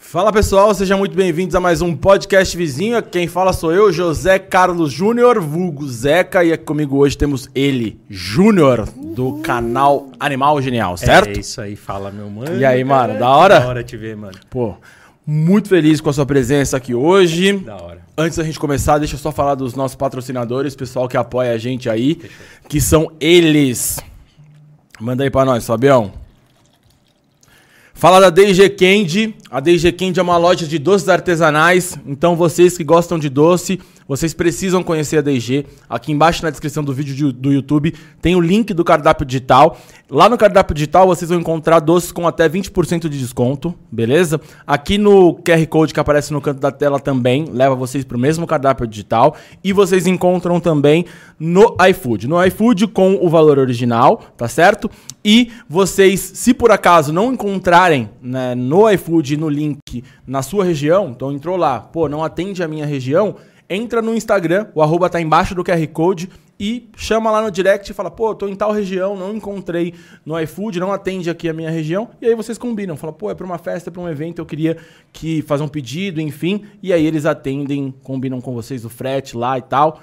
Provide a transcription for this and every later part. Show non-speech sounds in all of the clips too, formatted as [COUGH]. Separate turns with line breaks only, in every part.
Fala pessoal, sejam muito bem-vindos a mais um podcast vizinho. Quem fala sou eu, José Carlos Júnior, vulgo Zeca, e aqui comigo hoje temos ele, Júnior, do canal Animal Genial, certo?
É isso aí, fala meu mano.
E aí, mano,
cara,
da hora?
Da hora te ver, mano.
Pô, muito feliz com a sua presença aqui hoje.
Da hora.
Antes da gente começar, deixa eu só falar dos nossos patrocinadores, pessoal que apoia a gente aí, que são eles. Manda aí pra nós, Fabião. Fala da DG Candy. A DG Candy é uma loja de doces artesanais. Então, vocês que gostam de doce, vocês precisam conhecer a DG. Aqui embaixo na descrição do vídeo de- do YouTube tem o link do cardápio digital. Lá no cardápio digital vocês vão encontrar doces com até 20% de desconto, beleza? Aqui no QR Code que aparece no canto da tela também leva vocês para o mesmo cardápio digital. E vocês encontram também no iFood. No iFood com o valor original, tá certo? E vocês, se por acaso não encontrarem né, no iFood no link na sua região, então entrou lá, pô, não atende a minha região, entra no Instagram, o arroba tá embaixo do QR Code e chama lá no direct e fala, pô, tô em tal região, não encontrei no iFood, não atende aqui a minha região. E aí vocês combinam, fala, pô, é pra uma festa, é pra um evento, eu queria que fazer um pedido, enfim. E aí eles atendem, combinam com vocês o frete lá e tal.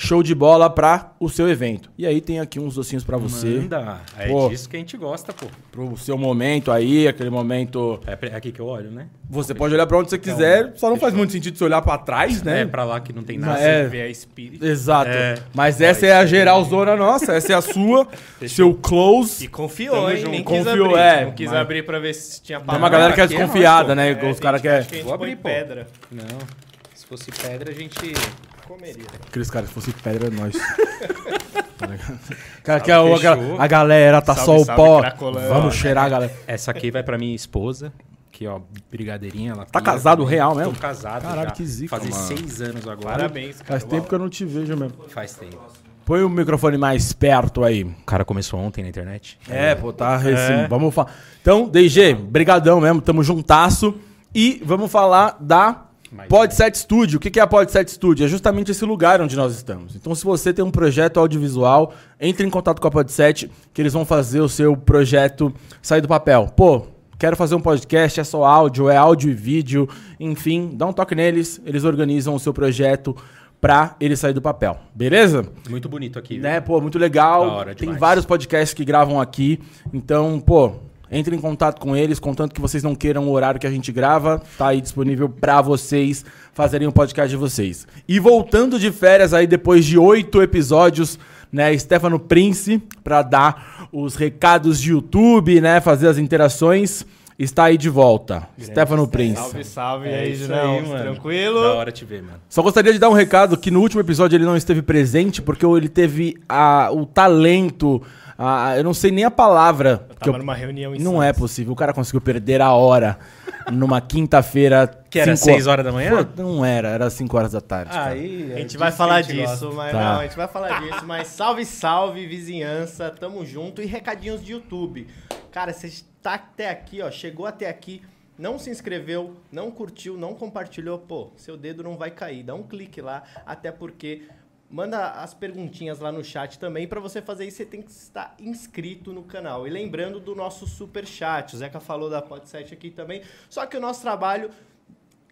Show de bola pra o seu evento. E aí tem aqui uns docinhos pra você,
Manda. É
Pô.
disso que a gente gosta, pô.
pro seu momento aí, aquele momento...
É pre- aqui que eu olho, né?
Você pode olhar pra onde você quiser, só não faz muito sentido você olhar pra trás, né?
É pra lá que não tem
Mas
nada.
é-
Vê a Spirit
Exato.
É.
Mas essa é a geral zona nossa, essa é a sua, seu close.
E confiou,
Tamo
hein?
junto.
Nem
Confiou,
quis abrir.
é,
não quis
mas-
abrir pra ver se tinha
Tem
parado.
uma galera que é
aqui é
desconfiada,
nosso.
né?
É,
os caras
tem
querem.
gente que a gente
Vou
põe
abrir, pô.
pedra.
Não.
Se fosse pedra, a gente comeria.
Aqueles caras, se fosse pedra, é nós. Tá cara, que é o- aquela-
fechou.
a galera, tá
Salve,
só o
salve,
pó.
Cracolândia.
Vamos cheirar a galera.
Essa aqui vai pra minha esposa. Aqui, ó, brigadeirinha. Ela
Tá casado real mesmo?
Tô casado
Caralho,
já.
que zica,
Fazer
mano.
seis anos agora.
Parabéns, cara.
Faz tempo que eu não te vejo mesmo.
Faz tempo.
Põe o microfone mais perto aí.
O cara começou ontem na internet.
É, pô, tá recém. Vamos falar. Então, DG, brigadão mesmo, tamo juntasso. E vamos falar da
Mais
Podset Studio. O que que é a Podset Studio? É justamente esse lugar onde nós estamos. Então, se você tem um projeto audiovisual, entre em contato com a Podset, que eles vão fazer o seu projeto sair do papel. Pô, quero fazer um podcast, é só áudio, é áudio e vídeo, enfim, dá um toque neles, eles organizam o seu projeto pra ele sair do papel, beleza?
Muito bonito aqui.
Né, pô, muito legal.
Da hora
Tem
demais.
vários podcasts que gravam aqui. Então, pô, entre em contato com eles, contanto que vocês não queiram o horário que a gente grava. Tá aí disponível pra vocês fazerem o podcast de vocês. E voltando de férias aí, depois de oito episódios, né, Stefano Prince, pra dar os recados de YouTube, né, fazer as interações, está aí de volta. Stefano Prince.
Salve, salve. e
É
aí,
isso
Junão?
aí, mano.
Tranquilo?
Da hora te ver, mano.
Só gostaria de dar um recado que no último episódio ele não esteve presente porque ele teve a- o talento, a- eu não sei nem a palavra. que
Tava
eu-
numa reunião em
não é possível, o cara conseguiu perder a hora numa [LAUGHS] quinta-feira.
Que era
cinco-
seis horas da manhã?
Pô, não era, era 5 horas da tarde. cara.
Aí,
é A gente vai falar
gosta.
disso, mas
Tá.
não, a gente vai falar disso, mas salve, salve, vizinhança, tamo junto e recadinhos de YouTube. Cara, você tá até aqui, ó, chegou até aqui, não se inscreveu, não curtiu, não compartilhou, pô, seu dedo não vai cair, dá um clique lá, até porque manda as perguntinhas lá no chat também, pra você fazer isso você tem que estar inscrito no canal. E lembrando do nosso super chat, o Zeca falou da Podset aqui também, só que o nosso trabalho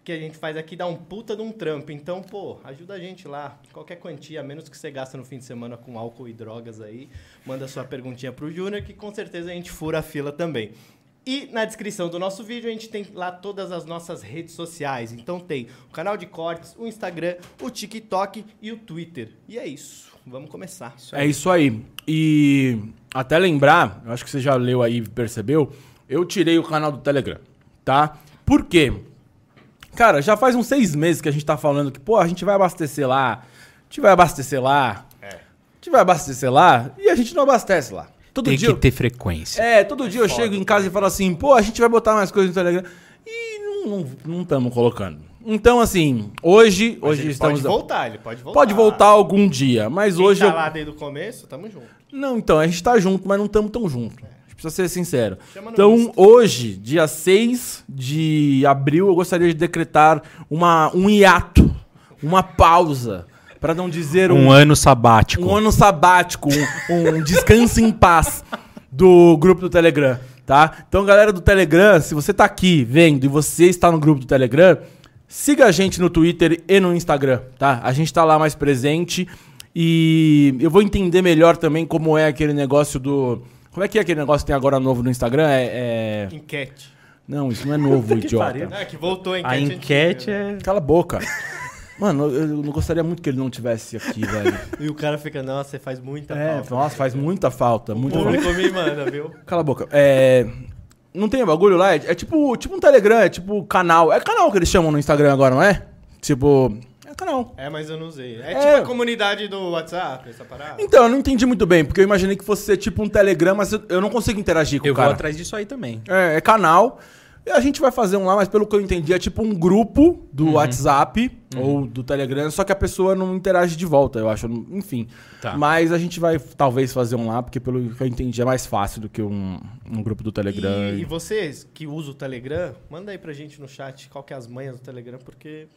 que a gente faz aqui dá um puta de um trampo. Então, pô, ajuda a gente lá. Qualquer quantia, a menos que você gasta no fim de semana com álcool e drogas aí, manda sua perguntinha pro Júnior, que com certeza a gente fura a fila também. E na descrição do nosso vídeo a gente tem lá todas as nossas redes sociais. Então tem o canal de cortes, o Instagram, o TikTok e o Twitter. E é isso. Vamos começar.
É isso aí. E até lembrar, eu acho que você já leu aí e percebeu, eu tirei o canal do Telegram, tá? Por quê? Cara, já faz uns seis meses que a gente tá falando que, pô, a gente vai abastecer lá, a gente vai abastecer lá,
É.
a gente vai abastecer lá, e a gente não abastece lá. Todo
Tem
dia.
que ter frequência.
É, todo dia eu chego
né?
em casa e falo assim, pô, a gente vai botar mais coisas no Telegram. E não estamos não, tamo colocando. Então, assim, hoje,
Mas
hoje
ele
estamos.
Pode voltar, ele pode voltar.
Pode voltar algum dia, mas
Quem
hoje
tá
eu.
lá desde o começo, tamo junto.
Não, então, a gente tá junto, mas não estamos tão junto. A gente precisa ser sincero.
Chama no
Então,
Insta.
hoje, dia 6 de abril, eu gostaria de decretar uma, um hiato, uma pausa, para não dizer um,
Um ano sabático.
um ano sabático, um, um descanso em paz do grupo do Telegram. tá? Então, galera do Telegram, se você tá aqui vendo e você está no grupo do Telegram, siga a gente no Twitter e no Instagram, tá? A gente tá lá mais presente e eu vou entender melhor também como é aquele negócio do... Como é que é aquele negócio que tem agora novo no Instagram? É... é-
Enquete.
Não, isso não é
[LAUGHS]
novo,
que
idiota.
pariu.
É, que voltou a enquete.
A enquete
antiga.
é.
Cala a boca. Mano, eu eu não gostaria muito que ele não tivesse aqui, velho.
E o cara fica, nossa, você faz muita
É,
falta.
nossa, faz muita falta,
O
muita falta.
público me manda, viu?
Cala a boca. É. Não tem bagulho lá? É, é tipo, tipo um Telegram, é tipo canal. É canal que eles chamam no Instagram agora, não é? Tipo. É canal.
É, mas eu não usei. É,
É.
tipo a comunidade do WhatsApp, essa parada.
Então, eu não entendi muito bem, porque eu imaginei que fosse ser tipo um Telegram, mas eu, eu não consigo interagir com
Eu
o cara.
vou atrás disso aí também.
É, é canal. E a gente vai fazer um lá, mas pelo que eu entendi, é tipo um grupo
Uhum.
do WhatsApp ou do Telegram, só que a pessoa não interage de volta, eu acho. Enfim.
Tá.
Mas a gente vai talvez fazer um lá, porque pelo que eu entendi é mais fácil do que um, um grupo do Telegram.
E, e vocês que usam o Telegram, manda aí pra gente no chat qual que é as manhas do Telegram, porque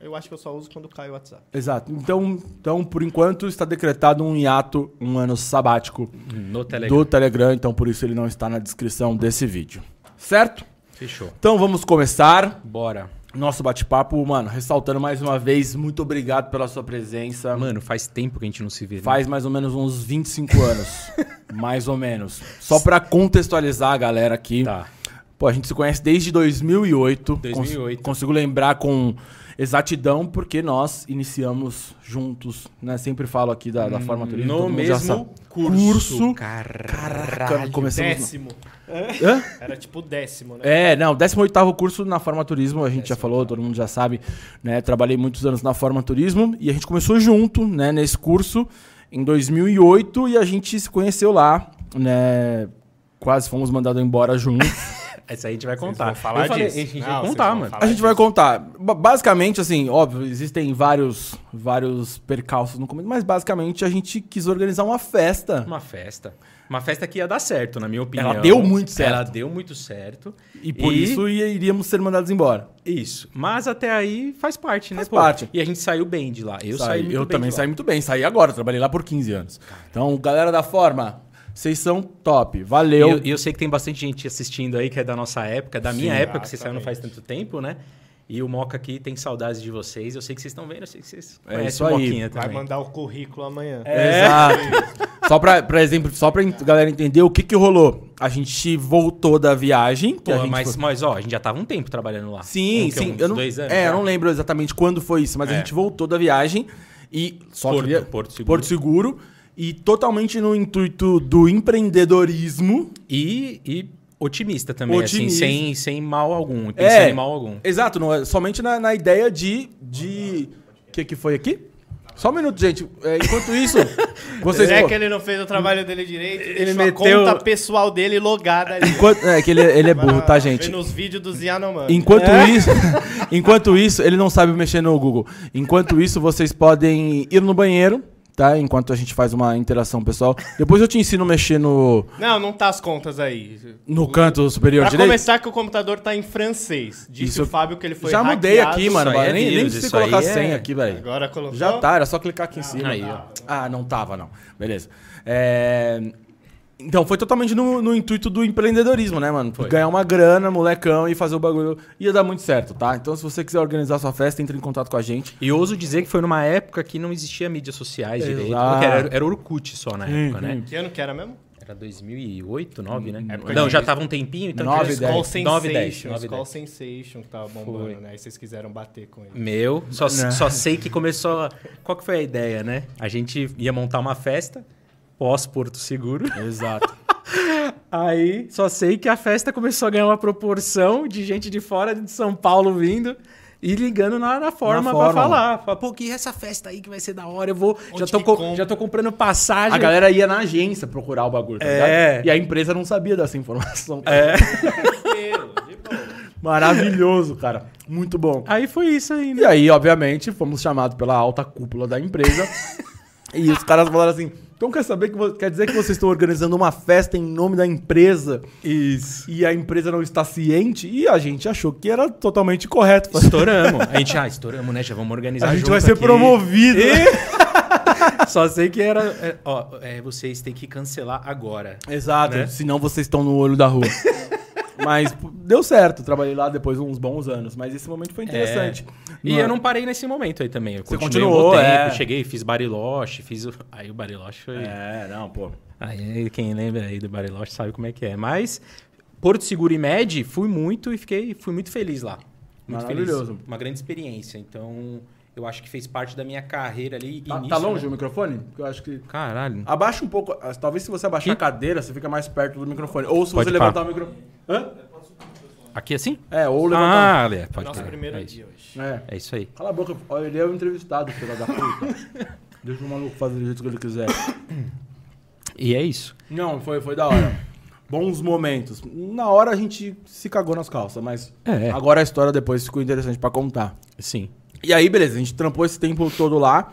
eu acho que eu só uso quando cai o WhatsApp.
Exato. Então, então, por enquanto, está decretado um hiato, um ano sabático
No Telegram.
do Telegram. Então, por isso ele não está na descrição desse vídeo. Certo?
Fechou.
Então, vamos começar
Bora.
nosso bate-papo. Mano, ressaltando mais uma vez, muito obrigado pela sua presença.
Mano, faz tempo que a gente não se vê. né?
Faz mais ou menos uns 25 anos. mais ou menos. Só pra contextualizar a galera aqui.
Tá.
Pô, a gente se conhece desde 2008.
2008.
Cons- consigo lembrar com exatidão porque nós iniciamos juntos, né? Sempre falo aqui da, da formatura. todo
No
mundo já sabe.
mesmo
curso.
curso.
Caraca, começamos...
Décimo.
Hã?
Era tipo décimo, né?
É, não, 18º curso na Forma Turismo, a gente já falou, todo mundo já sabe, né? Trabalhei muitos anos na Forma Turismo e a gente começou junto, né, nesse curso em 2008 e a gente se conheceu lá, né? Quase fomos mandados embora juntos.
Essa aí a gente vai contar.
vão falar
Eu falei,
disso.
A gente
Não,
vai
vocês
contar,
vão
mano.
falar.
A gente vai contar. Ba- Basicamente, assim, óbvio, existem vários, vários percalços no começo, mas basicamente a gente quis organizar uma festa.
Uma festa. Uma festa que ia dar certo, na minha opinião.
Ela deu muito certo.
Ela deu muito certo.
E por isso ia- iríamos ser mandados embora.
Isso. Mas até aí faz parte, né?
Faz parte.
E a gente saiu bem de lá. Eu
Saí.
saí muito
eu
bem
também
de lá.
saí muito bem, saí agora, trabalhei lá por 15 anos. Então, galera da forma, vocês são top. Valeu.
E eu, e eu sei que tem bastante gente assistindo aí que é da nossa época, da minha época, que você saiu não faz tanto tempo, né? E o Moca aqui tem saudades de vocês. Eu sei que vocês estão vendo, eu sei que vocês
É
conhecem
isso
o
aí.
Moquinha
Vai
também.
mandar o currículo amanhã.
É. Exato. só pra, pra exemplo, só pra en- galera entender o que que rolou. A gente voltou da viagem, que
Pô,
a gente
mas,
foi-
mas ó, a gente já tava um tempo trabalhando lá.
Sim,
Um que é
sim.
Uns
eu não,
dois anos.
é, eu não
né?
lembro exatamente quando foi isso, mas a
É.
gente voltou da viagem e só
Porto,
queria-
Porto Seguro.
Porto Seguro e totalmente no intuito do empreendedorismo.
E, e otimista também,
Otimista.
assim, sem, sem mal algum. Pensando em mal algum.
Exato, não é- somente na, na ideia de. de... O que, que foi aqui? Só um minuto, gente. É,
[LAUGHS]
enquanto isso, vocês.
é
pô,
que ele não fez o trabalho dele direito, ele
meteu-
a conta pessoal dele logada ali.
enquanto- é que ele, ele é
Vai
burro,
lá,
tá,
vê
gente?
nos vídeos dos Yanomami.
Enquanto
É?
isso, [LAUGHS] enquanto isso, ele não sabe mexer no Google. Enquanto isso, vocês podem ir no banheiro, tá? Enquanto a gente faz uma interação pessoal. Depois eu te ensino a mexer no,
Não, não tá as contas aí.
no canto superior
Pra
direito.
começar que o computador tá em francês. Disse
Isso-
o Fábio que ele foi
Já mudei
hackeado.
aqui, mano.
Isso aí é
nem, nem
vírus,
precisa
isso aí
colocar
é-
senha aqui, velho.
Agora colocou.
Já tá, era só clicar aqui em cima.
Aí, ó.
Ah, não tava, não. Beleza. É, Então, foi totalmente no, no intuito do empreendedorismo, né, mano?
Foi.
Ganhar uma grana, molecão, e fazer o bagulho. Ia dar muito certo, tá? Então, se você quiser organizar sua festa, entre em contato com a gente.
E eu ouso dizer que foi numa época que não existia mídias sociais direito.
Exato.
porque Era, era Orkut só na época, né?
Que ano que era mesmo?
Era 2008, 2009,
Hum,
né? Não, já tava um tempinho, então...
Nove, dez.
que-
Skull
9,
Sensation.
10. 9,
Skull
10.
Sensation que tava bombando, né? Aí vocês quiseram bater com ele.
Meu, só,
Né?
só sei que começou... Qual que foi a ideia, né? A gente ia montar uma festa pós-Porto Seguro.
Exato.
Aí só sei que a festa começou a ganhar uma proporção de gente de fora de São Paulo vindo e ligando na, na forma pra
forma.
falar. Fala, Pô, que é essa festa aí que vai ser da hora, eu vou... Já
Onde
tô,
que
co-
compra?
já tô comprando passagem.
a galera ia na agência procurar o bagulho, tá
É.
ligado? E a empresa não sabia dessa informação. É. [LAUGHS] Maravilhoso, cara. Muito bom.
Aí foi isso aí, né?
E aí, obviamente, fomos chamados pela alta cúpula da empresa. e os caras falaram assim: então quer saber que vo- quer dizer que vocês estão organizando uma festa em nome da empresa
Isso.
e a empresa não está ciente? E a gente achou que era totalmente correto. fazer.
Estouramos. A gente, ah, estouramos, né? Já vamos organizar
A gente
junto
vai ser
aqui.
promovido.
Só sei que era. é, Ó, é, vocês têm que cancelar agora.
Exato,
Né?
senão vocês estão no olho da
[LAUGHS]
rua. mas pô, deu certo, trabalhei lá depois uns bons anos, mas esse momento foi interessante.
É. E eu não parei nesse momento aí também. Eu
Você
continuei um bom
continuou,
tempo,
é.
cheguei, fiz Bariloche, fiz o... Aí o Bariloche foi...
É, não, pô.
Aí quem lembra aí do Bariloche sabe como é que é. Mas Porto Seguro e Med, fui muito e fiquei... Fui muito feliz lá. Muito feliz.
Maravilhoso.
Uma grande experiência. Então, eu acho que fez parte da minha carreira ali.
Tá,
início,
tá longe
né?
o microfone? Porque eu acho que.
Caralho.
Abaixa um pouco. ah, Talvez se você abaixar a cadeira, você fica mais perto do microfone. Ou se
Pode
você
pá.
levantar o microfone. Hã?
Aqui assim?
É, ou levantar.
Ah, é, pode
Nosso
crer.
primeiro
é isso.
dia hoje.
É.
É isso aí.
Cala a boca, olha, ele é o entrevistado, filho da puta. [LAUGHS] Deixa o maluco fazer do jeito que ele quiser.
E é isso.
Não, foi, foi da hora. [CLEARS THROAT] Bons momentos. Na hora a gente se cagou nas calças, mas
É.
agora a história depois ficou interessante pra contar.
Sim.
E aí, beleza, a gente trampou esse tempo todo lá.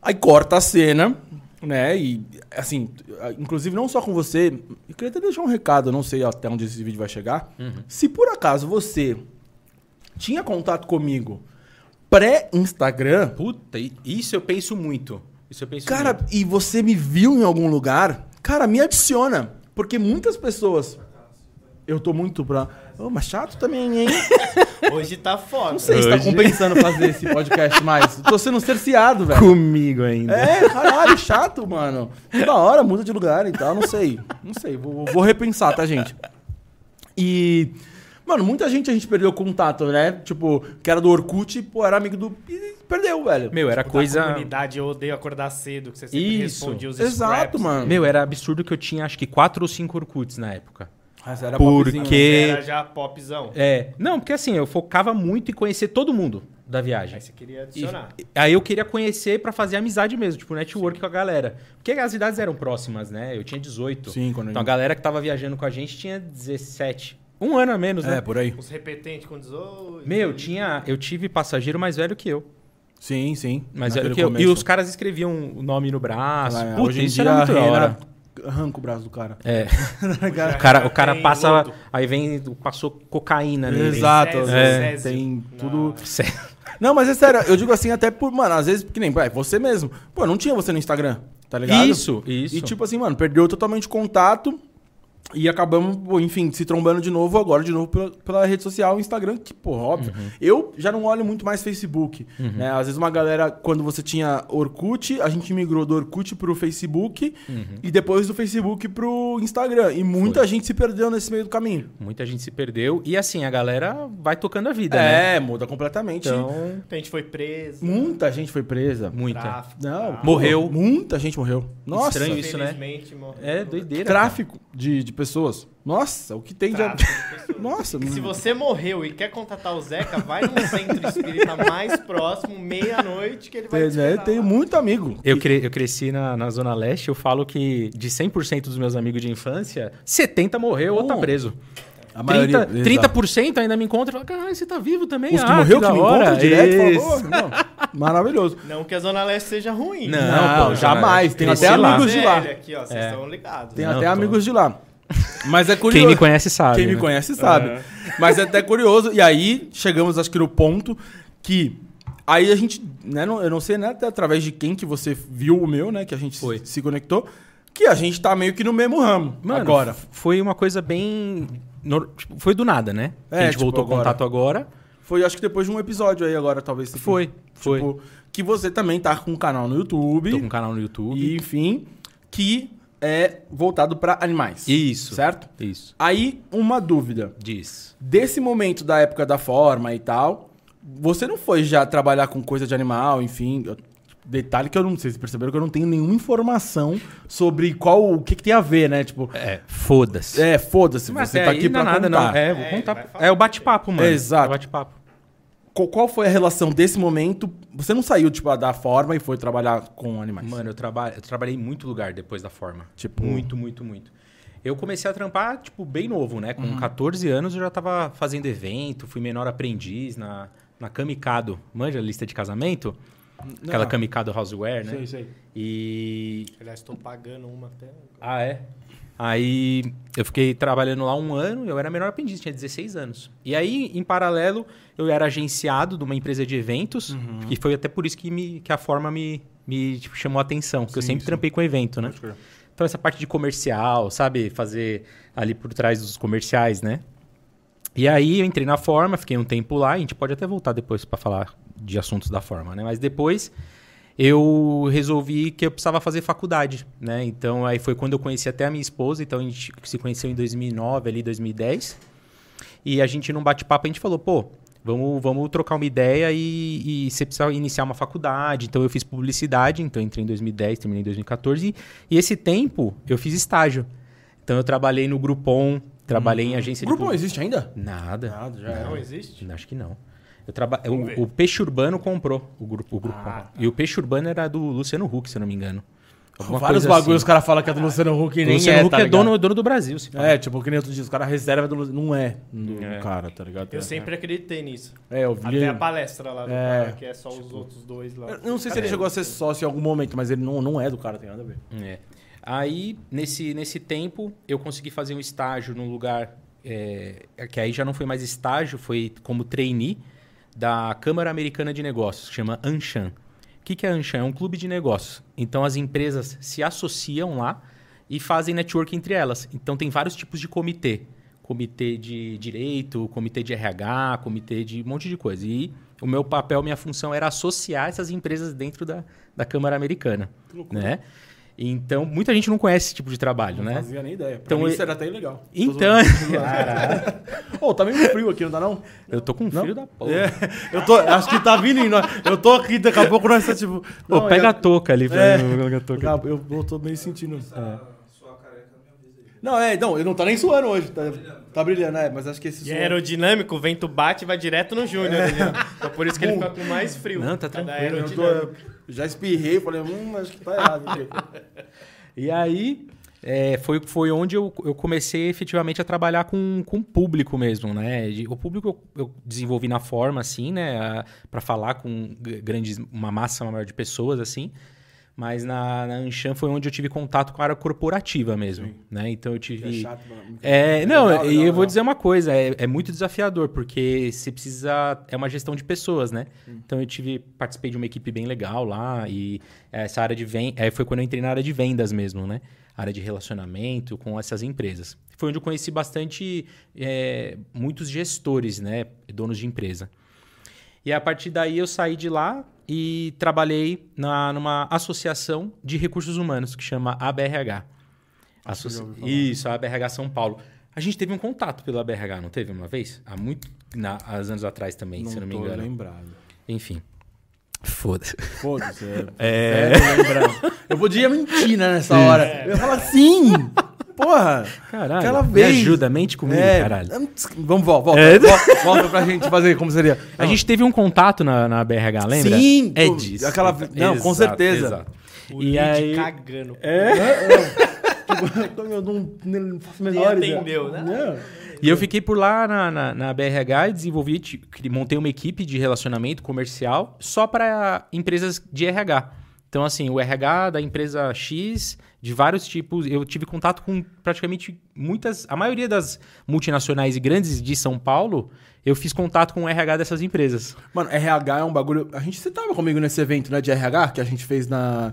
Aí corta a cena, né? E assim, inclusive não só com você, eu queria até deixar um recado, eu não sei até onde esse vídeo vai chegar. Se por acaso você tinha contato comigo pré-Instagram,
Puta, e- isso eu penso muito. Isso eu penso
cara,
muito.
e você me viu em algum lugar, cara, me adiciona. Porque muitas pessoas. Eu tô muito pra. Ô, mas chato também, hein?
Hoje tá foda.
Não sei se tá compensando fazer esse podcast mais. Tô sendo cerceado, velho.
comigo ainda.
É, caralho, chato, mano. Toda hora muda de lugar e tal, não sei. Não sei, vou, vou repensar, tá, gente? E. Mano, muita gente a gente perdeu contato, né? Tipo, que era do Orkut, pô, era amigo do. E perdeu, velho.
Meu, era
Da
coisa.
comunidade, é eu odeio acordar cedo, que você sempre
Isso,
respondia os
Exato,
scraps.
mano.
Meu, era absurdo que eu tinha acho que quatro ou cinco Orkuts na época.
Mas era
Porque-
popzinho.
Era já popzão.
É. Não, porque assim, eu focava muito em conhecer todo mundo da viagem.
É.
Aí você queria
E-
adicionar.
aí eu queria conhecer pra fazer amizade mesmo, tipo, network com a galera. Porque as idades eram próximas, né? Eu tinha 18.
Sim, quando
Então a galera que tava viajando com a gente tinha 17. Um ano a menos,
É,
né?
por aí.
Os repetentes com 18.
Meu, tinha, eu tive passageiro mais velho que eu.
Sim, sim.
Mais
Naquele
velho é que eu. E
começo.
os caras escreviam o nome no braço.
Lá,
Puta,
hoje em
isso
dia é né?
era muito
a
da hora.
Rena arranca o braço do cara. [LAUGHS]
Já
É. O cara, o
tem
cara passa.
lodo.
Aí vem. Passou cocaína nele.
Exato.
Césio,
é,
Césio.
Tem
Não.
tudo.
[LAUGHS] Sério.
Não, mas é sério, eu digo assim até por, mano, às vezes, que nem, vai, você mesmo. Pô, não tinha você no Instagram, tá ligado?
Isso, isso.
E tipo assim, mano, perdeu totalmente o contato e acabamos, pô, enfim, se trombando de novo agora, de novo pela, pela rede social, Instagram, que, pô, óbvio.
Uhum.
Eu já não olho muito mais Facebook, né? Às vezes uma galera, quando você tinha Orkut, a gente migrou do Orkut pro Facebook
Uhum.
e depois do Facebook pro Instagram. E muita gente se perdeu nesse meio do caminho.
Muita gente se perdeu. E assim, a galera vai tocando a vida, né?
É, muda completamente.
Então.
A gente foi preso.
Muita gente foi presa.
Muita.
Tráfico,
Não,
tráfico.
Morreu.
Muita gente morreu. Nossa.
Estranho isso, né?
Infelizmente, morreu.
É doideira.
Tráfico de, de pessoas. Nossa, o que tem de.
Tráfico.
[LAUGHS] Nossa,
Se
mano.
você morreu e quer contatar o Zeca, vai num centro espírita mais próximo, meia-noite, que ele vai te
Tem, né?
esperar
Tenho
lá.
muito amigo.
Eu, cre- eu cresci na, na Zona Leste, eu falo que de 100% dos meus amigos de infância, 70 morreu ou tá
Bom,
preso.
A
30%,
exato.
30% ainda me encontra e fala, caralho, você tá vivo também?
Os que
Ah,
morreu que
da
me
hora."
encontram direto
Isso.
falam, "Pô, irmão, Maravilhoso.
Não que a Zona Leste seja ruim.
Não,
Não,
pô,
jamais.
cara,
Tem É.
cresci
até
lá.
amigos de lá.
Velho aqui, ó, vocês estão ligados. né?
Tem
Não,
até
tô-
amigos de lá. Mas é curioso.
Quem me conhece sabe.
Quem me
né?
conhece sabe. Mas é até curioso. E aí, chegamos, acho que no ponto que. Aí a gente, né, não- eu não sei, né, até através de quem que você viu o meu, né, que a gente
Foi.
se conectou, que a gente tá meio que no mesmo ramo
Mano,
agora.
f- Foi uma coisa bem. nor- tipo, Foi do nada, né?
É,
a gente
tipo,
voltou ao
agora.
contato agora.
Foi, acho que depois de um episódio aí agora, talvez. se-
Foi, foi.
Tipo, que você também tá com um canal no
Tô com
YouTube,
um canal no YouTube.
e, enfim, que é voltado pra animais.
Isso.
Certo?
Isso.
Aí, uma dúvida.
Diz.
Desse momento da época da forma e tal, você não foi já trabalhar com coisa de animal, enfim. eu- Detalhe que eu não sei se perceberam que eu não tenho nenhuma informação sobre qual o que, que tem a ver, né? Tipo,
É, foda-se.
é, foda-se, você tá aqui pra
nada,
contar.
não. É,
É,
vou
ele
contar.
vai falar.
É o bate-papo, mano.
Exato.
É o bate-papo.
Qual, qual foi a relação desse momento? Você não saiu, tipo, da forma e foi trabalhar com animais.
Mano, eu, traba... eu trabalhei em muito lugar depois da forma.
Tipo-
Muito, muito, muito. Eu comecei a trampar, tipo, bem novo, né? Com 14 anos eu já tava fazendo evento, fui menor aprendiz na, na Kamikado. Manja a lista de casamento? Aquela
Não.
Kamikado Houseware, né?
Sei, sei.
E
Aliás, estou pagando uma até.
Ah, é? Aí eu fiquei trabalhando lá um ano, eu era menor aprendiz, tinha 16 anos. E aí, em paralelo, eu era agenciado de uma empresa de eventos, e foi até por isso que, me, que a forma me, me tipo, chamou a atenção, porque eu
Sim,
sempre
sim.
trampei com evento, né?
Pode crer.
Então essa parte de comercial, sabe? Fazer ali por trás dos comerciais, né? E aí eu entrei na forma, fiquei um tempo lá, a gente pode até voltar depois pra falar de assuntos da forma, né? Mas depois eu resolvi que eu precisava fazer faculdade, né? Então aí foi quando eu conheci até a minha esposa, então a gente se conheceu em 2009 ali, 2010. E a gente num bate-papo a gente falou, pô, vamos, vamos trocar uma ideia e, e você precisa iniciar uma faculdade. Então eu fiz publicidade, então entrei em 2010, terminei em 2014 e, e esse tempo eu fiz estágio. Então eu trabalhei no Groupon, trabalhei em agência
O grupo não
de... publi-
existe ainda?
Nada.
Nada, já é.
Não existe?
Acho que não. Eu traba... é, o, o Peixe Urbano comprou o grupo. O grupo. E o Peixe Urbano era do Luciano Huck, se eu não me engano. Alguma
Vários
coisa
bagulhos os caras falam que é do Luciano Huck e
Assim. O
nem
Luciano
é,
Huck
tá
é
ligado?
dono, dono do Brasil, se fala.
É, tipo, que nem outro dia, os caras reserva do Luciano. Não é do cara, tá ligado?
Eu sempre acreditei nisso.
É, eu vi.
Até a
ele-
palestra lá do
É.
cara, que é só os outros dois lá.
Eu não sei se
É.
ele chegou a ser sócio em algum momento, mas ele não, não é do cara, tem nada a ver.
É. Aí, nesse, nesse tempo, eu consegui fazer um estágio num lugar é, que aí já não foi mais estágio, foi como trainee da Câmara Americana de Negócios, que chama Anshan. O que, que é Anshan? É um clube de negócios. Então, as empresas se associam lá e fazem network entre elas. Então, tem vários tipos de comitê. Comitê de direito, comitê de RH, comitê de um monte de coisa. E o meu papel, minha função era associar essas empresas dentro da, da Câmara Americana. Né? Então, muita gente não conhece esse tipo de trabalho,
Não
né?
fazia nem ideia. Pra
Então
mim
ele-
isso era até legal.
Então, [LAUGHS]
Ô, tá meio frio aqui, não tá não?
eu tô com um frio da porra.
É, eu tô, acho que tá vindo em nós. Eu tô aqui, daqui a pouco nós tá tipo.
Pô,
não,
pega
eu-
a touca ali pra
É.
mim, pega a touca.
Ah, eu, eu tô meio sentindo.
tá
É.
Não, é, não, ele não tá nem suando hoje. Tá, tá brilhando, é, mas acho que esse
E é aerodinâmico, o vento bate e vai direto no Júnior.
É.
né? Então por isso que ele fica com mais frio.
Não, tá
Cada
tranquilo,
Eu tô,
aerodinâmico.
eu já espirrei, falei, hum, acho que tá errado.
[LAUGHS]
aqui.
E aí, é, foi, foi onde eu, eu comecei efetivamente a trabalhar com, com o público mesmo, né? De- O público eu, eu desenvolvi na forma, assim, né? Para falar com g- grandes, uma massa maior de pessoas, assim. Mas na, na Anshan foi onde eu tive contato com a área corporativa mesmo, né? Então eu tive...
É chato, mano.
É,
É
não,
legal,
e
legal,
eu vou
legal.
dizer uma coisa, é, é muito desafiador, porque você precisa. É uma gestão de pessoas, né?
Hum.
Então eu tive. Participei de uma equipe bem legal lá, e essa área de vendas. foi quando eu entrei na área de vendas mesmo, né? Área de relacionamento com essas empresas. Foi onde eu conheci bastante é, muitos gestores, né? Donos de empresa. E a partir daí eu saí de lá e trabalhei na, numa associação de recursos humanos que chama ABRH. Associ...
já ouvi falar.
Isso, a ABRH São Paulo. A gente teve um contato pela ABRH, não teve uma vez? Há muito na, há anos atrás também, se eu não me
tô
engano.
lembrado.
Enfim. Foda-se.
Foda-se.
[LAUGHS]
É. tô lembrado. Eu podia mentir, né, nessa
É.
hora. Eu falo assim. Porra.
Caralho.
Aquela
me
vez.
ajuda, mente comigo,
é,
caralho.
Vamos, volta, volta,
É.
volta. Volta pra gente fazer como seria.
A gente teve um contato na, na BRH, lembra?
Sim,
é
pô,
disso.
aquela-
Então,
não, com certeza.
O
E
Lid
aí,
cagando.
É, [LAUGHS] Eu não, não faço a
Nem
menor ideia.
atendeu, né?
E eu fiquei por lá na, na, na BRH e desenvolvi, ti- cri- montei uma equipe de relacionamento comercial só para empresas de RH. Então, assim, o RH da empresa X, de vários tipos, eu tive contato com praticamente muitas, a maioria das multinacionais e grandes de São Paulo, eu fiz contato com o RH dessas empresas.
Mano, RH é um bagulho. A gente, você tava comigo nesse evento, né, de RH que a gente fez na.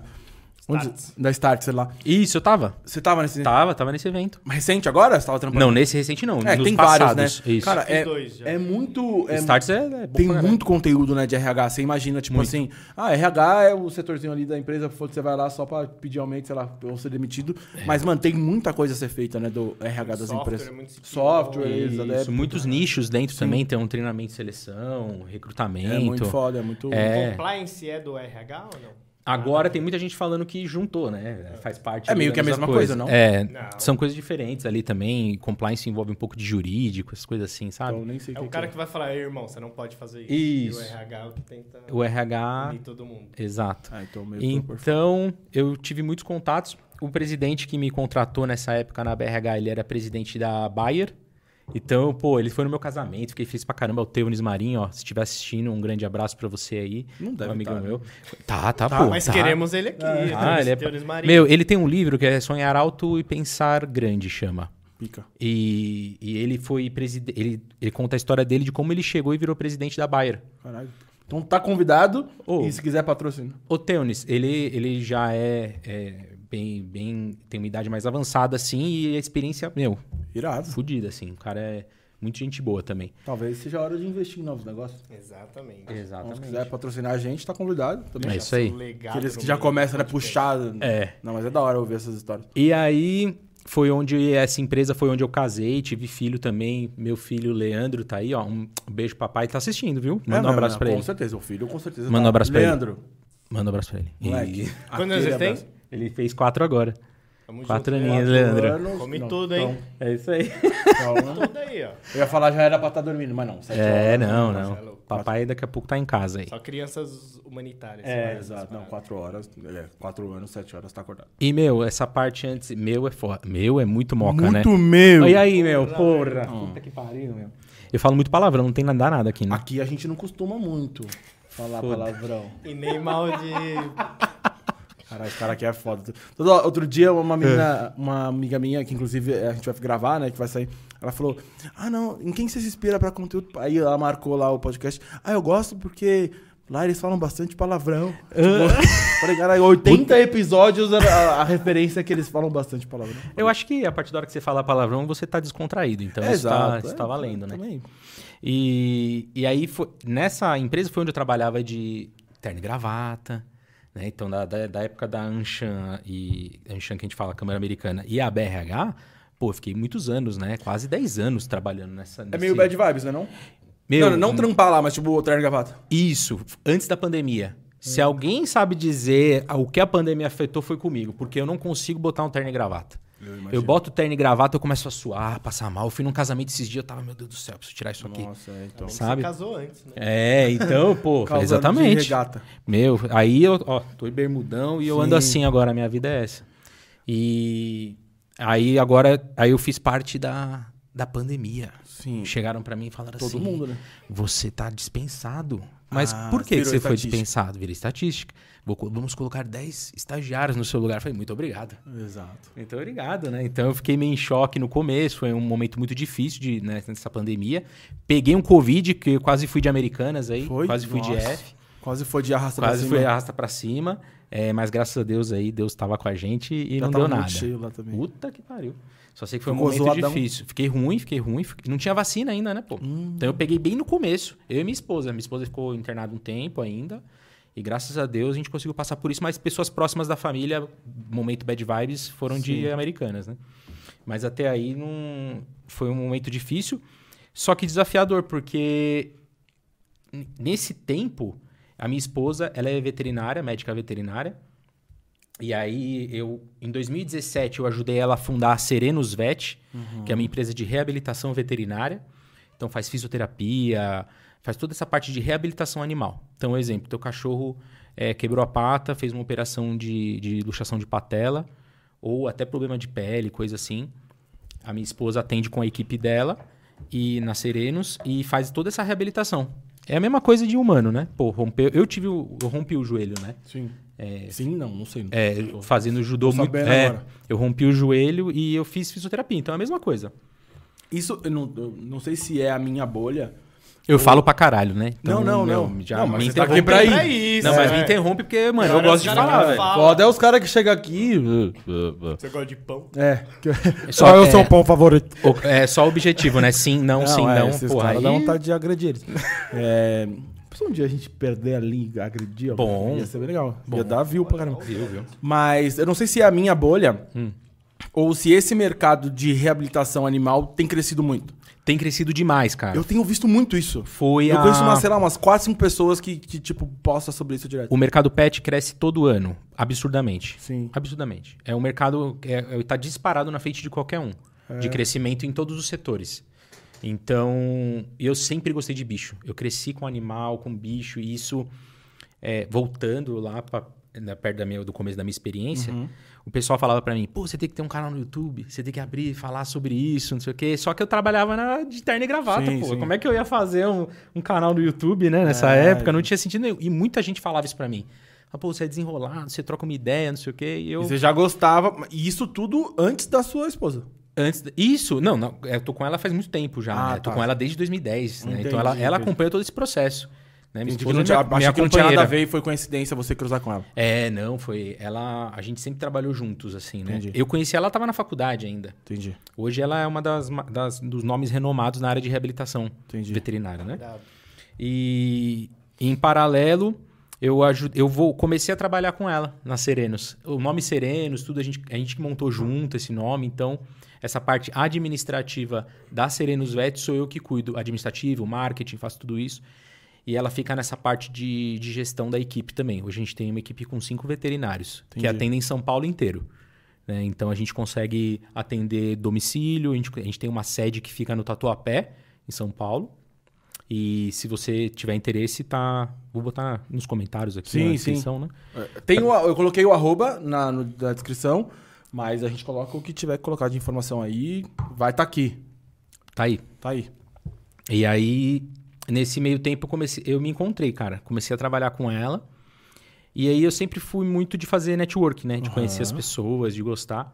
Onde,
Starts.
da Start, sei lá.
Isso, eu tava?
Você tava nesse.
Tava, tava nesse evento.
Recente agora? Você tava trampando?
Não, nesse recente não,
É,
nos
tem
passados.
vários, né?
Isso.
Cara,
Fiz
é,
dois já.
é muito. é
Starts é, é bom
tem
pra caralho.
muito conteúdo, né, de RH. Você imagina, tipo assim, ah, RH é o setorzinho ali da empresa, foda-se, você vai lá só pra pedir aumento, sei lá, ou ser demitido.
É.
Mas, mano, tem muita coisa a ser feita, né, do RH das
Software, é
empresas.
muito sentido.
Software, eles
Isso,
adeptam.
muitos nichos dentro também, tem um treinamento de seleção, recrutamento.
né? É muito foda, é muito.
É.
Compliance é do RH ou não?
Agora tem muita gente falando que juntou, né? Faz parte.
É
ali
meio
da
que a mesma coisa, não?
É,
Não.
são coisas diferentes ali também. Compliance envolve um pouco de jurídico, essas coisas assim, sabe?
Então, nem sei
É o
o que
cara
que
que vai falar, "Ei, irmão, você não pode fazer isso.
Isso.
E o RH é o que tenta
o RH,
unir todo mundo.
exato.
é. Ah, então meio que eu perfe-
Então, eu tive muitos contatos. O presidente que me contratou nessa época na BRH, ele era presidente da Bayer. Então, pô, ele foi no meu casamento, fiquei feliz pra caramba. O Teunis Marinho, ó, se estiver assistindo, um grande abraço pra você aí.
Não deve
um amigão
tá, né?
meu. Tá, tá,
Tá,
pô.
mas
tá.
queremos ele aqui. né?
Ah, ele é-
Teores Marinho.
Meu, ele tem um livro que é Sonhar Alto e Pensar Grande, chama.
Pica.
E, e ele foi presidente. Ele, ele conta a história dele de como ele chegou e virou presidente da Bayer.
Caralho. Então tá convidado
Ô.
e se quiser patrocina.
O Teunis, ele, ele já é, é bem, bem. tem uma idade mais avançada, assim, e a experiência, meu,
Irado.
fodida, assim. O cara é muito gente boa também.
Talvez seja a hora de investir em novos negócios.
Exatamente.
Então, se
Exatamente.
quiser patrocinar a gente, tá convidado também.
É isso aí.
Legado
Aqueles que
no
já
meio.
começam, né, puxado.
É.
Não, mas é da hora ouvir essas histórias.
E aí foi onde essa empresa foi onde eu casei, tive filho também. Meu filho Leandro tá aí, ó. Um beijo papai, tá assistindo, viu? Manda
É,
um abraço
não,
pra
com
ele.
Com certeza, o filho com certeza. tá.
Manda um abraço pra ele.
Leandro,
Manda um abraço pra ele.
moleque.
E-
Quantos anos
aquele
ele tem?
abraço.
Ele fez quatro agora.
Tamo
Quatro
junto,
aninhos, né?
Leandro.
Leandro.
Anos-
Come
não, então.
tudo, hein?
É isso aí.
Calma, calma.
Tudo aí, ó.
Eu ia falar já era pra estar dormindo, mas não. sete
[LAUGHS] É,
horas,
não,
né?
não. Papai daqui a pouco tá em casa aí.
Só crianças humanitárias.
É,
né?
exato. Não, quatro horas. É, quatro anos, sete horas, tá acordado.
E, meu, essa parte antes. Meu é foda. Meu é muito moca, né?
meu.
E aí, meu? Porra. Puta que pariu, meu. Eu falo muito palavrão, não tem nada nada aqui, né?
Aqui a gente não costuma muito falar palavrão.
E nem mal de.
Caralho, esse cara aqui é foda. Todo- outro dia, uma menina,
É.
uma amiga minha, que inclusive a gente vai gravar, né? Que vai sair, ela falou: Ah, não, em quem você se inspira pra conteúdo? Aí ela marcou lá o podcast. Ah, eu gosto porque lá eles falam bastante palavrão. Tipo, falei, cara, 80 episódios era a, a referência é que eles falam bastante palavrão.
Eu acho que a partir da hora que você fala palavrão, você tá descontraído. Então
É,
isso, tá,
exato,
isso
é,
tá valendo, né?
também.
E, e aí, foi, nessa empresa foi onde eu trabalhava de terno e gravata, né? Então, da, da, da época da Anshan e... Anshan que a gente fala, Câmara Americana, e a BRH, pô, eu fiquei muitos anos, né? Quase 10 anos trabalhando nessa...
É
nesse-
meio bad vibes, né? Não,
Meu,
não, não trampar lá, mas tipo, o terno e gravata.
Isso, antes da pandemia.
Hum.
Se alguém sabe dizer o que a pandemia afetou, foi comigo, porque eu não consigo botar um terno e gravata. Eu, boto terno e gravata, eu começo a suar, passar mal. Eu fui num casamento esses dias, eu tava, meu Deus do céu, preciso tirar isso aqui.
Nossa, é, então.
[LAUGHS] Sabe?
Você casou antes, né?
É, então, pô,
[LAUGHS] Causando de
exatamente.
regata.
Meu, aí eu, ó, tô em bermudão e eu ando
Sim.
assim agora, a minha vida é essa. E aí agora, aí eu fiz parte da, da pandemia.
Sim.
Chegaram pra mim e falaram
Todo
assim:
mundo, né?
Você tá dispensado. Mas
Ah,
por que, que
virou
você foi
estatística.
dispensado? Vira estatística. Vou co- vamos colocar 10 estagiários no seu lugar. Eu Falei, muito obrigado.
Exato.
Muito obrigado, né? Então eu fiquei meio em choque no começo, foi um momento muito difícil de, né, nessa pandemia. Peguei um Covid, que eu quase fui de Americanas aí,
Foi?
quase fui de
Nossa.
F.
Quase foi de arrasta
Quase
pra
foi
cima.
arrasta pra cima. É, mas graças a Deus aí, Deus tava com a gente e
Já
não
tava
deu
muito
nada.
cheio lá também.
Puta que pariu. Só sei que foi um
Ficou
momento
zoadão.
difícil. Fiquei ruim, fiquei ruim. fiquei- Não tinha vacina ainda, né, pô?
Hum.
Então eu peguei bem no começo. Eu e minha esposa. Minha esposa ficou internada um tempo ainda. E graças a Deus a gente conseguiu passar por isso. Mas pessoas próximas da família, momento bad vibes, foram de americanas, né? Mas até aí não foi um momento difícil. Só que desafiador, porque n- nesse tempo, a minha esposa, ela é veterinária, médica veterinária. E aí eu, em 2017, eu ajudei ela a fundar a Serenos Vet, que é uma empresa de reabilitação veterinária. Então faz fisioterapia, faz toda essa parte de reabilitação animal. Então, exemplo, teu cachorro eh, quebrou a pata, fez uma operação de, de luxação de patela, ou até problema de pele, coisa assim. A minha esposa atende com a equipe dela e na Serenos e faz toda essa reabilitação. É a mesma coisa de humano, né? Pô, rompeu, eu tive, o- eu rompi o joelho, né?
Sim. Sim, não, não sei.
É, fazendo judô
Tô
muito.
sabendo
É,
agora.
eu rompi o joelho e eu fiz fisioterapia, então é a mesma coisa.
Isso, eu não, eu não sei se é a minha bolha.
Eu falo pra caralho, né?
Não, não,
meu,
não.
Já
Não, mas você
me
tá
interrompe.
aqui pra é.
Pra
ir.
isso,
não, mas me
né?
interrompe porque, mano,
Tem
eu
hora
gosto de
os caras
falar,
que
velho.
falam.
Foda é os caras que chegam aqui.
Você gosta de pão?
É.
Só-
Qual é o
uh, é.
seu pão favorito?
O- É só objetivo, né? Sim, não, sim,
é,
não.
Esses
Porra,
caras
aí...
dá vontade de agredir eles. é, se um dia a gente perder a liga, agredir alguém,
Bom.
ia ser bem legal. Ia dar view pra caramba.
Viu, viu?
Mas eu não sei se é a minha bolha ou se esse mercado de reabilitação animal tem crescido muito.
Tem crescido demais, cara.
Eu tenho visto muito isso.
Foi
Eu
a...
conheço, umas, sei lá, umas 4, 5 pessoas que, que tipo, postam sobre isso direto.
O mercado pet cresce todo ano, absurdamente.
Sim.
Absurdamente. É um mercado que é, está disparado na frente de qualquer um. De crescimento em todos os setores. Então, eu sempre gostei de bicho. Eu cresci com animal, com bicho, e isso, é, voltando lá pra, né, perto da minha, do começo da minha experiência,
Uhum.
o pessoal falava pra mim: pô, você tem que ter um canal no YouTube, você tem que abrir, falar sobre isso, não sei o quê. Só que eu trabalhava na, de terno e gravata,
Sim,
pô.
sim.
Como é que eu ia fazer um, um canal no YouTube, né, nessa
É,
época? Não tinha sentido nenhum. E muita gente falava isso pra mim. Ah, pô, você é desenrolado, você troca uma ideia, não sei o quê. E eu.
E Você já gostava, e isso tudo antes da sua esposa.
Antes. Isso, não, não, eu tô com ela faz muito tempo já.
Ah,
né? Tô
tá.
com ela desde 2010, né?
Entendi,
Então ela, ela
entendi.
acompanha todo esse processo. Né? Minha
Entendi que
esposa
não
é
tinha,
minha,
achei
minha
que não tinha nada a
companheira.
ver e foi coincidência você cruzar com ela.
É, não, foi. Ela. A gente sempre trabalhou juntos, assim, né?
Entendi.
Eu conheci ela, ela tava na faculdade ainda.
Entendi,
Hoje ela é uma das, ma- das- dos nomes renomados na área de reabilitação
entendi.
veterinária, né?
Cuidado.
E em paralelo, eu aju- eu vou comecei a trabalhar com ela na Serenos. O nome Serenos, tudo a gente a gente que montou junto esse nome, então essa parte administrativa da Serenos Vet sou eu que cuido, administrativo, marketing, faço tudo isso. E ela fica nessa parte de, de gestão da equipe também. Hoje a gente tem uma equipe com cinco veterinários, que
Entendi.
atendem São Paulo inteiro. né? Então a gente consegue atender domicílio, a gente, a gente tem uma sede que fica no Tatuapé, em São Paulo. E se você tiver interesse, tá. Vou botar nos comentários aqui
Sim,
na
sim.
descrição, né?
Tem o, eu coloquei o arroba na, no- na descrição, mas a gente coloca o que tiver que colocar de informação aí, vai estar aqui.
Tá aí.
Tá aí.
E aí, nesse meio tempo, eu, comecei, eu me encontrei, cara. Comecei a trabalhar com ela. E aí eu sempre fui muito de fazer network, né? De conhecer as pessoas, de gostar.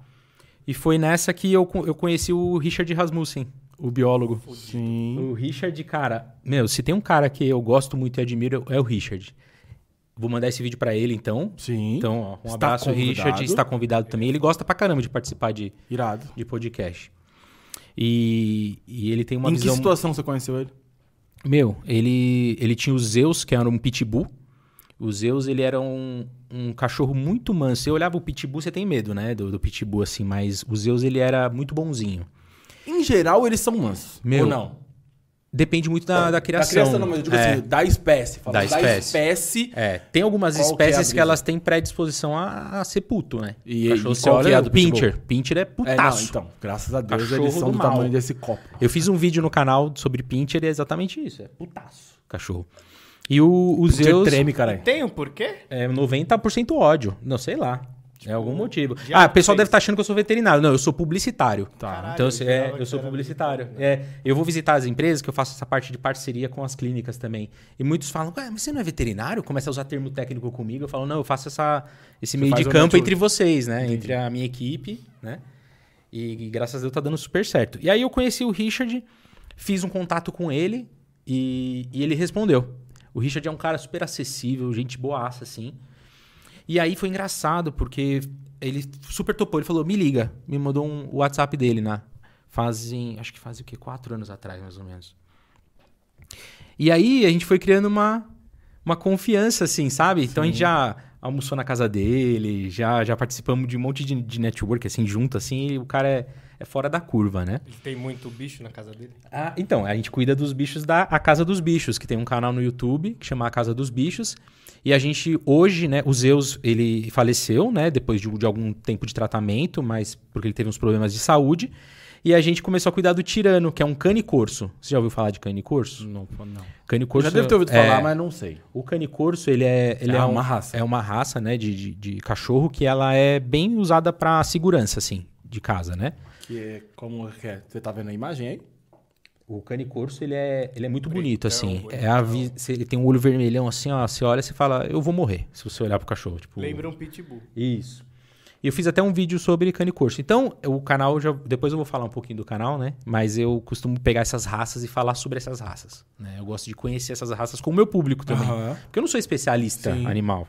E foi nessa que eu, co- eu conheci o Richard Rasmussen, o biólogo.
Sim.
O Richard, cara, meu, se tem um cara que eu gosto muito e admiro, é o Richard. Vou mandar esse vídeo pra ele, então.
Sim.
Então, ó, um
Está
abraço, Richard.
convidado.
Está convidado também. Ele gosta pra caramba de participar de,
Irado.
de podcast. E, e ele tem uma
em
visão.
que situação você conheceu ele?
Meu, ele, ele tinha o Zeus, que era um pitbull. O Zeus, ele era um, um cachorro muito manso. Você olhava o pitbull, você tem medo, né? Do, do pitbull, assim. Mas o Zeus, ele era muito bonzinho.
Em geral, eles são mansos.
Meu,
ou não?
Depende muito da, da
Da
criação.
criação, não, mas eu digo
é,
assim, da espécie.
Da
falando
espécie.
espécie.
é, tem algumas
Qual que é a
espécies que,
brisa?
elas têm predisposição a, a ser puto, né?
E-
cachorro,
e
você
qual que
olha,
é a
do
do
pincher. Pincher é
É,
putaço.
não, então, graças a Deus
Cachorro
eles são
do
do,
mal.
tamanho desse copo.
Eu fiz um vídeo no canal sobre Pinter e é exatamente isso. É putaço. Cachorro. E o, o
Você
Zeus
treme, caralho.
Tem um porquê?
é 90% ódio. Não, sei lá.
Tipo,
é algum motivo.
já
Ah, o pessoal
fez.
deve estar achando que eu sou veterinário. Não, eu sou publicitário. Tá.
Caralho,
então,
eu
se-
jurava
é,
que
eu sou
era
publicitário. É, eu vou visitar as empresas, que eu faço essa parte de parceria com as clínicas também. E muitos falam, ué, mas você não é veterinário? Começa a usar termo técnico comigo. Eu falo, não, eu faço essa, esse meio de
faz o
campo
network.
entre vocês, né? Entre a minha equipe, né? E, e graças a Deus tá dando super certo. E aí eu conheci o Richard, fiz um contato com ele e, e ele respondeu. O Richard é um cara super acessível, gente boaça, assim. E aí foi engraçado, porque ele super topou. Ele falou, me liga. Me mandou um o WhatsApp dele, né? Fazem, acho que fazem o quê? Quatro anos atrás, mais ou menos. E aí a gente foi criando uma, uma confiança, assim, sabe? Então a gente já almoçou na casa dele, já, já participamos de um monte de, de network, assim, junto, assim. E o cara é, é fora da curva, né?
Ele tem muito bicho na casa dele.
Ah, então, a gente cuida dos bichos da A Casa dos Bichos, que tem um canal no YouTube que chama A Casa dos Bichos. E a gente, hoje, né, o Zeus, ele faleceu, né, depois de, de algum tempo de tratamento, mas porque ele teve uns problemas de saúde. E a gente começou a cuidar do Tirano, que é um canicorso. Você já ouviu falar de canicorso?
Não, não. Eu
Canicorso
já deve ter ouvido
é-
falar, mas não sei.
o canicorso, ele é, ele
Ah,
é
uma raça.
É uma raça, né, de, de, de cachorro que ela é bem usada para segurança, assim, de casa, né?
Que é como que é? Você tá vendo a imagem aí?
O canicorso, ele é, ele é muito bonito, assim. É a vi- se ele tem um olho vermelhão, assim, ó. Você olha e você fala, eu vou morrer, se você olhar pro cachorro. Tipo,
Lembra um pitbull.
Isso. E eu fiz até um vídeo sobre canicorso. Então, o canal, já, depois eu vou falar um pouquinho do canal, né? Mas eu costumo pegar essas raças e falar sobre essas raças. né? Eu gosto de conhecer essas raças com o meu público também.
Aham.
Porque eu não sou especialista
Sim.
animal.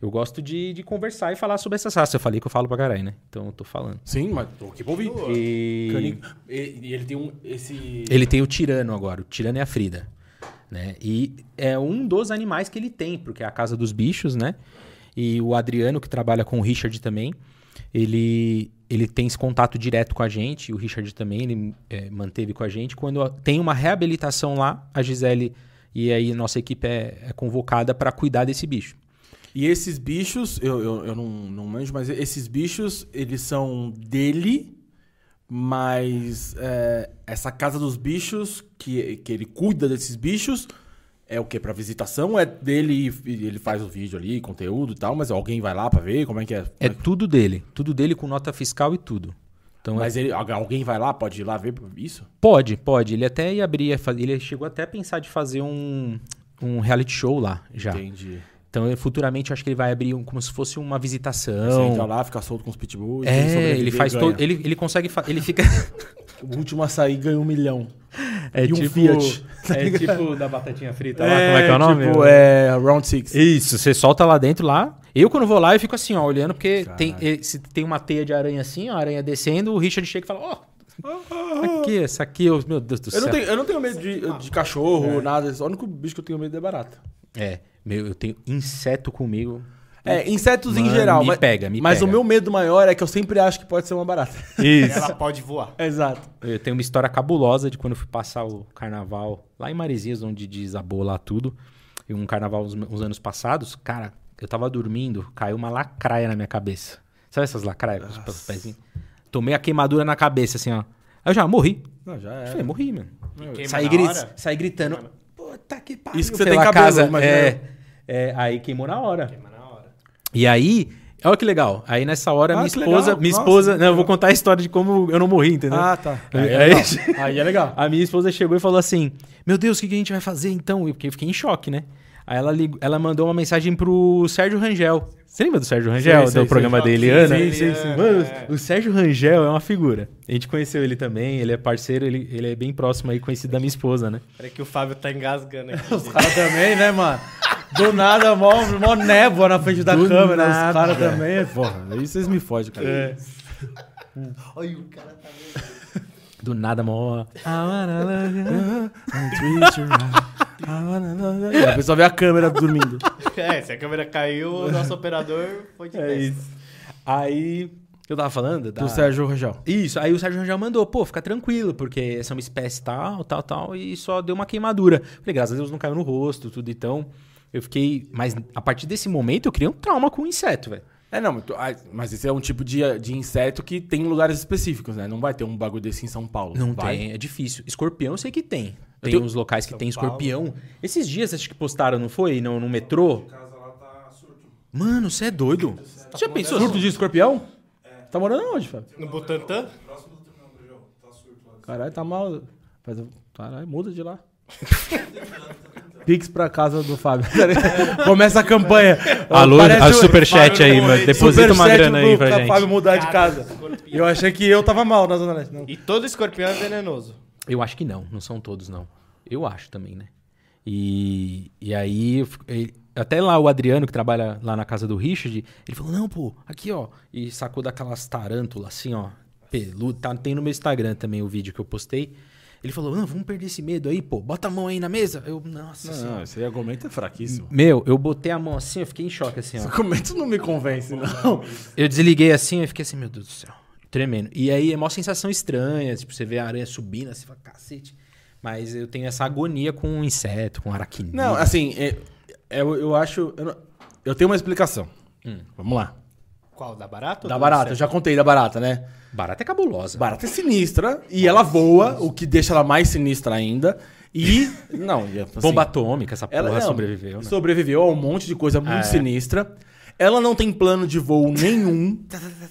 Eu gosto de, de conversar e falar sobre essas raças. Eu falei que eu falo pra caralho, né? Então, eu tô falando.
Sim, mas tô aqui pra ouvir.
E...
Cani- E, e ele tem um. Esse.
Ele tem o tirano agora, o tirano é a Frida. Né? E é um dos animais que ele tem, porque é a casa dos bichos, né? E o Adriano, que trabalha com o Richard também, ele, ele tem esse contato direto com a gente, e o Richard também, ele eh, manteve com a gente. Quando a- tem uma reabilitação lá, a Gisele e aí a nossa equipe é, é convocada para cuidar desse bicho.
E esses bichos, eu, eu, eu não, não manjo, mas esses bichos, eles são dele, mas é, essa casa dos bichos, que, que ele cuida desses bichos, é o quê? Pra visitação? É dele e e ele faz o vídeo ali, conteúdo e tal, mas alguém vai lá pra ver como é que é?
É tudo dele, tudo dele com nota fiscal e tudo. Então, é-
Mas ele, al- alguém vai lá, pode ir lá ver isso?
Pode, pode. Ele até ia abrir, ia fa- ele chegou até a pensar de fazer um, um reality show lá já.
Entendi.
Então, ele- futuramente, eu acho que ele vai abrir um- como se fosse uma
Você
visitação.
entra lá, fica solto com os pitbulls.
é,
sobreviver,
ele faz
ganha.
todo. Ele, ele consegue. fa- Ele fica.
O último a sair ganha um milhão.
[LAUGHS] É
e um
tipo,
Fiat.
[LAUGHS] É tipo da batatinha frita lá,
É,
como é que é o nome?
Tipo, é Round Six.
Isso, você solta lá dentro lá. Eu, quando vou lá, eu fico assim, ó, olhando, porque tem, eh, se tem uma teia de aranha assim, ó, a aranha descendo, o Richard chega e fala, ó, aqui, essa aqui, Ah, eu- meu Deus do
Eu
céu.
não, tenho, eu não tenho medo de, de cachorro, nada. O único bicho que eu tenho medo é barata.
É, meu, eu tenho inseto comigo.
É, insetos em
Mano,
geral.
me
mas,
pega, me
mas
pega.
o meu medo maior é que eu sempre acho que pode ser uma barata.
Isso.
Ela pode voar.
[LAUGHS] Exato.
Eu tenho uma história cabulosa de quando eu fui passar o carnaval lá em Marizias, onde desabou lá tudo. E um carnaval uns, uns anos passados, cara, eu tava dormindo, caiu uma lacraia na minha cabeça. Sabe essas lacraias? com os- Os pezinhos? Tomei a queimadura na cabeça, assim, ó. Aí eu já morri.
Não, já
Eu
é.
falei, morri, mano.
Queima
Saí,
na
gri-
hora.
saí gritando. Puta que pariu.
Isso que você
pela
tem cabelo, imagina.
É, é, aí queimou na hora.
Queima na hora.
E aí, olha que legal. Aí nessa hora,
Ah,
minha
que
esposa.
legal.
Minha
Nossa,
esposa.
que
Não, eu vou
legal.
contar a história de como eu não morri, entendeu?
Ah, tá.
Aí é
legal.
isso.
Aí é legal.
A minha esposa chegou e falou assim: Meu Deus, o que que a gente vai fazer então? Eu fiquei, fiquei em choque, né? Aí ela, ligou- ela mandou uma mensagem pro Sérgio Rangel. Você lembra do Sérgio
Sei,
Rangel,
sei,
do
sei.
programa
Joaquim
dele, Ana?
Sim, sim, sim.
Mano,
É.
o Sérgio Rangel é uma figura. A gente conheceu ele também, ele é parceiro, ele, ele é bem próximo aí, conhecido da minha esposa, né?
Peraí que o Fábio tá engasgando aqui. [LAUGHS]
Os caras também, né, mano? Do nada, mó, mó névoa na frente da
Do
câmera.
nada.
Os caras
É.
também.
Porra, aí vocês me fogem, cara. [LAUGHS]
Olha, o cara tá meio...
Do nada, mó.
É, a pessoa vê a câmera dormindo.
É, se a câmera caiu, o nosso operador foi de
É
besta.
isso. Aí. Eu tava falando? Da...
Do Sérgio Rangel.
Isso, aí o Sérgio Rangel mandou, pô, fica tranquilo, porque essa é uma espécie tal, tal, tal, e só deu uma queimadura. Falei, graças a Deus não caiu no rosto, tudo, então. Eu fiquei. Mas a partir desse momento eu criei um trauma com o inseto, velho.
É, não, mas tu- ah, mas esse é um tipo de, de inseto que tem em lugares específicos, né? Não vai ter um bagulho desse em São Paulo.
Não
vai.
tem, é difícil. Escorpião eu sei que tem. Tem
tenho-
uns locais que tem escorpião. Esses dias acho que postaram, não foi? No, no metrô? Mano, você é doido. Você já pensou?
Surto de escorpião? Tá morando onde, Fábio?
No Butantã?
Caralho, tá mal. Faz- Caralho, muda de lá. [LAUGHS] Pix pra casa do Fábio. [LAUGHS] Começa a campanha.
Alô,
Parece
a
o-
superchat aí,
Fábio
mano.
Moreira.
Deposita uma
Superchat
grana aí
pro-
pra gente.
Fábio mudar de casa.
Eu achei que eu tava mal na Zona Leste. Não.
E todo escorpião é venenoso.
Eu acho que não, não são todos, não. Eu acho também, né? E, e aí, eu fico- e- até lá o Adriano, que trabalha lá na casa do Richard, ele falou: não, pô, aqui ó. E sacou daquelas tarântulas assim, ó, peludo. Tá, tem no meu Instagram também o vídeo que eu postei. Ele falou: não, vamos perder esse medo aí, pô, bota a mão aí na mesa. Eu, nossa
Não,
senhora.
não, esse argumento é fraquíssimo.
Meu, eu botei a mão assim, eu fiquei em choque assim, ó.
Esse argumento não me convence, não.
Eu desliguei assim e fiquei assim, meu Deus do céu. Tremendo. E aí é uma sensação estranha, tipo, você vê a aranha subindo, assim, fala, cacete. Mas eu tenho essa agonia com um inseto, com um aracnídeo.
Não, assim, é- é- eu, eu acho. Eu, não- eu tenho uma explicação.
Hum.
Vamos lá.
Qual? Da barata? ou
Da
do
barata, eu
inseto?
já contei da barata, né?
Barata é cabulosa.
Barata é sinistra e ela voa, o que deixa ela mais sinistra ainda.
[LAUGHS]
E. Não, e, assim,
Bomba atômica, essa porra
ela não,
sobreviveu, né? Ah, é.
Sobreviveu a um monte de coisa muito sinistra. Ela não tem plano de voo
[LAUGHS]
nenhum.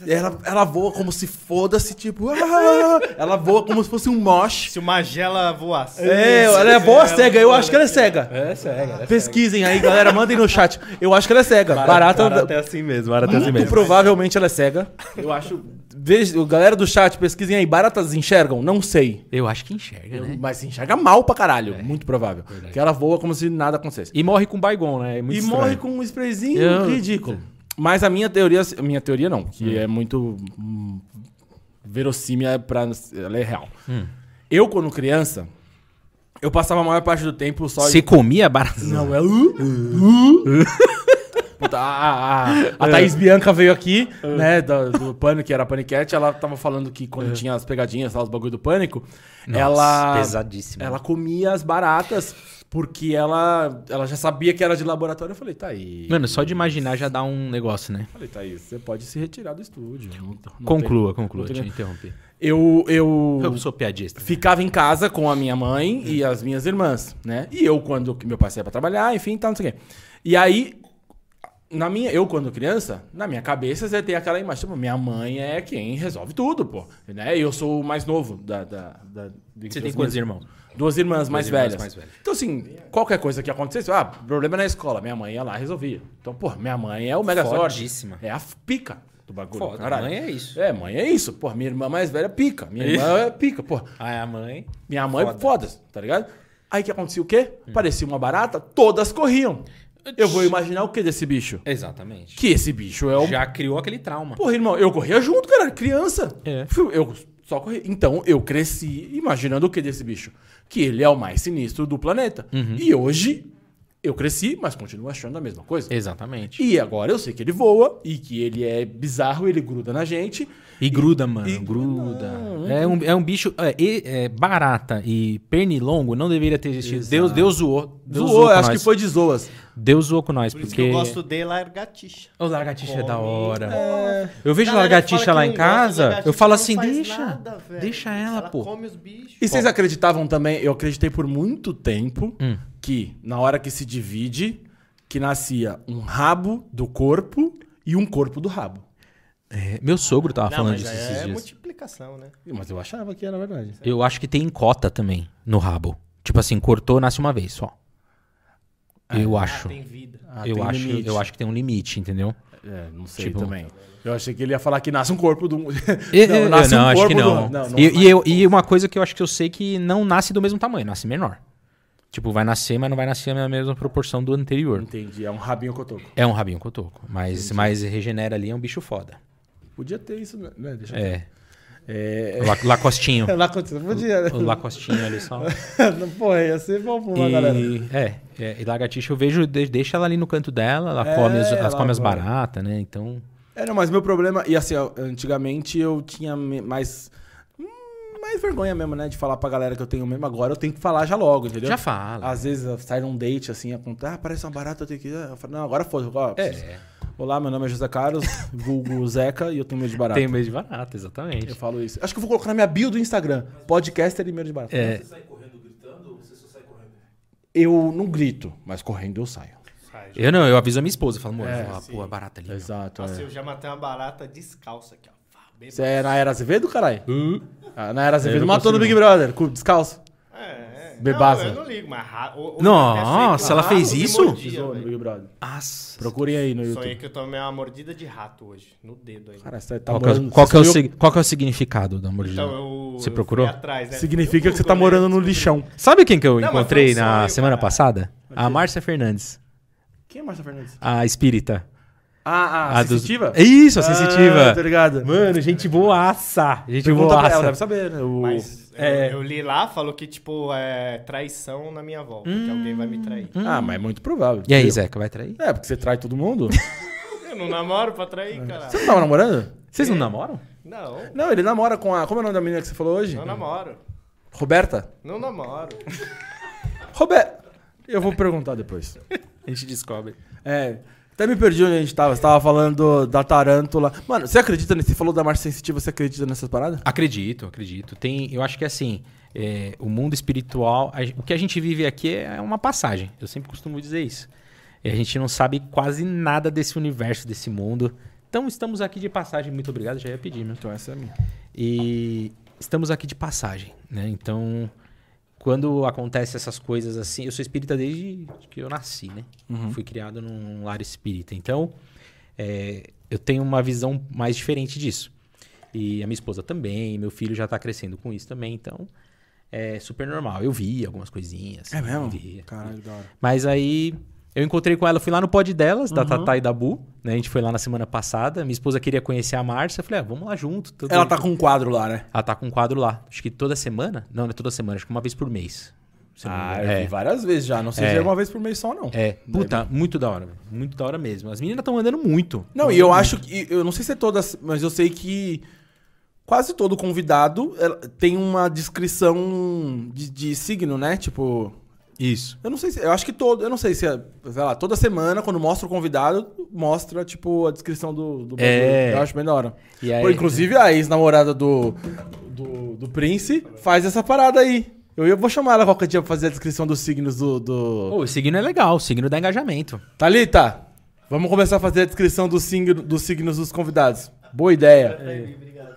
ela, ela voa como se foda-se, tipo. [LAUGHS] "Ah!" Ela voa como se fosse um mosh.
Se o Magela voasse.
É, ela é boa cega, eu acho que ela é cega. É cega. Pesquisem aí, galera, mandem no chat. Eu acho que ela é cega. Barata,
é assim mesmo, barata é assim
muito provavelmente ela é cega. Eu acho. Veja, o galera do chat, pesquisem aí. Baratas enxergam? Não sei.
Eu acho que enxerga, né?
Mas se enxerga mal pra caralho. muito provável. Que ela voa como se nada acontecesse.
E morre com baigon, né? É muito
E
estranho.
morre com um sprayzinho
Eu-
ridículo. Mas a minha teoria. Minha teoria não, que é muito hum, verossímil pra. Ela é real. Eu, quando criança, eu passava a maior parte do tempo só.
Você comia barata?
Não, é. Uh, uh, uh. Puta, a, a,
É.
a Thaís Bianca veio aqui, né, do, do Pânico, que era a Paniquete, ela tava falando que quando
É.
tinha as pegadinhas lá, os bagulho do Pânico, ela...
pesadíssimo.
Ela comia as baratas, porque ela, ela já sabia que era de laboratório. Eu falei, Thaís,
Mano, só de imaginar já dá um negócio, né?
falei, Thaís você pode se retirar do estúdio. Não- não tem-
conclua, conclua,
não
te
tem-
interrompi.
Eu, eu...
Eu sou piadista. né?
Ficava em casa com a minha mãe e as minhas irmãs, né? E eu, quando meu pai saía pra trabalhar, enfim, tal, não sei o quê. E aí, na minha, eu, quando criança, na minha cabeça, você tem aquela imagem, tipo, minha mãe é quem resolve tudo, pô. Né? Eu sou o mais novo da... da, da
Você tem quantos irmãos?
Duas irmãs, mais,
irmãs
velhas.
mais velhas.
Então, assim, qualquer coisa que acontecesse, ah, problema na escola, minha mãe ia lá e resolvia. Então, pô, minha mãe é o Megazord.
Fodíssima.
É a pica. do bagulho.
Foda,
caralho.
mãe é isso.
É, mãe é isso. Pô, minha irmã mais velha pica. Minha irmã é pica, pô.
Aí a mãe.
Minha mãe
Foda.
foda, tá ligado? Aí que acontecia o quê? Parecia uma barata, todas corriam. Eu vou imaginar o que desse bicho?
Exatamente.
Que esse bicho é o.
Já criou aquele trauma.
Porra, irmão, eu corria junto, cara, criança.
É.
Fui- Eu só corri. Então, eu cresci imaginando o que desse bicho? Que ele é o mais sinistro do planeta.
Uhum.
E hoje, eu cresci, mas continuo achando a mesma coisa.
Exatamente.
E agora eu sei que ele voa e que ele é bizarro, ele gruda na gente.
E gruda, mano.
e-
gruda. É, um, é um bicho. É, e- é, barata e pernilongo não deveria ter existido. Deus, Deus zoou. Deus
Zoou,
com
acho
nós.
que foi de zoas.
Deus zoou com nós,
Por isso
porque.
que eu gosto de largatixa.
O largatixa é da
Come,
hora.
come.
Eu vejo
Galera que
largatixa
fala
lá
que um
em
não gosta de
casa,
lagartixa
eu falo
não
assim,
faz
deixa.
nada, velho.
deixa ela, pô.
come os bichos.
E vocês acreditavam também, eu acreditei por muito tempo,
Hum.
que na hora que se divide, que nascia um rabo do corpo e um corpo do rabo.
É, Meu sogro tava
Não,
falando
mas
disso
aí
esses
é
dias.
multiplicação, né?
Mas eu achava que era verdade.
Eu acho que tem cota também no rabo. Tipo assim, cortou, nasce uma vez só. Eu acho.
Ah, tem vida.
Ah,
eu,
tem
acho
limite.
eu acho que tem um limite, entendeu?
É, não sei
Tipo-
também. Eu achei que ele ia falar que nasce um corpo [LAUGHS] do.
Eu- eu- eu Não, acho que
um do-
não. é um
é
E- E eu- e uma coisa que eu acho que eu sei que não nasce do mesmo tamanho, nasce menor. Tipo, vai nascer, mas não vai nascer na mesma proporção do anterior.
Entendi, é um rabinho cotoco.
É um rabinho cotoco, mas, mas regenera ali, é um bicho foda.
Podia ter isso, né? Deixa eu
É.
é... [LAUGHS]
La- [LAUGHS] Lacostinho.
Lá aconteceu, podia.
né?
o lacostinho ali só.
Porra, ia ser bom pra uma galera.
E, é, é, e lagartixa eu vejo, de- deixa ela ali no canto dela, ela come, os- É, ela
ela
come as
vai.
baratas, né? Então.
É, não, mas meu problema. E assim, ó, antigamente eu tinha me- mais. hum, Mais vergonha mesmo, né? De falar pra galera que eu tenho mesmo. Agora eu tenho que falar já logo, entendeu?
Já fala.
Às vezes eu saio num date assim, aponta, ah, parece uma barata, eu tenho que. ir." Eu falo, não, agora foda. ó, preciso- Olá, meu nome é José Carlos, vulgo Zeca, e eu tenho medo de barata.
Tem medo de barata, exatamente.
Eu falo isso. Acho que eu vou colocar na minha bio do Instagram. Podcaster e medo de barata.
É,
Eu não grito, mas correndo eu saio.
eu não, eu aviso a minha esposa, eu falo, amor, ó, pô, a barata ali. ó.
Exato.
Ah,
Nossa,
é.
eu já matei uma barata descalça aqui, ó. Fá, bem-
Você é na Era Azevedo, caralho? Ah, na Era Azevedo
Hum? não
matou no Big
consigo.
Brother, cu- descalço.
É, é.
Bebaza.
Não, eu não ligo, mas... ra- o- o-
Nossa,
até sei Ah, que
ela
eu-
fez
eu me
isso?
mordia,
Pisou no
velho.
Big Brother.
Nossa.
Procurem aí no
Sonhei
YouTube.
que eu tomei uma mordida de rato hoje, no dedo aí.
Cara, você tá
Qual que, é, o-
morando...
qual que é o,
você
sig- qual que é o significado da mordida?
Então eu.
Você
eu
procurou?
fui atrás, né?
Significa
Eu
que você tá
procurei.
morando no lixão.
Sabe quem que eu
Não, mas
encontrei
foi um
na
sonho,
semana
cara.
passada? A Márcia Fernandes,
Quem é Márcia Fernandes?
a espírita.
Ah, a,
dos-
sensitiva?
Isso, a
Ah,
sensitiva.
tá ligado?
Mano, gente boaça. Gente
Pergunta pra ela,
boaça.
deve saber, né? O...
Mas eu,
É.
eu li lá, falou que, tipo, é traição na minha volta, que alguém vai me trair.
Ah, mas é muito provável.
E aí,
Eu-
Zeca, vai trair?
É, porque você trai todo mundo.
Eu não namoro pra trair, cara.
você não tava namorando?
Vocês não namoram?
Não,
Não, ele namora com a... Como é o nome da menina que você falou hoje?
não namoro.
Roberta?
Não namoro.
Roberta... Eu vou perguntar depois.
A gente descobre.
É. Até me perdi onde a gente tava. Você tava falando da tarântula. Mano, você acredita nesse? Você falou da Márcia Sensitiva, você acredita nessas paradas?
Acredito, acredito. Tem, eu acho que assim, é, o mundo espiritual, a gen- o que a gente vive aqui é uma passagem. Eu sempre costumo dizer isso. E a gente não sabe quase nada desse universo, desse mundo. Então estamos aqui de passagem. Muito obrigado, já ia pedir, meu.
Então essa é a minha.
E estamos aqui de passagem, né? Então, quando acontece essas coisas assim, eu sou espírita desde que eu nasci, né?
Uhum.
Fui criado num lar espírita. Então, é, eu tenho uma visão mais diferente disso. E a minha esposa também, meu filho já tá crescendo com isso também, então é super normal. Eu vi algumas coisinhas.
É mesmo?
Via.
Caralho, da hora.
Mas aí eu encontrei com ela, fui lá no pod delas,
Uhum.
da Tatá e da Bu, né? A gente foi lá na semana passada. Minha esposa queria conhecer a Márcia, eu falei, ah, vamos lá junto. todo-
Ela tá com um quadro lá, né?
ela tá com um quadro lá. Acho que toda semana. Não, não é toda semana, acho que uma vez por mês. se eu não me
Ah,
engano.
eu vi várias vezes já. Não sei se é uma vez por mês só, não.
é. é. Puta, muito da hora. velho. Muito da hora mesmo. As meninas estão andando muito.
Não, e eu acho que. Eu não sei se é todas, mas eu sei que quase todo convidado ela- tem uma descrição de, de signo, né? Tipo.
Isso.
Eu não sei se. Eu acho que todo. Eu não sei se é. Sei lá, toda semana, quando mostra o convidado, mostra, tipo, a descrição do. do
É.
bagulho. Eu acho bem da hora.
E aí-
Pô, inclusive, a ex-namorada do, do. do Prince faz essa parada aí. Eu eu vou chamar ela qualquer dia pra fazer a descrição dos signos do. do...
Pô, o signo é legal, o signo dá engajamento.
Thalita, vamos começar a fazer a descrição dos signo- dos signos dos convidados. Boa ideia.
Obrigado.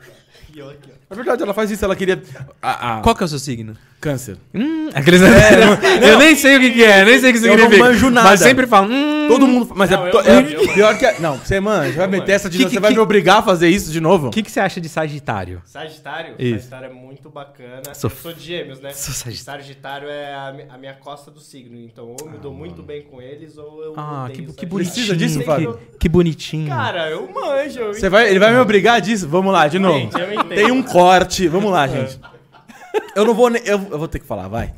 E eu aqui, ó.
Na verdade, ela faz isso, ela queria. A, a-
Qual que é o seu signo?
Câncer.
Hum, aqueles... [LAUGHS] eu nem sei o que, que é, nem sei o que
Eu não
significa.
manjo nada.
Mas sempre falo, hum,
Todo mundo. Mas
Não,
é,
eu
to-
manjo,
é
eu manjo.
pior que. a- Não, você, mano, você vai meter essa de
Que-
novo. Você
que-
vai
que-
me obrigar a fazer isso de novo?
o que, que você acha de Sagitário?
Sagitário?
Isso.
Sagitário é muito bacana.
Sou-
Eu sou de gêmeos, né?
Sou Sagitário.
é a, mi- a minha costa do signo. Então, ou eu me dou muito bem com eles, ou eu.
Ah, que,
odeio
que
Sagitário.
bonitinho.
Precisa disso,
que-
Fábio?
Que, bonitinho.
Cara, eu manjo. Eu
Você vai, ele vai me obrigar disso? Vamos lá, de novo.
Gente, eu entendo.
Tem um corte. Vamos lá, gente. Eu não vou. ne- Eu, eu vou ter que falar, vai.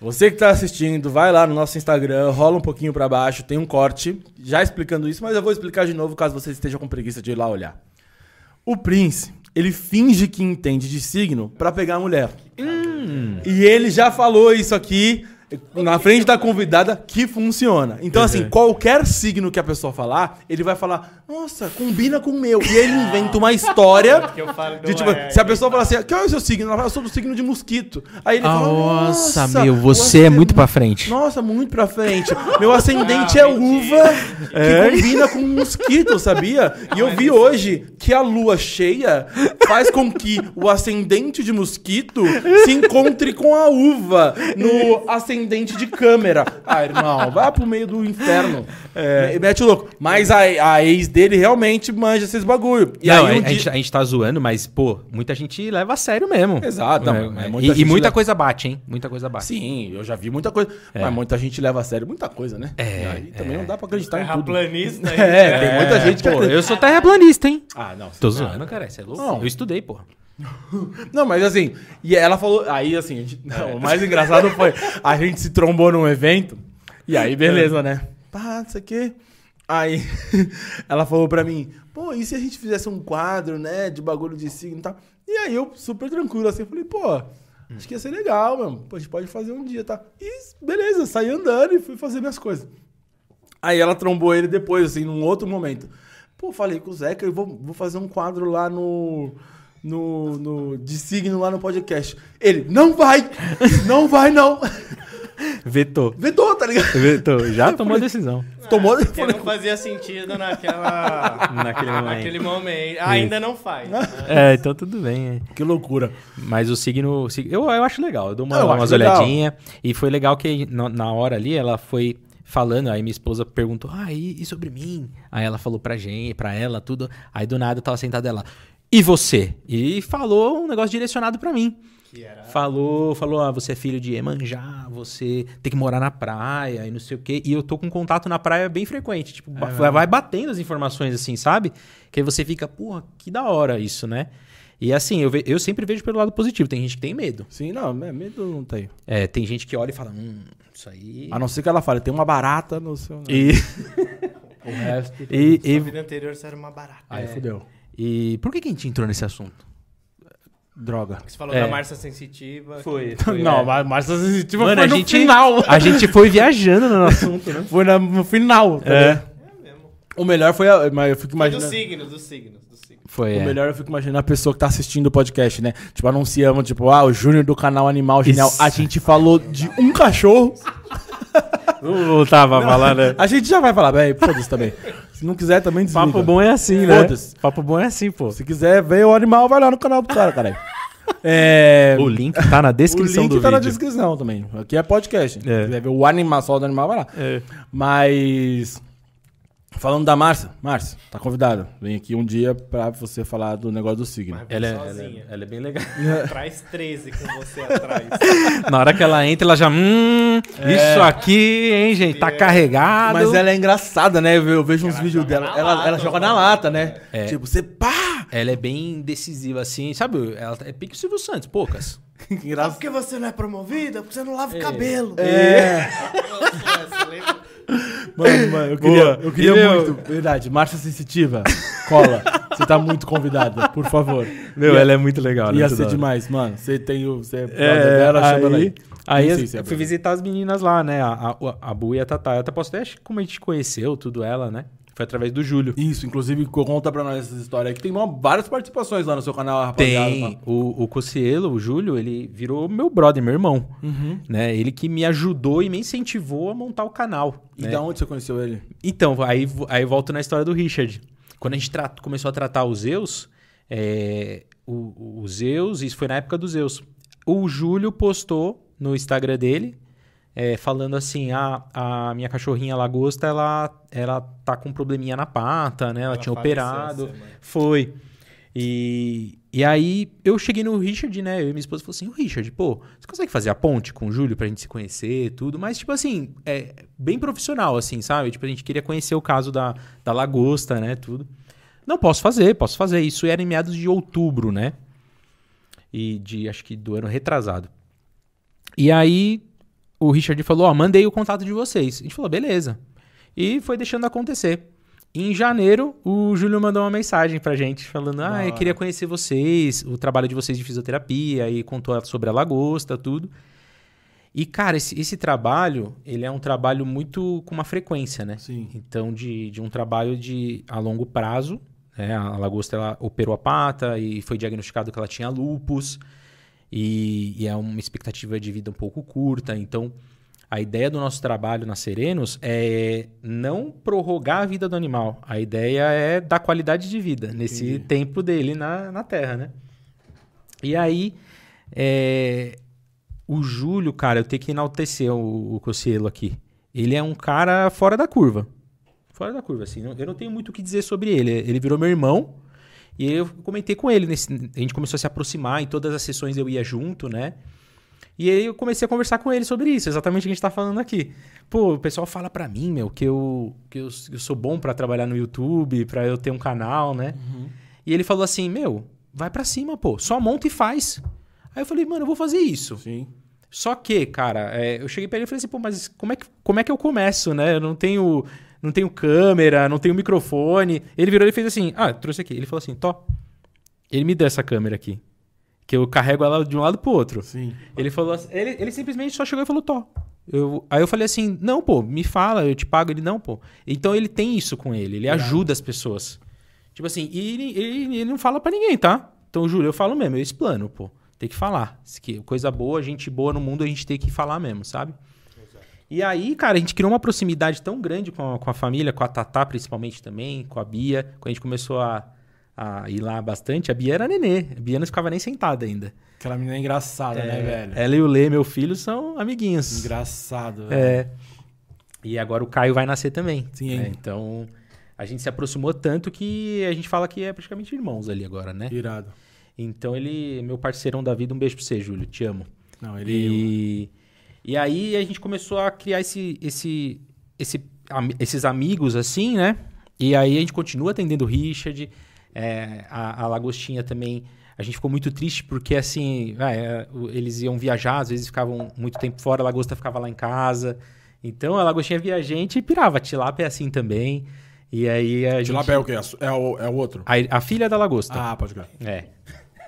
Você que tá assistindo, vai lá no nosso Instagram, rola um pouquinho pra baixo, tem um corte já explicando isso, mas eu vou explicar de novo caso você esteja com preguiça de ir lá olhar. O Prince, ele finge que entende de signo pra pegar a mulher. E ele já falou isso aqui na frente da convidada que funciona. Então, assim, qualquer signo que a pessoa falar, ele vai falar, nossa, combina com o meu. E ele inventa uma história.
Que eu falo,
De,
não
tipo,
é-
se a pessoa falar assim, qual é o seu signo? Ela fala, eu sou do signo de mosquito. Aí ele fala,
Nossa, meu, você é muito pra frente.
Nossa, muito pra frente. Meu ascendente
Ah,
é
entendi.
uva que
É?
combina com um
[LAUGHS]
mosquito, sabia? E eu
é
vi hoje que a lua cheia faz com que o ascendente de mosquito se encontre com a uva no ascendente de câmera. Ah, irmão, vai pro meio do inferno.
É.
Me- Mete o louco. Mas a, a ex dele realmente manja esses bagulho. E
não,
aí um
a, a
dia-
gente, a gente tá zoando, mas, pô, muita gente leva a sério mesmo.
Exato, não,
É,
mas
é.
muita
e, e
gente
muita
leva-
coisa bate, hein? Muita coisa bate.
Sim, eu já vi muita coisa. Mas muita gente leva a sério muita coisa, né?
É,
E aí também não dá pra acreditar tá em tudo.
Terraplanista. né? hein?
É, tem muita gente que
Pô,
acredita.
eu sou terraplanista, hein?
Ah, não. você
Tô
tá-
zoando, cara, você é louco.
Não.
Eu estudei, pô.
Não, mas assim, e ela falou. Aí, assim, a gente-
É.
não, o mais engraçado foi. A gente se trombou num evento. E aí, beleza, né? Pá, não sei o quê. Aí [LAUGHS] ela falou pra mim, pô, e se a gente fizesse um quadro, né? De bagulho de signo e tal. E aí eu, super tranquilo, assim, falei, pô, acho que ia ser legal, mano. Pô, a gente pode fazer um dia, tá? E beleza, saí andando e fui fazer minhas coisas. Aí ela trombou ele depois, assim, num outro momento. Pô, falei com o Zeca, eu vou, vou fazer um quadro lá no, no, no- De signo lá no podcast. Ele, não vai! Não vai, não! [LAUGHS]
Vetou.
Vetou, tá ligado?
Vetou. Já tomou
[LAUGHS]
a decisão.
Tomou.
Porque não fazia sentido naquela.
Naquele momento.
Naquele momento. Ah, Ainda não faz. né?
É, então tudo bem. é.
Que loucura.
Mas o signo. o sig- Eu, eu acho legal, eu dou uma,
Eu acho
umas
legal.
olhadinhas. E foi legal que na, na hora ali ela foi falando, aí minha esposa perguntou, ah, e, e sobre mim? Aí ela falou pra gente, pra ela, tudo. Aí do nada eu tava sentada ela. E você? E falou um negócio direcionado pra mim.
Que era.
Falou, falou, ah, você é filho de Emanjá, você tem que morar na praia e não sei o quê. E eu tô com contato na praia bem frequente. Tipo, ba- vai batendo as informações assim, sabe? Que aí você fica, porra, que da hora isso, né? E assim, eu, ve- eu sempre vejo pelo lado positivo. Tem gente que tem medo.
Sim, não, é, medo não tem.
É, tem gente que olha e fala, hum, isso aí.
A não ser que ela fale, tem uma barata no seu.
[LAUGHS] E,
O
é
resto.
[LAUGHS] e,
Na
e, é.
vida anterior você era uma barata.
Aí fudeu.
e por que, que a gente entrou nesse assunto?
Droga.
Você falou
É.
da Marcia Sensitiva.
Foi. é.
Não, mas mas essa sensitiva
Mano,
foi
a
no
gente,
final.
a gente foi viajando [LAUGHS] no assunto, né?
Foi na- no final. tá
É.
ligado? O melhor foi. A, mas eu fico
Dos
imaginando.
signos, dos signos, dos signos.
Foi.
O
é.
melhor eu fico imaginando a pessoa que tá assistindo o podcast, né? Tipo, anunciamos, tipo, ah, o Júnior do canal Animal Genial.
Isso.
A gente falou de um cachorro.
Não voltava a falar, né?
A gente já vai falar, velho, foda-se também. Se não quiser, também desliga.
Papo bom é assim, né?
Foda-se.
Papo bom é assim, pô.
Se quiser, vem o animal, vai lá no canal do cara, caralho. É.
O link tá na descrição
o link
do
tá na
vídeo.
descrição também. Aqui é podcast.
É.
Se quiser ver o animal, só do animal, vai lá. Mas. Falando da Márcia, Márcia, tá convidada. Vem aqui um dia pra você falar do negócio do signo.
Mas
Ela é, ela,
sozinha.
é- ela é bem legal.
Traz 13 com você [LAUGHS] atrás.
[LAUGHS] na hora que ela entra, ela já. Hum, isso aqui, hein, gente? Tá carregado.
Mas ela é engraçada, né? Eu eu vejo uns vídeos
joga
dela.
na
Ela,
lata,
ela joga
mano.
na lata, né?
É.
Tipo, você pá!
Ela é bem decisiva, assim, sabe? Ela é pique o Silvio Santos, poucas.
Que
Ah,
engraçado.
porque você não é promovida? Porque você não lava o cabelo.
É. Mano, mano, eu queria,
Boa.
eu queria
E, meu-
muito. Verdade. Márcia Sensitiva, cola. Você tá muito convidada, por favor. Ia-
é muito legal.
Ia ser demais, mano. Você tem o. Você é brother
É,
dela, chama ela
aí, aí
Nem
eu,
sei se é
eu fui
brother.
visitar as meninas lá, né? A, a, a Bu e a Tatá. Eu até posso até acho que como a gente conheceu tudo ela, né? Foi através do Júlio.
Isso, inclusive, co- conta pra nós essa história aí, que tem mó- várias participações lá no seu canal, rapaziada.
Tem.
Fala.
O, o Cocielo, o Júlio, ele virou meu brother, meu irmão. Né? Ele que me ajudou e me incentivou a montar o canal.
E
né?
da onde você conheceu ele?
Então, aí, vo- aí eu volto na história do Richard. Quando a gente tra- começou a tratar os Zeus, é, o, o- o Zeus, isso foi na época do Zeus. o Júlio postou no Instagram dele, é, falando assim, a, a minha cachorrinha lagosta, ela, ela tá com um probleminha na pata, né? Ela,
faleceu
tinha operado.
essa semana.
Foi. E, e aí eu cheguei no Richard, né? Eu e minha esposa falou assim: o Richard, pô, você consegue fazer a ponte com o Júlio pra gente se conhecer e tudo? Mas, tipo assim, é bem profissional, assim, sabe? Tipo, a gente queria conhecer o caso da, da lagosta, né? Tudo. Não, posso fazer, posso fazer. Isso era em meados de outubro, né? E de, acho que do ano retrasado. E aí o Richard falou: Ó, mandei o contato de vocês. A gente falou: beleza. E foi deixando acontecer. Em janeiro, o Júlio mandou uma mensagem pra gente, falando: Ah, eu queria conhecer vocês, o trabalho de vocês de fisioterapia, e contou sobre a lagosta, tudo. E, cara, esse, esse trabalho, ele é um trabalho muito com uma frequência, né?
Sim.
Então, de, de um trabalho de a longo prazo, né? A lagosta, ela operou a pata e foi diagnosticado que ela tinha lupus. E, e é uma expectativa de vida um pouco curta. Então, a ideia do nosso trabalho na Serenos é não prorrogar a vida do animal. A ideia é dar qualidade de vida nesse tempo dele na, na Terra, né? E aí, é, o Júlio, cara, eu tenho que enaltecer o, o Cossielo aqui. Ele é um cara fora da curva. Fora da curva, assim. não- Eu não tenho muito o que dizer sobre ele. Ele virou meu irmão. E eu comentei com ele. nesse- a gente começou a se aproximar. Em todas as sessões eu ia junto, né? E aí eu comecei a conversar com ele sobre isso, exatamente o que a gente tá falando aqui. Pô, o pessoal fala pra mim, meu, que eu, que eu, eu sou bom pra trabalhar no YouTube, pra eu ter um canal, né?
Uhum.
E ele falou assim, meu, vai pra cima, pô, só monta e faz. Aí eu falei, mano, eu vou fazer isso.
Sim.
Só que, cara, é, eu cheguei pra ele e falei assim, pô, mas como é que, como é que eu começo, né? Eu não tenho, não tenho câmera, não tenho microfone. Ele virou e fez assim, ah, eu trouxe aqui. Ele falou assim, Tó, ele me deu essa câmera aqui. Que eu carrego ela de um lado pro outro.
Sim.
Ele falou assim- ele, ele simplesmente só chegou e falou, Tó. Eu, aí eu falei assim, não, pô, me fala, eu te pago. Ele, não, pô. Então ele tem isso com ele, ele ajuda as pessoas. Tipo assim, e ele, ele- ele não fala pra ninguém, tá? Então, Júlio, eu falo mesmo, eu explano, pô. Tem que falar. Se que- Coisa boa, gente boa no mundo, a gente tem que falar mesmo, sabe? E aí, cara, a gente criou uma proximidade tão grande com a, com a família, com a Tatá principalmente também, com a Bia. Quando a gente começou a, a ir lá bastante, a Bia era nenê. A Bia não ficava nem sentada ainda.
Aquela menina é engraçada, né, velho?
Ela e o Lê, meu filho, são amiguinhos.
Engraçado, velho.
É. E agora o Caio vai nascer também.
Sim,
né?
hein?
Então, a gente se aproximou tanto que a gente fala que é praticamente irmãos ali agora, né?
Irado.
Então ele, é meu parceirão da vida, um beijo pra você, Júlio. Te amo.
Não, ele. é
E, e aí a gente começou a criar esse, esse, esse, am- esses amigos assim, né? E aí a gente continua atendendo o Richard, é, a, a Lagostinha também. A gente ficou muito triste porque, assim, vai, é, o- eles iam viajar, às vezes ficavam muito tempo fora, a Lagosta ficava lá em casa. Então a Lagostinha via a gente e pirava. Tilápia é assim também. E aí a gente...
De Label, que é, a su- é o, é o outro.
A, a filha da Lagosta.
Ah, pode crer.
É.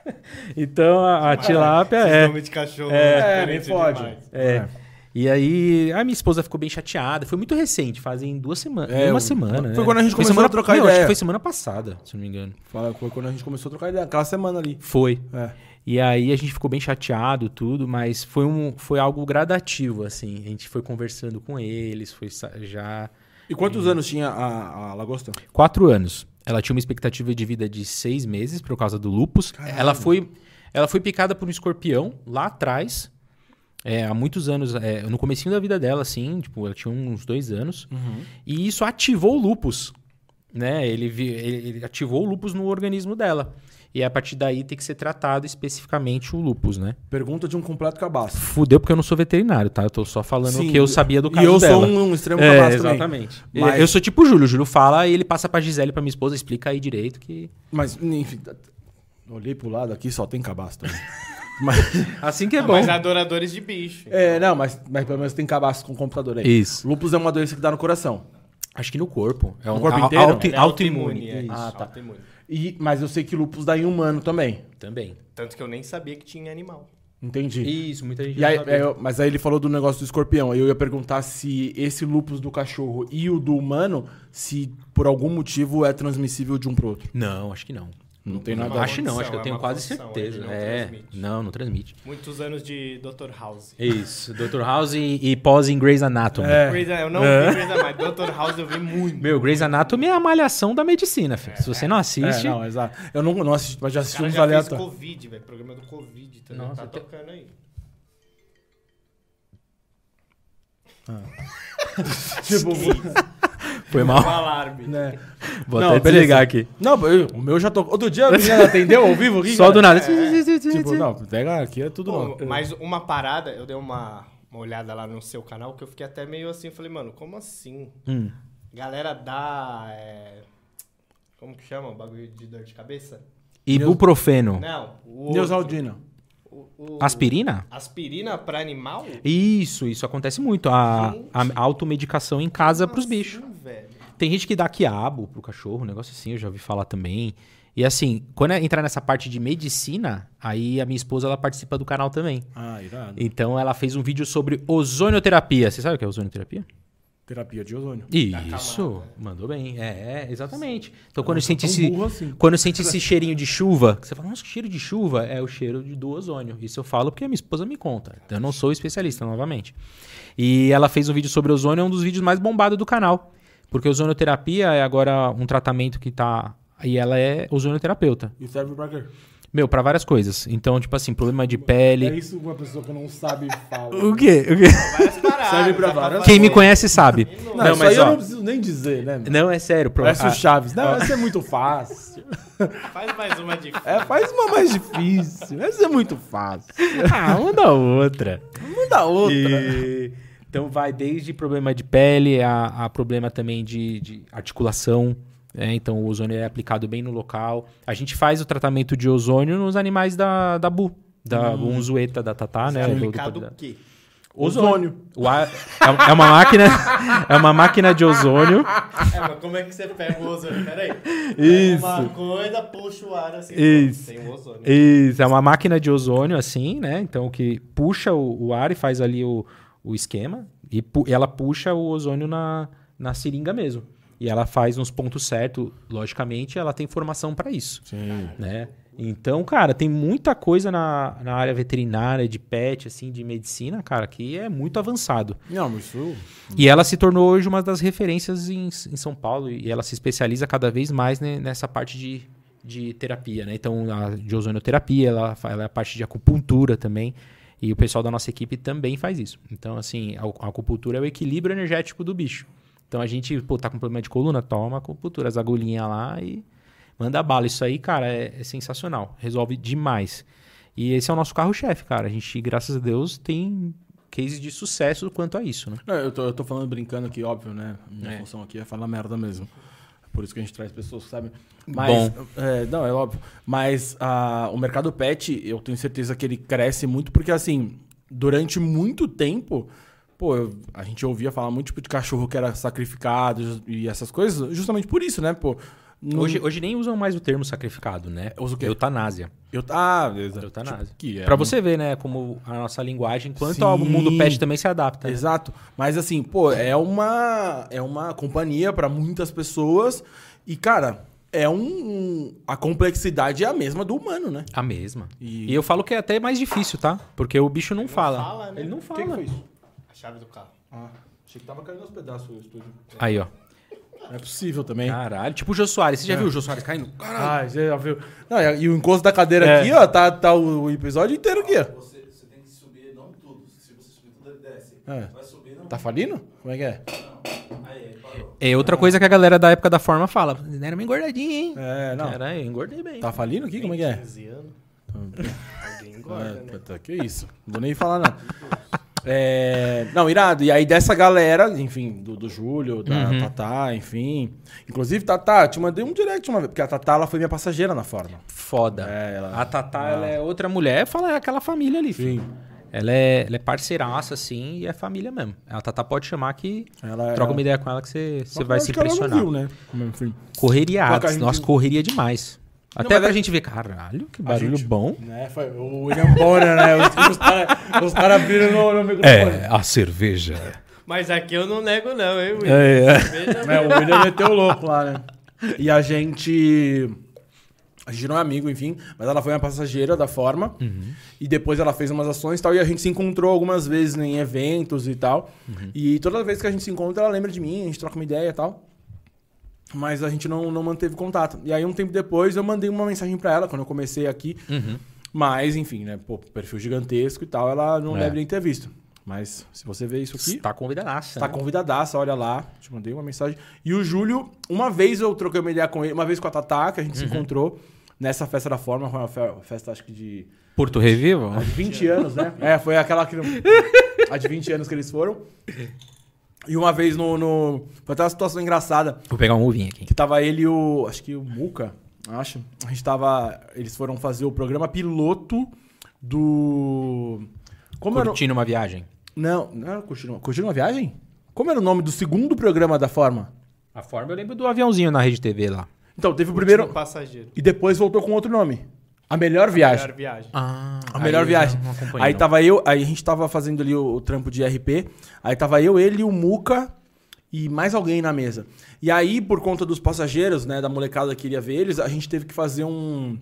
[LAUGHS] então a, a Tilápia
Esses
é...
nomes de cachorro.
É,
diferente
nem fode.
demais.
É. E aí, a minha esposa ficou bem chateada. Foi muito recente, fazem duas semanas.
É,
uma
o-
semana.
foi
né?
quando a gente
Foi
começou
semana-
a trocar
Não, Acho
ideia.
que foi semana passada, se não me engano.
Fala, foi quando a gente começou a trocar ideia. Aquela semana ali.
Foi.
É.
E aí a gente ficou bem chateado, tudo, mas foi, um, foi algo gradativo, assim. A gente foi conversando com eles, foi sa- já.
E quantos anos tinha a, a Lagosta?
Quatro anos. Ela tinha uma expectativa de vida de seis meses por causa do lupus. Ela foi, ela foi picada por um escorpião lá atrás. é, há muitos anos, é, no comecinho da vida dela, assim, tipo, ela tinha uns dois anos.
Uhum.
E isso ativou o lupus. Né? Ele, vi- ele- ele ativou o lupus no organismo dela. E a partir daí tem que ser tratado especificamente o lupus, né?
Pergunta de um completo cabaço.
Fudeu porque eu não sou veterinário, tá? Eu tô só falando o
Sim,
que eu sabia do
e
caso
eu
dela.
sou um, um extremo
É,
cabaço também.
exatamente.
Mas-
Eu sou tipo o Júlio. O Júlio fala e ele passa pra Gisele, pra minha esposa, explica aí direito que...
Mas, enfim, t- t- olhei pro lado aqui, só tem cabaço também. mas,
Assim que é bom.
Mas adoradores de bicho.
[LAUGHS] é, não, mas, mas pelo menos tem cabaço com o computador aí.
Isso.
Lúpus é uma doença que dá no coração.
Acho que no corpo. É um
corpo
a-
inteiro?
auto-
Né?
Ele é
autoimune.
é isso,
Ah, tá.
autoimune.
E, mas eu sei que lúpus dá em humano também.
Também.
Tanto que eu nem sabia que tinha animal.
Entendi.
Isso, muita gente
E aí,
não sabe.
é, eu- mas aí ele falou do negócio do escorpião. Aí eu ia perguntar se esse lúpus do cachorro e o do humano, se por algum motivo é transmissível de um pro outro.
Não, acho que não.
Não tem
Uma
nada.
acho não,
condição,
acho que eu
é
tenho
uma
quase
condição,
certeza.
ele não
é,
transmite.
não, não transmite.
Muitos anos de Dr. House.
É Isso, Dr. House e, e pós em Grey's Anatomy.
É.
Grey's- Eu não vi Grey's Anatomy. Dr. House eu vi muito.
Meu, Grey's Anatomy é a malhação da medicina, filho. Se você não assiste,
É, não, exato. Eu não, não assisti, mas já
O
assisti
cara
uns
já fez
aleatórios.
Covid, velho. Programa do Covid. Tá,
Nossa,
tá
tem-
tocando aí.
Tipo,
foi mal.
alarme.
né?
Vou
Não,
até
beleza.
desligar aqui.
Não, eu- o meu já tocou. Outro dia a
[LAUGHS]
menina atendeu ao vivo aqui. né?
Só do nada.
é. Tipo, não, pega aqui, é tudo
Pô,
novo.
mas uma parada, eu dei uma, uma olhada lá no seu canal que eu fiquei até meio assim, falei, mano, como assim?
Hum.
Galera dá. é, Como que chama? O bagulho de dor de cabeça?
Ibuprofeno.
Não. O,
Neusaldina.
o- o-
Aspirina?
Aspirina pra animal?
Isso, isso acontece muito. A,
Gente.
a automedicação em casa pros
Como
bichos.
assim, velho?
Tem gente que dá quiabo pro cachorro, um negócio assim, eu já ouvi falar também. E assim, quando eu entrar nessa parte de medicina, aí a minha esposa ela participa do canal também.
Ah, irado.
Então ela fez um vídeo sobre ozonioterapia. Você sabe o que é ozonioterapia?
Terapia de ozônio.
Isso, mandou bem. É, é, exatamente. Então quando sente
tão
esse,
burro assim.
quando sente esse cheirinho de chuva, que você fala, nossa, que cheiro de chuva é o cheiro de- do ozônio. Isso eu falo porque a minha esposa me conta. Então eu não sou especialista novamente. E ela fez um vídeo sobre ozônio, é um dos vídeos mais bombados do canal, porque ozonioterapia é agora um tratamento que tá e ela é ozonioterapeuta.
E serve pra quê?
Meu, pra várias coisas. Então, tipo assim, problema de pele.
É isso uma pessoa que não sabe falar.
quê? O quê?
Várias paradas. tá
Serve pra
dá
várias-
Quem me
fazer.
conhece sabe.
Não,
Não,
isso
mas
aí eu
ó,
não preciso nem dizer, né? meu?
não é sério. pro-
Parece
a-
o Chaves.
Ah.
Não, essa é muito fácil.
Faz mais uma de.
É, faz uma mais difícil. Essa é muito fácil.
Ah, uma da outra.
Manda outra.
E- Então vai desde problema de pele a, a problema também de, de articulação. né? então o ozônio é aplicado bem no local. A gente faz o tratamento de ozônio nos animais da, da Bu, da bunzueta, da Tatá, né? Do- do-
Aplicado
da-
o quê?
Ozônio.
O ar- é, é uma máquina, é uma máquina de ozônio.
É, mas como é que você pega o ozônio? Peraí.
Isso.
Uma coisa, puxa o ar assim.
Isso.
Tem o ozônio.
Isso, é uma máquina de ozônio, assim, né? Então, que puxa o, o ar e faz ali o, o esquema. E pu- ela puxa o ozônio na, na seringa mesmo. E ela faz nos pontos certos, logicamente, ela tem formação pra isso.
Sim.
Né? Então, cara, tem muita coisa na, na área veterinária, de pet, assim, de medicina, cara, que é muito avançado.
Não, mas isso.
E ela se tornou hoje uma das referências em, em São Paulo e ela se especializa cada vez mais né, nessa parte de, de terapia, né? Então, a de ozonioterapia, ela, fa- ela é a parte de acupuntura também. E o pessoal da nossa equipe também faz isso. Então, assim, a, a acupuntura é o equilíbrio energético do bicho. Então a gente, pô, tá com problema de coluna, toma acupuntura, as agulhinhas lá e manda bala. Isso aí, cara, é, é sensacional. Resolve demais. E esse é o nosso carro-chefe, cara. A gente, graças a Deus, tem cases de sucesso quanto a isso, né?
Não, eu, tô, eu tô falando brincando aqui, óbvio, né? Minha
É.
função aqui é falar merda mesmo. Por isso que a gente traz pessoas que sabem. Mas,
Bom.
é, não, é óbvio. Mas ah, o mercado pet, eu tenho certeza que ele cresce muito, porque assim, durante muito tempo, pô, eu- a gente ouvia falar muito tipo, de cachorro que era sacrificado e essas coisas, justamente por isso, né, pô? Não-
Hoje, hoje nem usam mais o termo sacrificado, né?
Usa o quê?
Eutanásia.
Eu, ah, beleza.
Eutanásia.
Tipo, que é
pra
um-
você ver, né, como a nossa linguagem, quanto
Sim.
ao mundo pet também se adapta. né?
Exato. Mas assim, pô, é uma é uma companhia pra muitas pessoas e cara, é um, um- a complexidade é a mesma do humano, né?
A mesma.
E-
E... eu falo que é até mais difícil, tá? Porque o bicho não fala.
fala, né?
Ele não fala.
isso?
A chave do carro.
Ah, achei que tava caindo aos pedaços o estúdio.
Aí, ó.
Não é possível também.
Caralho. Tipo o Jô Soares. Você já viu o Jô Soares tá caindo? É.
Ah, você já viu. Não, e e o encosto da cadeira aqui, ó, tá, tá o o episódio inteiro aqui, ó.
Você, você tem que subir, não tudo. Se você subir tudo, ele desce.
É.
Vai subir, não.
Tá falindo? Como é que é?
Aí, aí, parou.
É outra coisa que a galera da época da forma fala. "Não Era uma engordadinha, hein?
É, não.
Caralho, eu engordei bem.
Tá falindo aqui? Como é que é?
15 anos. Alguém engorda,
É,
né?
tá- tá, que isso. Não vou nem falar, não. É, não, irado. E aí dessa galera, enfim, do, do Júlio, da
Uhum.
Tatá, enfim. Inclusive, Tatá, te mandei um direct uma vez, porque a Tatá ela foi minha passageira na forma.
Foda.
É, ela-
A Tatá, ela é outra mulher, fala, é aquela família ali, filho. Ela é, ela é parceiraça, assim, e é família mesmo. A Tatá pode chamar que
Ela- é
troca
ela-
uma ideia com ela que você, você
Só que
vai
eu
se
acho que ela não
impressionar.
viu, né? Como é, Enfim,
Correria,
Só que a
atos.
gente-
nossa, correria demais. Até
mas
pra
é-
gente ver, caralho, que barulho
gente-
bom.
né? Foi o William Bonner, né? Os, os caras os cara abriram no, no microfone.
É, a cerveja.
Mas aqui eu não nego, não, hein,
[LAUGHS]
Will?
É, é.
Veja
É, o William meteu o louco lá, né? E a gente. A gente não é amigo, enfim, mas ela foi uma passageira da forma. E depois ela fez umas ações e tal. E a gente se encontrou algumas vezes em eventos e tal. E toda vez que a gente se encontra, ela lembra de mim, a gente troca uma ideia e tal. Mas a gente não, não manteve contato. E aí, um tempo depois, eu mandei uma mensagem pra ela, quando eu comecei aqui. Mas, enfim, né? Pô, perfil gigantesco e tal, ela não
É.
deve nem ter visto. Mas, se você vê isso aqui,
Tá convidadaça.
tá
né?
convidadaça, olha lá. Te mandei uma mensagem. E o Júlio, uma vez eu troquei uma ideia com ele, uma vez com a Tatá, que a gente se encontrou nessa festa da forma, foi uma fe- festa, acho que de
Porto Revivo?
Há de 20 anos, né? É, foi aquela que. Há de 20 anos que eles foram. E uma vez no. no- Foi até uma situação engraçada.
Vou pegar um ovinho aqui.
Que tava ele e o. Acho que o Muca, acho. A gente tava. Eles foram fazer o programa piloto do. Como era. o-
Curtindo uma viagem.
Não, não era Curtindo uma- Curtindo uma Viagem? Como era o nome do segundo programa da forma?
A forma eu lembro do aviãozinho na rede TV lá.
Então, teve o primeiro.
Último passageiro.
E depois voltou com outro nome. A melhor viagem.
Melhor viagem.
Ah,
A melhor viagem. aí tá- tava eu, aí a gente tava fazendo ali o, o trampo de RP. Aí tava eu, ele, o Muca e mais alguém na mesa. E aí, por conta dos passageiros, né, da molecada que iria ver eles, a gente teve que fazer um,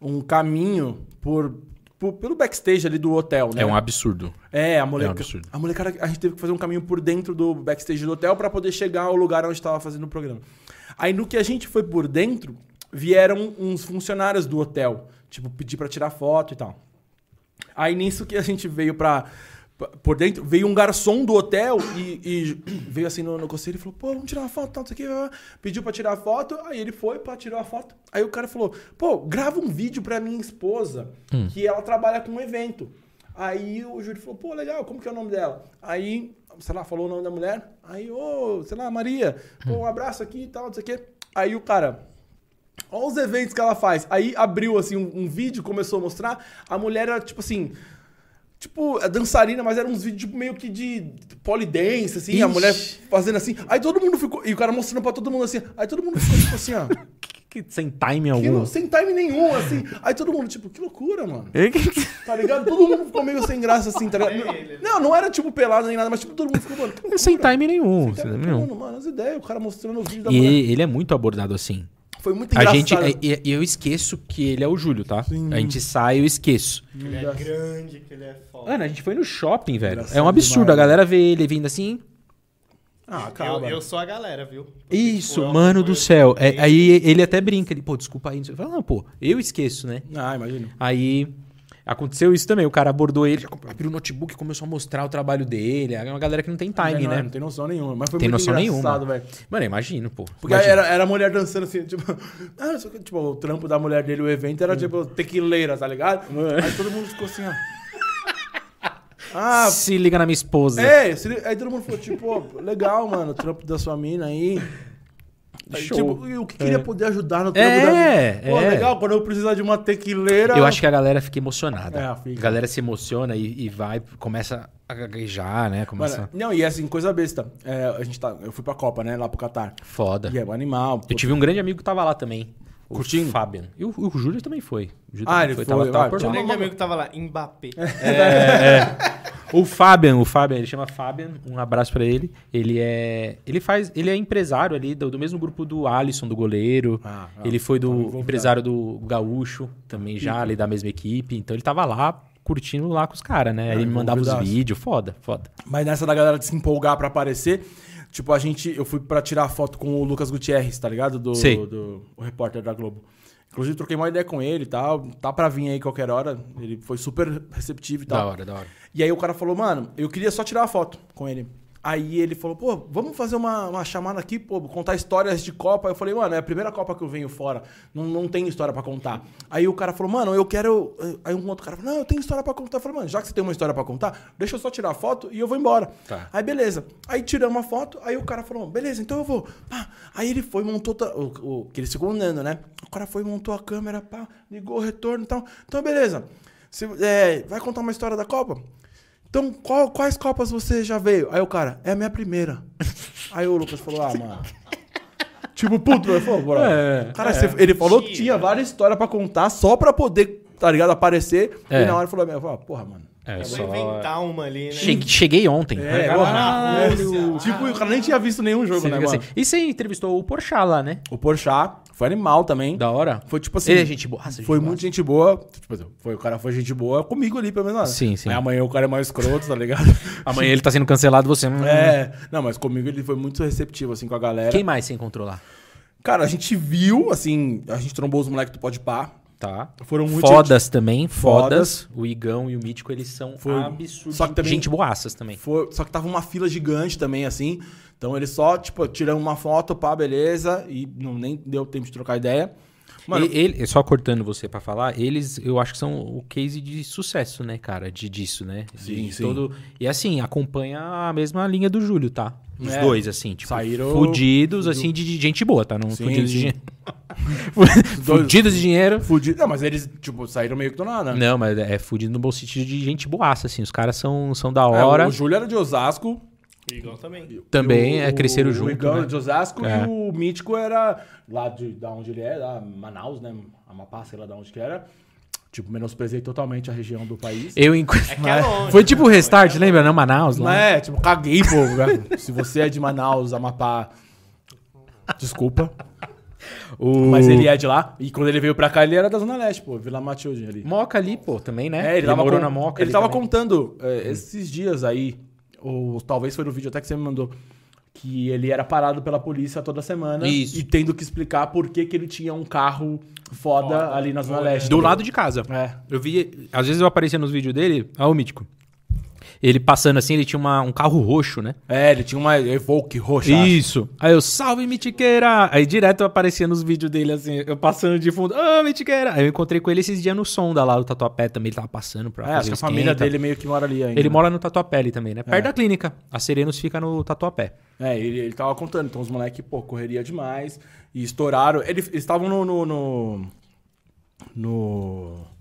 um caminho por, por- pelo backstage ali do hotel, né?
É um absurdo.
É, a
É um
molecada.
absurdo.
a molecada. A gente teve que fazer um caminho por dentro do backstage do hotel pra poder chegar ao lugar onde tava fazendo o programa. Aí no que a gente foi por dentro, vieram uns funcionários do hotel, tipo, pedir pra tirar foto e tal. Aí nisso que a gente veio pra. pra- Por dentro, veio um garçom do hotel e, e veio assim no, no conselho e falou: pô, vamos tirar uma foto, tal, não sei o que. Pediu pra tirar a foto, aí ele foi pra tirar a foto. Aí o cara falou: pô, grava um vídeo pra minha esposa, que ela trabalha com um evento. Aí o Júlio falou: pô, legal, como que é o nome dela? Aí, sei lá, falou o nome da mulher. Aí, ô, sei lá, Maria, pô, um abraço aqui e tal, não sei o que. Aí o cara. Olha os eventos que ela faz. Aí abriu assim um, um vídeo, começou a mostrar. A mulher era tipo assim. Tipo, é dançarina, mas eram uns vídeos tipo, meio que de polidense, assim, a
Ixi.
mulher fazendo assim. Aí todo mundo ficou. E o cara mostrando pra todo mundo assim. Aí todo mundo ficou tipo assim, ó.
Sem time
que
algum.
lou- sem time nenhum, assim. Aí todo mundo, tipo, [LAUGHS] que loucura, mano. Tá ligado? Todo mundo ficou meio sem graça, assim, tá ligado? Não, não era tipo pelado nem nada, mas tipo, todo mundo ficou, mano. que loucura.
É Sem time nenhum.
Cara,
sem time nenhum.
Mano, mano, as ideias, o cara mostrando o vídeo da
E
mulher.
ele é muito abordado assim.
Foi muito
A
engraçado.
gente, é, e- e eu esqueço que ele é o Júlio, tá? A gente sai e eu esqueço.
Que ele é grande, que ele é foda.
Ana, a gente foi no shopping, velho.
Engraçado
é um absurdo.
demais.
A galera vê ele vindo assim.
Ah, calma.
Eu, eu sou a galera, viu? Porque,
Isso,
tipo, eu-
mano do
eu-
céu. É, aí ele até brinca. Ele, pô, desculpa aí. não sei o quê. Eu falo, não, pô, eu esqueço, né?
Ah, imagino.
Aí aconteceu isso também. O cara abordou ele, abriu o notebook e começou a mostrar o trabalho dele. É uma galera que não tem time,
não,
né?
Não tem noção nenhuma. Mas foi
Tem
muito
noção
engraçado,
nenhuma.
velho.
Mano, eu imagino, pô.
Porque
Imagina.
era, era a mulher dançando assim, tipo, [LAUGHS] ah, não sei o que, tipo, o trampo da mulher dele, o evento era tipo tequileira, tá ligado?
É.
Aí todo mundo ficou assim, ó.
[LAUGHS]
Ah,
Se liga na minha esposa.
é, se li- aí todo mundo falou, tipo, "Pô, legal, mano, o trampo da sua mina aí. Aí,
Show.
Tipo, e o que queria poder ajudar no trampo
É,
da mina? Pô,
é.
legal, quando eu precisar de uma tequileira.
Eu acho que a galera fica emocionada.
É, fica.
A galera se emociona e, e vai, começa a gaguejar, né? Começa.
Mano, não, e assim, coisa besta. É, a gente tá, eu fui pra Copa, né, lá pro Catar.
Foda.
E é um animal. pô,
Eu tive um grande amigo que tava lá também. O
Curtindo?
Fabian. E o, o Júlio também foi. O Júlio
Ah,
também
ele
Tava,
foi,
tava
ah,
por
Tinha
lá.
um grande amigo que tava lá, Mbappé.
É. O Fabian, o Fabian, ele chama Fabian, um abraço pra ele. Ele é, ele faz, ele é empresário ali do, do mesmo grupo do Alisson, do goleiro.
Ah, ah,
ele foi
tá
do
envolvido.
empresário do Gaúcho, também já ali da mesma equipe. Então ele tava lá curtindo lá com os caras, né? ele me mandava os
É, envolvidaço.
vídeos, foda, foda.
Mas nessa da galera de se empolgar pra aparecer, tipo, a gente. Eu fui pra tirar foto com o Lucas Gutierrez, tá ligado? Do,
Sei.
do- o repórter da Globo. Inclusive, troquei uma ideia com ele e tal. Tá pra vir aí qualquer hora. Ele foi super receptivo e tal.
Da hora, da hora.
E aí o cara falou, mano, eu queria só tirar a foto com ele. Aí ele falou, pô, vamos fazer uma, uma chamada aqui, pô, contar histórias de Copa. Eu falei, mano, é a primeira Copa que eu venho fora, não, não tem história pra contar. Aí o cara falou, mano, eu quero. Aí um outro cara falou, não, eu tenho história pra contar. Eu falei, mano, já que você tem uma história pra contar, deixa eu só tirar a foto e eu vou embora.
Tá.
Aí beleza. Aí tiramos uma foto, aí o cara falou, beleza, então eu vou. Pá. Aí ele foi, montou. ta- O, o, que ele ficou andando, né? O cara foi, montou a câmera, pá, ligou o retorno e tal. Então beleza. Você, é, vai contar uma história da Copa? Então, qual- quais Copas você já veio? Aí o cara, é a minha primeira. [LAUGHS] Aí o Lucas falou, ah, mano. tipo, puto, ele falou, bro.
É,
cara, você- ele falou que tinha várias histórias pra contar só pra poder, tá ligado, aparecer.
É.
E na hora ele falou, eu falei, "Ah, porra, mano.
É,
Eu vou inventar uma ali, né?
Cheguei, cheguei ontem.
É,
Caralho.
porra. Tipo, o cara nem tinha visto nenhum jogo,
Você
né,
fica
mano?
assim. E você entrevistou o Porchat lá, né?
O Porchat Foi animal também.
Da hora.
Foi tipo assim.
Ele é gente boa. Ah, gente
foi
boa.
muito gente boa. Tipo, foi, o cara foi gente boa comigo ali, pelo menos. né?
Sim, sim.
Aí amanhã o cara é mais escroto, tá ligado?
Amanhã ele tá sendo cancelado, você. hum.
é. Não, mas comigo ele foi muito receptivo, assim, com a galera.
Quem mais você encontrou lá?
Cara, a gente viu, assim, a gente trombou os moleques do Podpah.
Tá.
Foram muito
fodas também,
Um Fodas.
fodas. O Igão e o Mítico, eles são
Foi.
absurdos.
Só que também-
Gente boaças também.
Foi- só que tava uma fila gigante também, assim. Então ele só, tipo, tiramos uma foto, pá, beleza. E não, nem deu tempo de trocar ideia. Mano,
E- ele- só cortando você pra falar, eles eu acho que são o case de sucesso, né, cara? De, disso, né? De-
Sim,
de
sim.
Todo, e assim, acompanha a mesma linha do Júlio, tá? Os
É.
dois, assim, tipo,
Saíram-
fudidos, assim, de, de gente boa, tá? Não
Sim,
fudidos
sim.
de
[LAUGHS]
[LAUGHS] dinheiro.
dois-
fudidos de dinheiro.
fudido. Não, mas eles, tipo, saíram meio que do nada.
Não, mas é fudido no bom sentido de gente boaça, assim. Os caras são, são da
É,
hora.
o Júlio era de Osasco.
Igão também.
também é cresceram
o
junto.
Igão
né?
era de Osasco
É.
e o Mítico era lá de, da onde ele é, lá Manaus, né? Amapá, sei lá da onde que era. Tipo, menosprezei totalmente a região do país.
Eu enquanto. [LAUGHS]
é longe,
Foi tipo o
né?
restart, lembra? Não, Manaus
Não
lá.
é, tipo, caguei, pô. [LAUGHS] velho. Se você é de Manaus, Amapá. Desculpa.
O
Mas ele é de lá. E quando ele veio pra cá, ele era da Zona Leste, pô. Vila Matilde ali.
Moca ali, pô, também, né?
É, ele, tava,
morou
con-
na Moca.
ele
ali
tava
também. Uhum.
contando é, esses dias aí, ou talvez foi no vídeo até que você me mandou, que ele era parado pela polícia toda semana
Isso.
e tendo que explicar por que, que ele tinha um carro foda, ali na Zona Leste.
Do lado de casa.
É.
Eu vi. Às vezes eu aparecia nos vídeos dele. Ah, o mítico. Ele passando assim, ele tinha uma- um carro roxo, né?
É, ele tinha uma Evoque roxa. é,
Isso. Aí eu, salve, mitiqueira! Aí direto eu aparecia nos vídeos dele, assim, eu passando de fundo, ah, mitiqueira! Aí eu encontrei com ele esses dias no som da lá do Tatuapé também, ele tava passando pra
É, acho
fazer
que a
o
família
esquenta.
dele meio que mora ali ainda.
Ele mora no Tatuapé ali também, né? Perto da clínica. A Serenos fica no Tatuapé.
É, ele, ele tava contando. Então os moleques, pô, correria demais. E estouraram. Ele- Eles estavam no, no, no. no-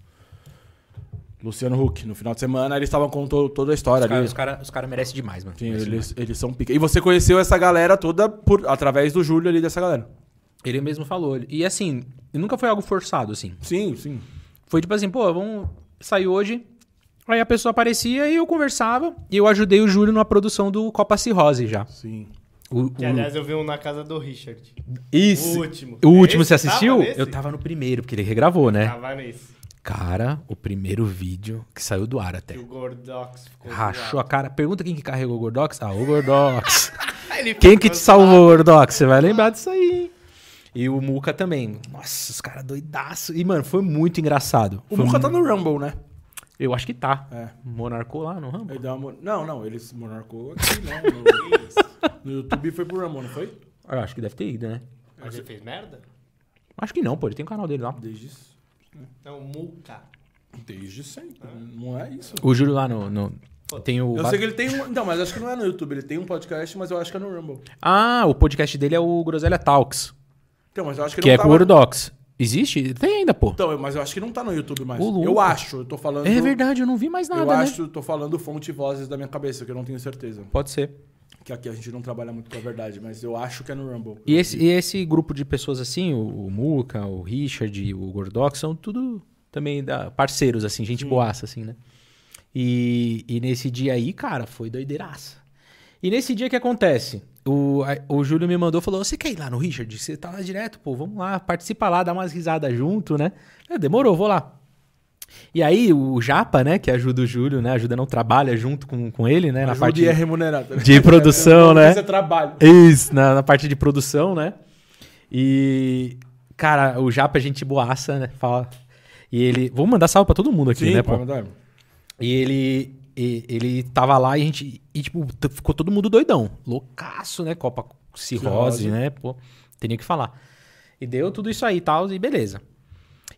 Luciano Huck, no final de semana. Eles estavam contando toda a história
Os caras
ali.
os cara, os cara merecem demais, mano.
Sim,
Merecem demais.
eles, eles são pica. E você conheceu essa galera toda por, através do Júlio ali dessa galera.
Ele mesmo falou. ele- E assim, nunca foi algo forçado, assim.
Sim, sim.
Foi tipo assim, pô, vamos sair hoje. Aí a pessoa aparecia e eu conversava. E eu ajudei o Júlio na produção do Copa Cirrose já.
Sim.
O,
Que, aliás, eu vi um na casa do Richard.
Isso.
O último.
O último
Esse
você assistiu?
tava nesse?
eu tava no primeiro, porque ele regravou, né?
Tava nesse.
Cara, o primeiro vídeo que saiu do ar até.
Que o Gordox ficou.
Rachou a
zoado.
cara. Pergunta quem que carregou o Gordox. Ah, o Gordox. [LAUGHS]
Ele
Quem
ficou
que te
zoado.
salvou, Gordox? Você vai lembrar disso aí. hein? E o Muca também. Nossa, os caras doidaço. E, mano, foi muito engraçado.
O
Foi
Muca
mu-
tá no Rumble, né?
Eu acho que tá.
É.
Monarcou lá no Rambo.
Ele deu uma... mo- Não, não, ele se monarcou aqui, [LAUGHS] né? No, no YouTube foi pro Rumble, não foi?
Eu acho que deve ter ido, né?
Mas ele fez merda?
Acho que não, pô. Ele tem um canal dele lá.
Desde,
Não, Muca.
desde sempre. Não é isso.
O Júlio lá no. no- Tem o.
Eu sei que ele tem um. Não, mas acho que não é no YouTube. Ele tem um podcast, mas eu acho que é no Rumble.
Ah, o podcast dele é o Groselha Talks,
Então, mas eu acho que,
que
não
é
tá
com o
mais-
Gordox. Existe? Tem ainda, pô.
Então, eu- mas eu acho que não tá no YouTube mais.
Ô, louco.
eu acho, eu tô falando.
É verdade, eu não vi mais nada,
eu
né?
acho, eu tô falando fonte e vozes da minha cabeça, que eu não tenho certeza.
Pode ser.
Que aqui a gente não trabalha muito com a verdade, mas eu acho que é no Rumble.
E esse, e esse grupo de pessoas assim, o, o Muca, o Richard, o Gordox, são tudo também da- parceiros, assim, gente boaça, assim, né? E, e nesse dia aí, cara, foi doideiraça. E nesse dia que acontece? O, a- o Júlio me mandou, falou, você quer ir lá no Richard? Você tá lá direto, pô, vamos lá, participa lá, dá umas risadas junto, né? Eu, demorou, vou lá. E aí o Japa, né, que ajuda o Júlio, né, ajuda não, trabalha junto com, com ele, né, na
Ajuda
parte
e [LAUGHS] é remunerado.
de produção, né?
Isso é trabalho.
Isso, na, na parte de produção, né? E, cara, o Japa é gente boaça, né? Fala. E ele. Vou mandar salve pra todo mundo aqui, né, pô? E ele. e- ele tava lá e a gente. E, tipo, t- ficou todo mundo doidão. Loucaço, né? Copa cirrose,
Cirrose.
né? Pô, teria que falar. E deu tudo isso aí e tal, e beleza.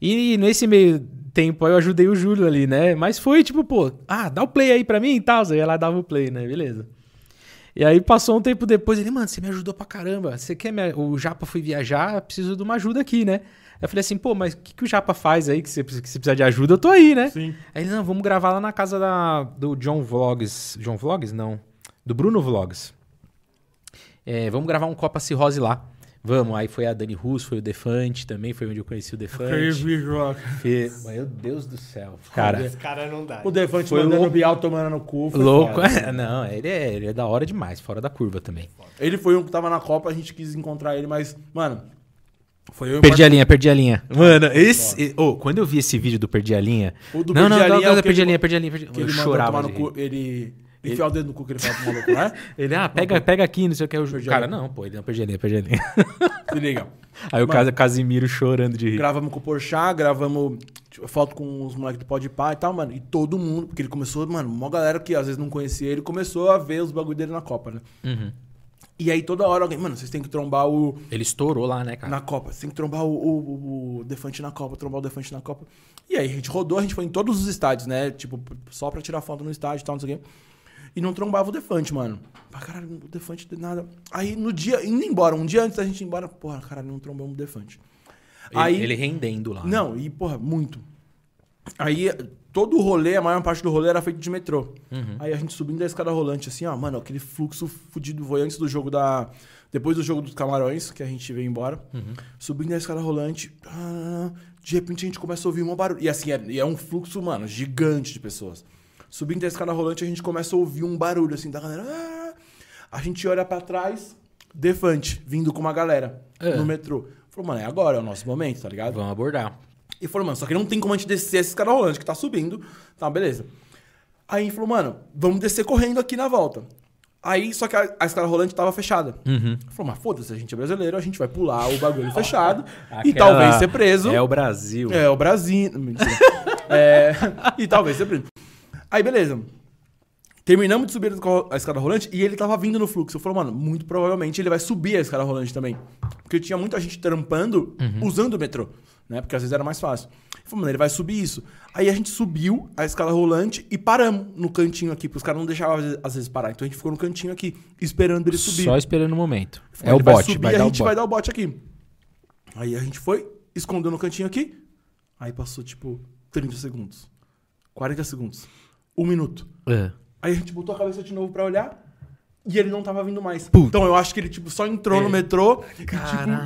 E nesse meio tempo aí eu ajudei o Júlio ali, né? Mas foi tipo, pô, ah, dá o play aí pra mim e tal. Aí ela dava o play, né? Beleza. E aí passou um tempo depois, ele, mano, você me ajudou pra caramba. Você quer me... O Japa foi viajar, preciso de uma ajuda aqui, né? Aí eu falei assim, pô, mas o que, que o Japa faz aí que você, precisa- que você precisa de ajuda? Eu tô aí, né?
Sim.
Aí ele, não, vamos gravar lá na casa da, do John Vlogs. John Vlogs? Não. Do Bruno Vlogs. É, vamos gravar um Copa Cirrose lá. Vamos. Aí foi a Dani Russo, foi o Defante também, foi onde eu conheci o Defante. Fe- Meu Deus do céu. Cara,
Esse cara não dá.
O Defante
Foi
mandando
louco.
o Bial tomando no cu. foi
louco. [LAUGHS]
foda.
não, ele é, ele é da hora demais, fora da curva também.
Ele foi um que tava na Copa, a gente quis encontrar ele, mas, mano, Foi eu e o
Perdi a linha, perdi a linha. Mano, esse. ô, quando eu vi esse vídeo do Perdi a Linha.
O do
não,
Perdi
não,
a
não,
Linha é
não,
o que
perdi
ele
a linha,
ma-
perdi a linha. Perdi...
Que
Eu
ele mandou
chorava.
tomar no
de
cu.
rir.
Ele. ele Enfiar o dedo no cu que ele fala pro maluco, né?
[LAUGHS] Ele, ah, pega, pega aqui, não sei o que. Eu...
Perdi a
Cara,
linha.
não, pô, ele não perdi a linha, perdi a linha.
[LAUGHS] Se liga.
Aí o Cas- Casimiro chorando de rir.
Gravamos com o Porchat, gravamos tipo, foto com os moleques do Pode Pá e tal, mano. E todo mundo, porque ele começou, mano, uma galera que às vezes não conhecia ele, começou a ver os bagulho dele na Copa, né?
Uhum.
E aí toda hora alguém, mano, vocês têm que trombar o.
Ele estourou lá, né, cara?
Na Copa, vocês têm que trombar o, o- o- o Defante na Copa, trombar o Defante na Copa. E aí a gente rodou, a gente foi em todos os estádios, né? Tipo, p- só pra tirar foto no estádio e tal, não sei o quê. E não trombava o Defante, mano. Pra caralho, o Defante de nada. Aí no dia, indo embora, um dia antes da gente ir embora, porra, caralho, não trombamos o Defante.
Ele, ele rendendo lá. né?
Não, e porra, muito. Aí todo o rolê, a maior parte do rolê era feito de metrô.
Uhum.
Aí a gente subindo da escada rolante, assim, ó, mano, aquele fluxo fudido foi antes do jogo da. Depois do jogo dos camarões, que a gente veio embora.
Uhum.
Subindo da escada rolante, ah, de repente a gente começa a ouvir um barulho. E assim, é, e é um fluxo, mano, gigante de pessoas. Subindo da escada rolante, a gente começa a ouvir um barulho, assim, da galera. "Ah". A gente olha pra trás, Defante, vindo com uma galera
É.
no metrô. Falou, mano, é agora, é o nosso momento, tá ligado?
Vamos abordar.
E falou, mano, só que não tem como a gente descer esses caras rolando, que tá subindo. Tá, beleza. Aí a gente falou, mano, vamos descer correndo aqui na volta. Aí, só que a, a escada rolante tava fechada.
Uhum.
Falou, mas foda-se, a gente é brasileiro, a gente vai pular o bagulho fechado
[LAUGHS]
e
Aquela-
talvez ser preso.
É o Brasil.
É, o Brasil. Mentira. É, e talvez ser preso. Aí, beleza. Terminamos de subir a escada rolante e ele tava vindo no fluxo. Eu falei, mano, muito provavelmente ele vai subir a escada rolante também. Porque tinha muita gente trampando usando o metrô, né? Porque às vezes era mais fácil. Eu falei, mano, ele vai subir isso. Aí a gente subiu a escada rolante e paramos no cantinho aqui, porque os caras não deixavam às vezes- às vezes parar. Então a gente ficou no cantinho aqui, esperando ele subir.
Só esperando o momento.
Falei,
É o
ele vai
bot.
subir
Vai
e a
dar o
gente vai
bot.
dar o bote aqui. Aí a gente foi, escondeu no cantinho aqui. Aí passou, tipo, 30 segundos. 40 segundos. Um minuto.
É.
Aí a gente botou a cabeça de novo pra olhar. E ele não tava vindo mais. Então eu acho que ele, tipo, só entrou
É.
no metrô e, tipo,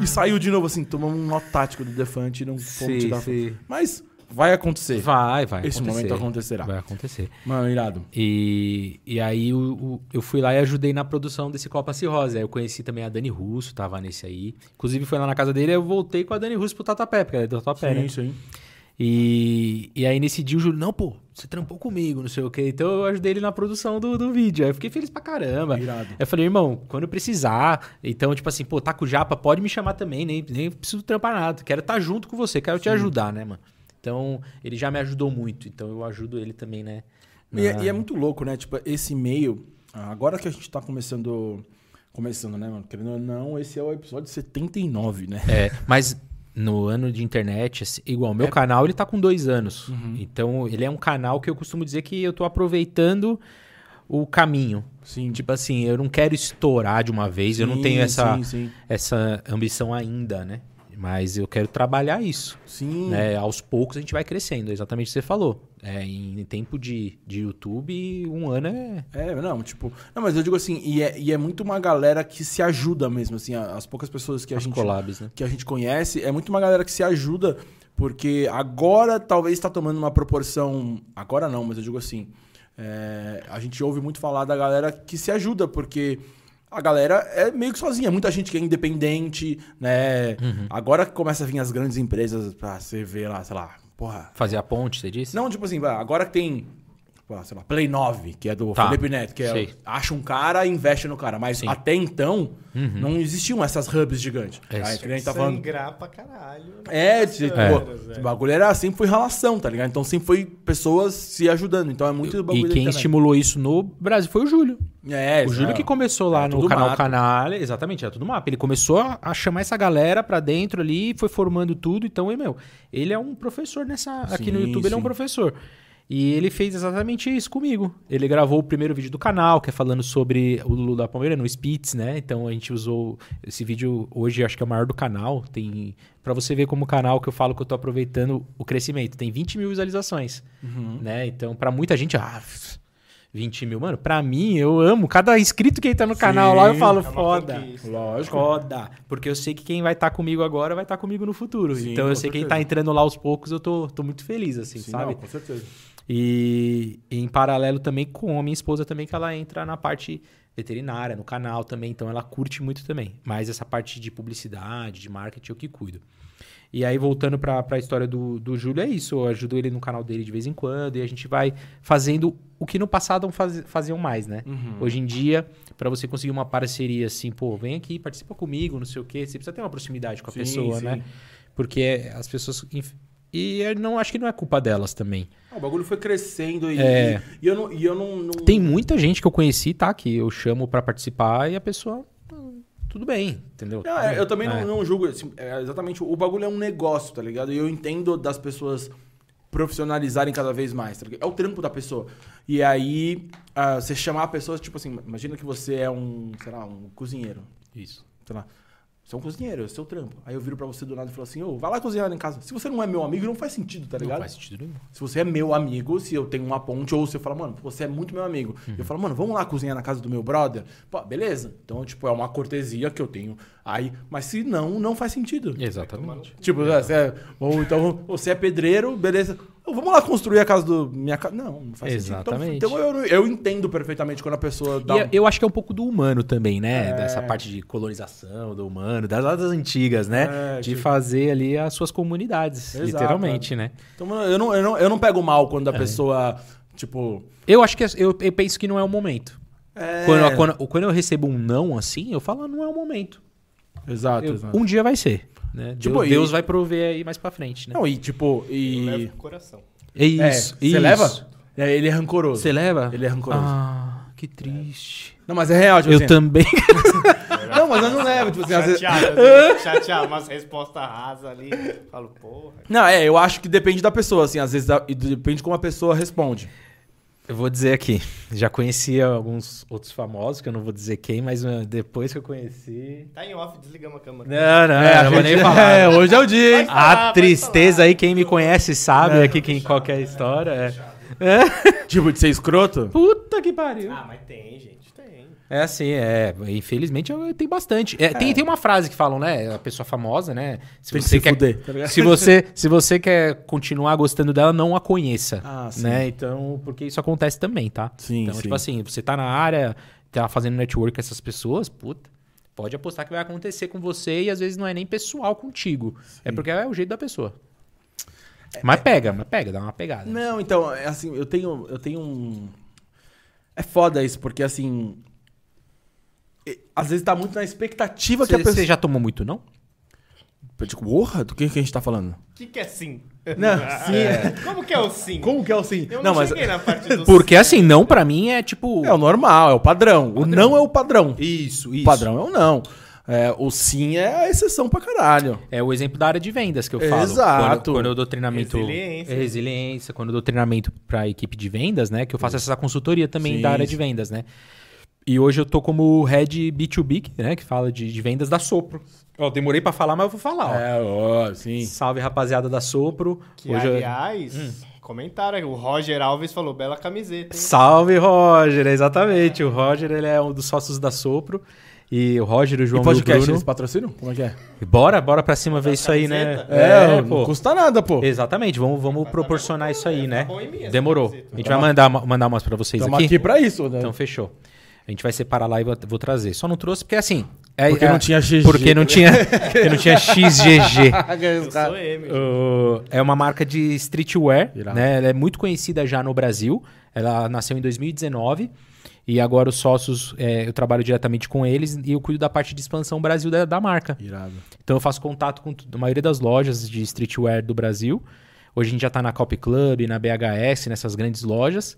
e saiu de novo, assim. Tomamos um nó tático do Defante e não fomos
Sim,
tirar foto.
sim.
Mas vai acontecer.
Vai, vai.
Esse momento acontecerá.
É. Vai acontecer.
Mano, irado.
E, e aí o- o- eu fui lá e ajudei na produção desse Copa Cirrose. Aí eu conheci também a Dani Russo, tava nesse aí. Inclusive foi lá na casa dele, aí eu voltei com a Dani Russo pro Tatuapé, porque ela é do Tatuapé, né?
isso aí.
E, e aí nesse dia o Júlio, não, pô, você trampou comigo, não sei o quê. Então eu ajudei ele na produção do, do vídeo. Aí eu fiquei feliz pra caramba.
Irado.
Eu falei, irmão, quando eu precisar, então, tipo assim, pô, tá com japa, pode me chamar também, nem, nem preciso trampar nada. Quero estar junto com você, quero te ajudar, né, mano? Então, ele já me ajudou muito, então eu ajudo ele também, né?
E, é- e é muito louco, né? Tipo, esse e-mail, ah, agora que a gente tá começando. Começando, né, mano? Querendo ou não, esse é o episódio 79, né?
É, mas no ano de internet, assim, igual,
É.
meu canal ele tá com dois anos.
Uhum.
Então, ele é um canal que eu costumo dizer que eu tô aproveitando o caminho.
Sim.
Tipo assim, eu não quero estourar de uma vez, eu não tenho essa,
Sim, sim.
essa ambição ainda, né? Mas eu quero trabalhar isso.
Sim.
Né? Aos poucos a gente vai crescendo, é exatamente o que você falou. É, em tempo de, de YouTube, um ano é.
É, não, tipo. Não, mas eu digo assim, e é, e é muito uma galera que se ajuda mesmo, assim. a- As poucas pessoas que a
As
gente.
collabs, né?
que a gente conhece, é muito uma galera que se ajuda, porque agora talvez está tomando uma proporção. Agora não, mas eu digo assim. é, a gente ouve muito falar da galera que se ajuda, porque a galera é meio que sozinha. Muita gente que é independente, né?
Uhum.
Agora que começa a vir as grandes empresas pra você ver lá, sei lá, porra.
Fazer a ponte, você disse?
Não, tipo assim, vai, agora que tem. pô, Sei lá, Play 9, que é do
Tá,
Felipe Neto, que é,
sei.
acha um cara e investe no cara. Mas até então, não existiam essas hubs gigantes.
Uhum. É
Aí,
isso.
que nem a gente tá falando,
Sangrar pra caralho. né?
é, de,
É.
pô, o bagulho era sempre foi relação, tá ligado? Então sempre foi pessoas se ajudando. Então é muito bagulho
E
da
quem
internet.
estimulou isso no Brasil foi o Júlio.
É,
O Júlio
é.
que começou lá
Era
no
tudo
canal
mato.
Canal, exatamente, era tudo mapa. Ele começou a- a chamar essa galera pra dentro ali, foi formando tudo. Então, e, meu, ele é um professor nessa. aqui no
Sim,
YouTube ele é um
sim.
professor. E ele fez exatamente isso comigo. Ele gravou o primeiro vídeo do canal, que é falando sobre o Lula da Palmeira no Spitz, né? Então a gente usou esse vídeo hoje, acho que é o maior do canal. Tem Pra você ver como o canal que eu falo que eu tô aproveitando o crescimento. Tem 20 mil visualizações, né? Então pra muita gente, ah, 20 mil, mano, pra mim, eu amo. Cada inscrito que entra no canal lá, eu
É
falo, foda.
Lógico.
é Foda. Porque eu sei que quem vai estar comigo agora vai estar comigo no futuro.
Sim,
então
com
eu sei quem
certeza.
tá entrando lá aos poucos, eu tô, tô muito feliz, assim,
Sim,
sabe?
não, com certeza.
E em paralelo também com a minha esposa também, que ela entra na parte veterinária no canal também, então ela curte muito também. Mas essa parte de publicidade, de marketing, eu que cuido. E aí, voltando pra pra história do, do Júlio, é isso. Eu ajudo ele no canal dele de vez em quando e a gente vai fazendo o que no passado não faz- faziam mais, né?
Uhum.
Hoje em dia, pra você conseguir uma parceria assim, pô, vem aqui, participa comigo, não sei o quê, você precisa ter uma proximidade com a
Sim,
pessoa,
sim.
né? Porque é, as pessoas. inf- E eu não acho que não é culpa delas também.
Ah, o bagulho foi crescendo e,
É.
e eu não. E eu não, não-
Tem muita gente que eu conheci, tá? Que eu chamo pra participar e a pessoa. hum, Tudo bem, entendeu?
Não, é, eu também não-
É.
não, julgo. assim, é, exatamente. O bagulho é um negócio, tá ligado? E eu entendo das pessoas profissionalizarem cada vez mais. tá ligado? É o trampo da pessoa. E aí, ah, você chamar a pessoa, tipo assim, imagina que você é um, sei lá, um cozinheiro. Isso. Sei lá. Você é um cozinheiro, esse é o seu trampo. Aí eu viro pra você do nada e falo assim, ô, vai lá cozinhar lá em casa. Se você não é meu amigo, não faz sentido, tá ligado?
Não faz sentido nenhum.
Se você é meu amigo, se eu tenho uma ponte, ou você fala, mano, você é muito meu amigo.
Uhum.
Eu falo, mano, vamos lá cozinhar na casa do meu brother? Pô, beleza. Então, tipo, é uma cortesia que eu tenho. Aí, mas se não, não faz sentido.
É. Exatamente.
Tipo, você é, ou então você é pedreiro, beleza. Ô, vamos lá construir a casa do minha casa. Não, não faz
Exatamente.
sentido. Então, então eu, eu entendo perfeitamente quando a pessoa dá
E
um- É.
eu acho que é um pouco do humano também, né? Dessa parte de colonização do humano, das, das antigas, né?
É,
de
tipo-
fazer ali as suas comunidades,
Exato,
literalmente, né?
Então, mano, eu não, eu, não, eu não pego mal quando
É.
a pessoa, tipo.
Eu acho que eu, eu penso que não é o momento.
É...
Quando, quando- quando eu recebo um não assim, eu falo, não é o momento.
Exato,
Eu-
exato.
um dia vai ser. Né?
Tipo,
Deus,
e-
Deus vai prover aí mais pra frente, né?
Não, e tipo,
Eu
e.
levo pro coração.
é
É,
isso.
Você
isso.
leva? É, ele é rancoroso.
Você leva?
Ele é rancoroso.
Ah, que triste.
Não, mas é real, tipo
Eu
assim.
também.
Não, mas eu não levo, tipo assim, às vezes... [LAUGHS]
Chateado, eu fico chateado, umas respostas rasas ali. Falo, porra.
Não, é, eu acho que depende da pessoa, assim, às vezes da- e depende de como a pessoa responde.
[LAUGHS] Eu vou dizer aqui, já conhecia alguns outros famosos, que eu não vou dizer quem, mas uh, depois que eu conheci.
Tá em off, desligamos a câmera.
Não,
É.
não, eu não vou
[LAUGHS]
nem falar.
É, hoje é o dia, hein?
Vai falar,
a
vai
tristeza
falar.
aí, quem me conhece sabe aqui quem, qual que é a história. É.
Tipo, de ser escroto?
Puta que pariu.
Ah, mas tem, gente, tem.
É assim, é. Infelizmente eu- tem bastante. É, Tem, tem uma frase que falam, né? A pessoa famosa, né? Se
Tem que se
quer,
fuder, tá ligado?
se você Se você quer continuar gostando dela, não a conheça.
[LAUGHS] Ah, sim.
né? Então, porque isso acontece também, tá?
Sim,
Então,
sim.
tipo assim, você tá na área, tá fazendo network com essas pessoas, puta. Pode apostar que vai acontecer com você e às vezes não é nem pessoal contigo. É porque é o jeito da pessoa. Mas pega, mas pega, dá uma pegada.
É, Não, então, é assim, eu tenho, eu tenho um... É foda isso, porque, assim... e- Às vezes tá muito na expectativa é que
Você
a pessoa...
já tomou muito, não?
Tipo, porra, do que, que a gente tá falando?
O que, que é sim? [LAUGHS]
Não, sim.
Como que é o sim?
Como que é o sim?
Eu
não,
não,
mas...
cheguei na parte
[LAUGHS]
do
Porque assim, não pra mim é tipo.
É o normal, é o padrão. O não é o padrão.
Isso,
O padrão é o não. É, o sim é a exceção pra caralho.
É o exemplo da área de vendas que eu falo.
Exato.
Quando, quando eu dou treinamento.
Resiliência.
É, resiliência. Quando eu dou treinamento pra equipe de vendas, né? Que eu faço essa consultoria também
Sim,
da área
sim.
de vendas, né? E hoje eu tô como head B2B, né? Que fala de, de vendas da Sopro. Ó, eu demorei pra falar, mas eu vou falar, ó.
É, ó, sim.
Salve, rapaziada da Sopro.
Que,
hoje eu-
aliás,
Hum.
comentaram aí. O Roger Alves falou, bela camiseta, hein?
Salve, Roger. Exatamente. O Roger, ele é um dos sócios da Sopro. E o Roger, o
e
João e, o
podcast,
Bruno.
eles patrocinam? Como é que é?
Bora, bora pra cima ver isso aí, né?
camiseta?
É, não custa nada, pô.
Exatamente, vamos, vamos proporcionar isso aí, né?
é bom em mim essa
Demorou.
camiseta.
A gente vai mandar, mandar umas pra vocês
Estamos
aqui.
aqui. pra isso, né?
Então fechou. A gente vai separar lá e vou, vou trazer. Só não trouxe porque assim. é-
Porque
é-
não tinha Ah, XG, [LAUGHS]
Porque não tinha, [LAUGHS] porque não tinha XGG.
Eu sou M.
Uh, é uma marca de streetwear,
Irado.
né? Ela é muito conhecida já no Brasil. Ela nasceu em 2019 e agora os sócios, é, eu trabalho diretamente com eles e eu cuido da parte de expansão Brasil da- da marca.
Irado.
Então eu faço contato com tu- a maioria das lojas de streetwear do Brasil. Hoje a gente já está na Copy Club, na BHS, nessas grandes lojas.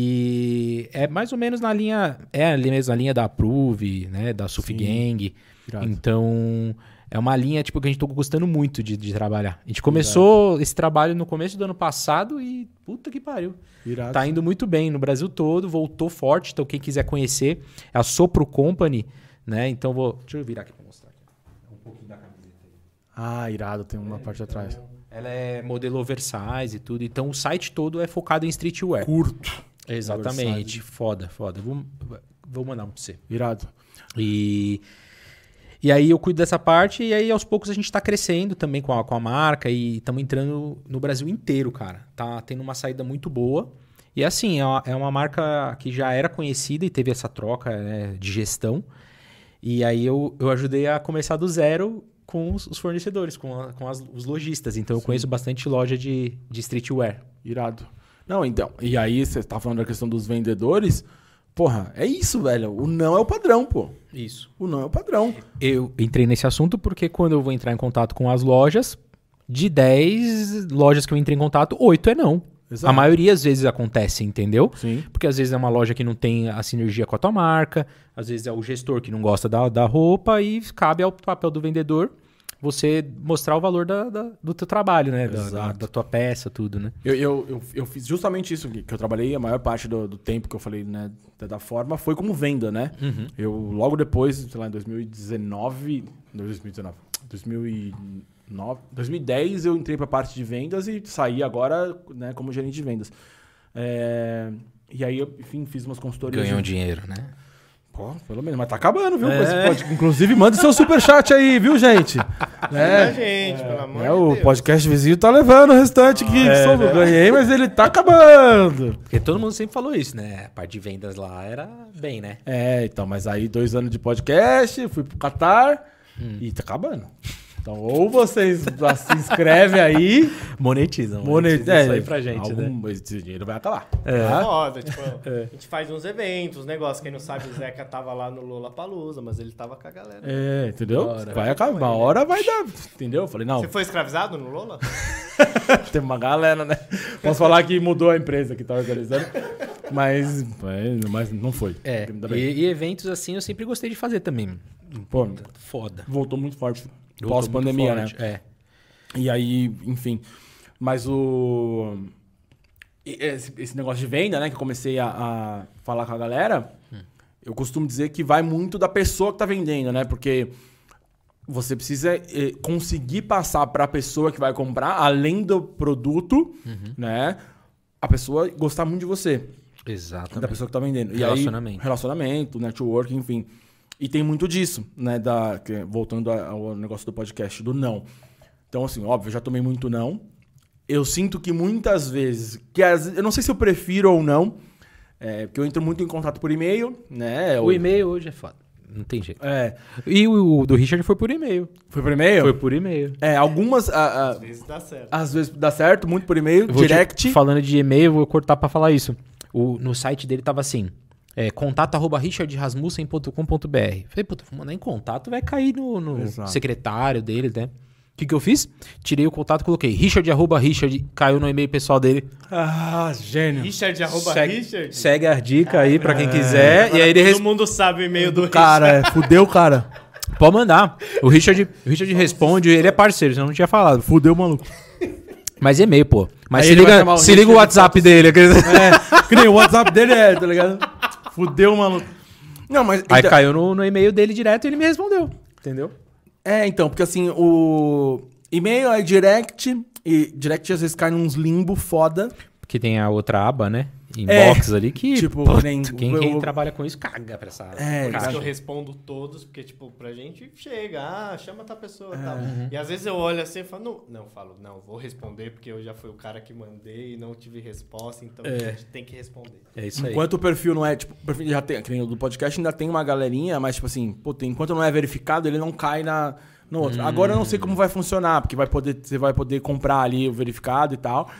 E é mais ou menos na linha. É ali mesmo na linha da Approve, né? Da Sufi Gang.
Irado.
Então. É uma linha tipo, que a gente tá gostando muito de, de trabalhar. A gente começou esse trabalho no começo do ano passado e puta que pariu.
Irado.
Tá indo muito bem no Brasil todo, voltou forte. Então, quem quiser conhecer, é a Sopro Company, né? Então, vou. Deixa eu virar aqui pra mostrar. Aqui. É Um pouquinho da camiseta.
Ah, irado, tem uma parte atrás.
Ela é modelo oversize e tudo. Então, o site todo é focado em streetwear. Curto. Exatamente. Foda, foda. Vou, vou mandar um pra você.
Irado.
E, e aí eu cuido dessa parte e aí aos poucos a gente tá crescendo também com a, com a marca e estamos entrando no Brasil inteiro, cara. Tá tendo uma saída muito boa. E assim, é uma, é uma marca que já era conhecida e teve essa troca né, de gestão. E aí eu, eu ajudei a começar do zero com os, os fornecedores, com, a- com as- os lojistas. Então eu conheço bastante loja de, de streetwear.
Irado. Não, então. E aí, você tá falando da questão dos vendedores. Porra, é isso, velho. O não é o padrão, pô.
Isso.
O não é o padrão.
Eu entrei nesse assunto porque quando eu vou entrar em contato com as lojas, de 10 lojas que eu entrei em contato, 8 é não.
Exato.
A maioria às vezes acontece, entendeu?
Sim.
Porque às vezes é uma loja que não tem a sinergia com a tua marca, às vezes é o gestor que não gosta da, da roupa e cabe ao papel do vendedor você mostrar o valor da- da- do teu trabalho, né? Da, da, da tua peça, tudo, né?
Eu, eu, eu, eu fiz justamente isso que que eu trabalhei a maior parte do, do tempo que eu falei, né? Da, da forma foi como venda, né? Eu logo depois, sei lá, em 2019. não, 2019. 2009, 2010 eu entrei pra parte de vendas e saí agora, né, como gerente de vendas. É, e aí, eu, enfim, fiz umas consultorias. de-
dinheiro, né?
Pô, pelo menos, mas tá acabando, viu? com esse pod- Inclusive, manda seu superchat aí, viu, gente?
É, gente, pelo amor
É,
de
o
Deus.
podcast vizinho tá levando o restante que
É.
só eu ganhei, mas ele tá acabando.
Porque todo mundo sempre falou isso, né? A parte de vendas lá era bem, né?
É, então, mas aí dois anos de podcast, fui pro Catar
Hum.
e tá acabando. Então, ou vocês se inscrevem
[LAUGHS]
aí,
Monetiza, monetiza
monetiza é,
isso aí pra gente, né?
algum, Esse dinheiro vai acabar. tá?
É moda, tipo, a gente faz uns eventos, negócio. Quem não sabe, o Zeca tava lá no Lola Palusa, mas ele tava com a galera.
É, entendeu? Vai acabar, uma hora vai dar, entendeu? Eu falei, não,
Você foi escravizado no Lola?
Tem uma galera, né? Posso falar que mudou a empresa que tá
[LAUGHS]
organizando, mas, mas- mas não foi.
É,
Ainda bem.
e, e eventos assim eu sempre gostei de fazer também.
Pô,
Foda.
voltou muito forte
Eu tô
pós-pandemia, né?
é muito forte, É.
E aí, enfim. Mas o. e Esse, esse negócio de venda, né? Que eu comecei a, a falar com a galera.
Hum.
Eu costumo dizer que vai muito da pessoa que tá vendendo, né? Porque você precisa eh, conseguir passar para a pessoa que vai comprar, além do produto,
Uhum.
né? A pessoa gostar muito de você.
Exatamente.
da pessoa que tá vendendo. E aí,
Relacionamento.
relacionamento, network, enfim. E tem muito disso, né? Da, que- voltando a- ao negócio do podcast, do não. Então, assim, óbvio, eu já tomei muito não. Eu sinto que muitas vezes, que às- eu não sei se eu prefiro ou não, é, porque eu entro muito em contato por e-mail, né?
O
ou-
e-mail hoje é foda. Não tem jeito.
É.
E o, o do Richard foi por e-mail.
Foi por e-mail?
Foi por e-mail.
É, algumas. a- a-
Às vezes dá certo.
às vezes dá certo, muito por e-mail,
Eu vou te-
direct.
falando de e-mail, eu vou cortar pra falar isso. O- no site dele tava assim, é, contato arroba richardrasmussen.com.br. Falei, puta, vou mandar em contato, vai cair no, no
Exato.
secretário dele, né? O que, que eu fiz? Tirei o contato, coloquei richard, arroba richard, caiu no e-mail pessoal dele.
Ah, gênio. É.
Richard, arroba
Segue-
Richard.
Segue a dica aí pra quem quiser. E aí ele
Todo
res-
mundo sabe o e-mail do
Cara, é, fudeu, cara.
Pode mandar. O Richard, o Richard responde, ele é parceiro, senão eu não tinha falado.
Fudeu, maluco.
Mas e-mail, pô. Mas
Aí
se
ele vai
liga,
chamar o
se liga o
Richard
WhatsApp dele. aquele-
É, que nem o WhatsApp dele é, tá ligado? Fudeu, maluco. Não, mas.
[LAUGHS] Aí
então-
caiu no, no e-mail dele direto e ele me respondeu. Entendeu?
É, então, porque assim, o. E-mail é direct, e direct às vezes cai uns limbo foda.
Porque tem a outra aba, né? Inbox
É.
ali que.
Tipo,
puta,
nem-
quem,
eu-
quem trabalha com isso caga pra essa.
É,
Por isso que eu
cara.
respondo todos, porque, tipo, pra gente chega, ah, chama tal pessoa e tal. E às vezes eu olho assim e falo, não, não, falo, não, vou responder, porque eu já fui o cara que mandei e não tive resposta, então a gente tem que responder.
É isso aí.
Enquanto o perfil não é, tipo, o perfil já tem, que nem o do podcast ainda tem uma galerinha, mas tipo assim, pô, tem- enquanto não é verificado, ele não cai na no
Hum.
outro. Agora eu não sei como vai funcionar, porque vai poder, você vai poder comprar ali o verificado e tal.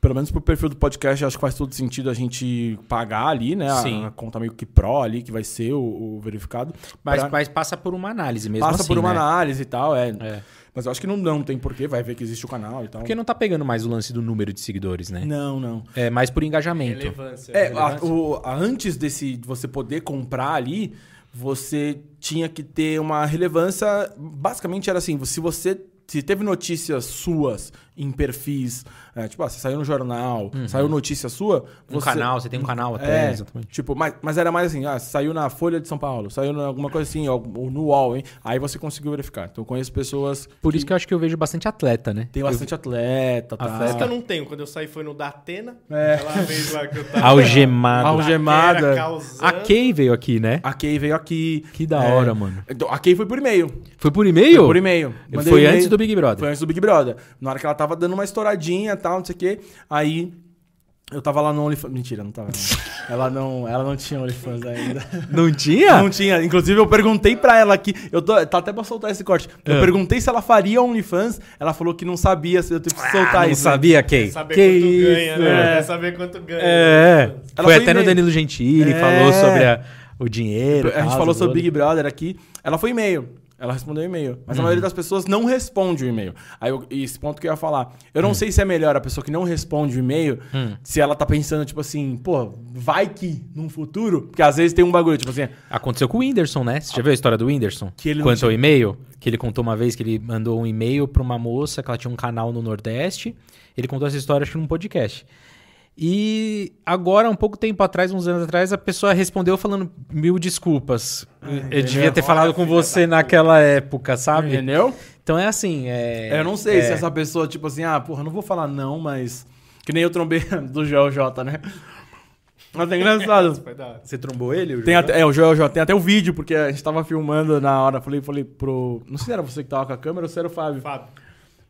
Pelo menos pro perfil do podcast, acho que faz todo sentido a gente pagar ali, né? A-
Sim.
A, conta meio que pro ali, que vai ser o, o verificado.
Mas,
pra-
mas passa por uma análise mesmo.
passa
assim,
por uma
né?
análise e tal, é.
É.
Mas eu acho que não, não tem porquê, vai ver que existe o canal e tal.
Porque não tá pegando mais o lance do número de seguidores, né?
Não, não.
É mais por engajamento.
Relevância.
É, a- o- a- antes desse de você poder comprar ali, você tinha que ter uma relevância. Basicamente era assim, se você se teve notícias suas em perfis, é, tipo, ah, você saiu no jornal, saiu notícia sua,
Uhum. Um canal, você tem um canal até,
é,
exatamente.
Tipo, mas, mas era mais assim, ah, saiu na Folha de São Paulo, saiu em alguma coisa assim, ou, ou no UOL, hein? Aí você conseguiu verificar. Então eu conheço pessoas.
Por isso que eu acho que eu vejo bastante atleta, né?
Tem bastante atleta, tá?
Mas que eu não tenho, quando eu saí foi no da Atena, aquela vez lá que eu tava...
[LAUGHS] Algemado.
Alge- Algemada.
Paquera, causando.
A Kay veio aqui, né?
A Kay veio aqui.
Que da
É.
hora, mano.
Então, A Kay foi por e-mail.
Foi por e-mail?
Por e-mail. Mandei
Foi
e-mail.
antes do Big Brother.
Foi antes do Big Brother. Na hora que ela tava dando uma estouradinha e tal, não sei o quê. Aí Eu tava lá no OnlyFans. Mentira, não tava. não. Ela não, ela não tinha OnlyFans ainda.
[LAUGHS] Não tinha?
Não tinha. Inclusive, eu perguntei pra ela aqui. Eu tô, tá até pra soltar esse corte. Eu
Ah.
perguntei se ela faria OnlyFans. Ela falou que não sabia. se Eu tive que soltar
Ah, não
isso. né?
sabia, Kay.
Saber
Que
quanto ganha,
isso,
né?
é.
É saber quanto ganha.
É.
Ela
foi
foi
até no
e-mail.
Danilo Gentili,
É.
falou sobre a- o dinheiro.
A gente
tal,
falou sobre
tudo.
Big Brother aqui. Ela foi e-mail. Ela respondeu e-mail. Mas a
Uhum.
maioria das pessoas não responde o e-mail. Aí eu, e esse ponto que eu ia falar. Eu não
Uhum.
sei se é melhor a pessoa que não responde o e-mail, se ela tá pensando, tipo assim, pô, vai que num futuro. Porque às vezes tem um bagulho, tipo assim,
Aconteceu com o Whindersson, né? Você já viu a história do Whindersson?
Que ele não
Quanto
tinha-
ao e-mail, que ele contou uma vez que ele mandou um e-mail pra uma moça que ela tinha um canal no Nordeste. Ele contou essa história, acho que num podcast. E agora, um pouco tempo atrás, uns anos atrás, a pessoa respondeu falando mil desculpas.
Ah,
eu devia ter falado com você naquela época, sabe?
entendeu?
Então é assim, é...
Eu não sei se essa pessoa, tipo assim, ah, porra, não vou falar não, mas. Que nem eu trombei [LAUGHS] do Joel J, né? Mas é engraçado.
Foi da hora.
Você trombou ele? o
Tem
João?
até, é, o Joel J, tem até o vídeo, porque a gente tava filmando na hora. Falei, falei pro. Não sei se era você que tava com a câmera ou se era o Fábio.
Fábio.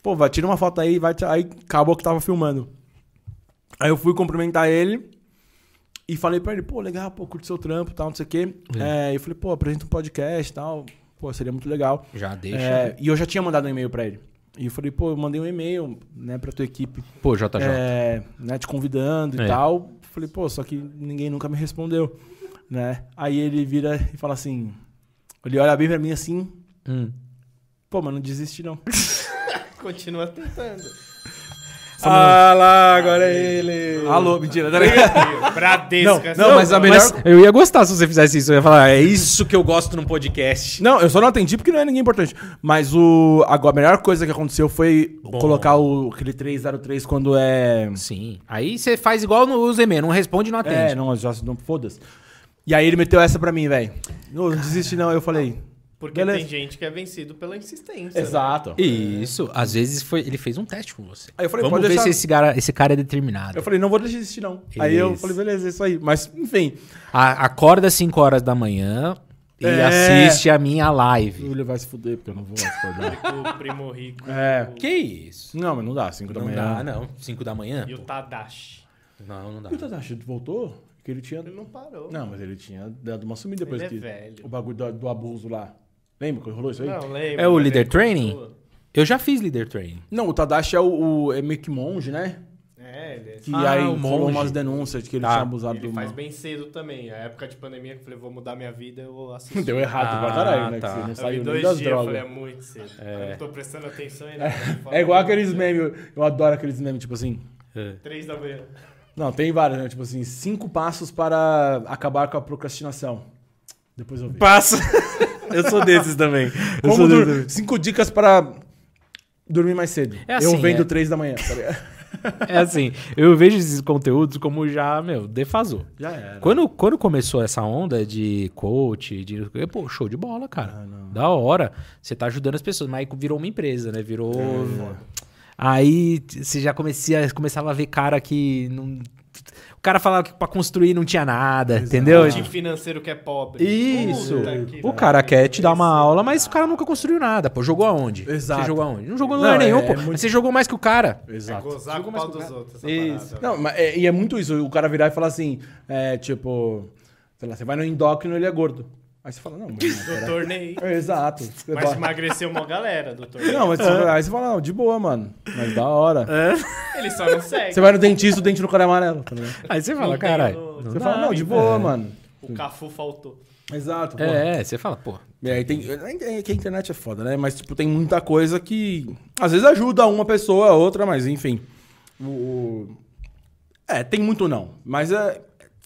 Pô, vai, tira uma foto aí, vai. te- Aí acabou que tava filmando. Aí eu fui cumprimentar ele e falei pra ele, pô, legal, pô, curte seu trampo e tal, não sei o quê. É, eu falei, pô, apresenta um podcast e tal. Pô, seria muito legal.
Já deixa.
É, e eu já tinha mandado um e-mail pra ele. E eu falei, pô, eu mandei um e-mail, né, pra tua equipe,
Pô, JJ.
é, né, te convidando
Tá É.
e tal. Falei, pô, só que ninguém nunca me respondeu, né? Aí ele vira e fala assim, ele olha bem pra mim assim,
Hum.
pô, mas não desiste não.
Continua
[LAUGHS]
tentando.
Ah lá, agora é ele.
um Alô, mentira, tá ligado?
Bradesca.
Não, mas a melhor...
Mas eu ia gostar se você fizesse isso. Eu ia falar, é isso que eu gosto num
[LAUGHS]
podcast.
Não, eu só não atendi porque não é ninguém importante. Mas o, a, a melhor coisa que aconteceu foi colocar o, aquele 303 quando é...
Sim. Aí você faz igual no Zemê, não responde, não atende.
É, não, já não foda-se. E aí ele meteu essa pra mim, velho. Não, não desiste não. Eu falei.
Porque
beleza.
tem gente que é vencido pela insistência. né?
Exato.
É. Isso, às vezes foi, ele fez um teste com você.
Aí eu falei,
Vamos
pode
ver
deixar.
se esse cara, esse cara é determinado.
Eu falei, não vou deixar de desistir, não. Aí eu
Isso.
falei, beleza, é isso aí. Mas, enfim.
A- acorda às 5 horas da manhã e
É.
assiste a minha
O
live.
Júlio vai se fuder, porque eu não vou acordar.
O primo rico.
é.
Que isso?
Não, mas não dá, 5 da
Não
manhã.
dá, não. 5 da manhã?
E o Tadashi.
Não, não dá.
E o Tadashi voltou? Que ele tinha.
Ele não parou.
Não, mas ele tinha dado uma sumida depois
Ele é
que.
velho.
O bagulho do, do abuso lá. Lembra que rolou isso aí?
Não, lembro.
É o
mas
líder
ele
training?
continua.
Eu já fiz leader training.
Não, o Tadashi é o, o- é meio que monge, né?
É, ele,
Que
Ah,
aí
o
rolou
monge.
umas denúncias de que ele
Tá.
tinha abusado
ele
do.
faz bem cedo também. A época de pandemia que eu falei, vou mudar minha vida, eu assisti.
[LAUGHS] Deu errado
Ah,
pra caralho, né?
tá.
Que você não
Eu vi
saiu
dois
nem
dias,
das
eu
drogas.
falei, é muito cedo. Eu não tô prestando atenção
[LAUGHS]
em nada.
É igual aqueles memes, eu adoro aqueles memes, tipo assim.
Três da manhã.
Não, tem vários, né? Tipo assim, cinco passos para acabar com a procrastinação. Depois eu vejo.
Passa. eu sou desses também.
Como dur- Cinco dicas para dormir mais cedo.
É assim,
eu vendo
é.
três da manhã. tá
[LAUGHS]
ligado?
É assim, eu vejo esses conteúdos como já, meu, defasou.
Já era.
Quando, quando começou essa onda de coach, de. Pô, show de bola, cara.
Ah,
da hora. Você tá ajudando as pessoas. Mas aí virou uma empresa, né? Virou.
É,
Aí t- você já comecei, começava a ver cara que. Não... O cara falava que pra construir não tinha nada, entendeu?
Time financeiro que é pobre.
Isso.
Puta que
O cara quer te dar uma aula, mas o cara nunca construiu nada. Pô, jogou aonde?
Exato.
Você jogou aonde? Não jogou em
Não,
lugar
é-
nenhum,
é
pô.
muito-
Você jogou mais que o cara.
É
Exato.
gozar com o pau dos outros. Isso.
Não, mas é- e é muito isso. O cara virar e falar assim, é, tipo, sei lá, você vai no endócrino ele é gordo. Aí você fala, não, mas, cara,
[LAUGHS]
Doutor Ney.
é, Exato. Você
Mas
fala-
emagreceu uma galera, doutor Ney.
Não, mas você, aí você fala, não, de boa, mano. Mas da hora.
Ele só não segue.
Você vai no dentista, o dente no cara é amarelo. Tá ligado?
Aí você fala,
tem
caralho.
no-
não
Você
dá,
fala, não, de
hein?"
boa, mano.
O Cafu faltou.
Exato, pô.
É, é, você fala, pô.
E aí tem. É que a internet é foda, né? Mas, tipo, tem muita coisa que. Às vezes ajuda uma pessoa, a outra, mas enfim. O- o- É, tem muito não. Mas é.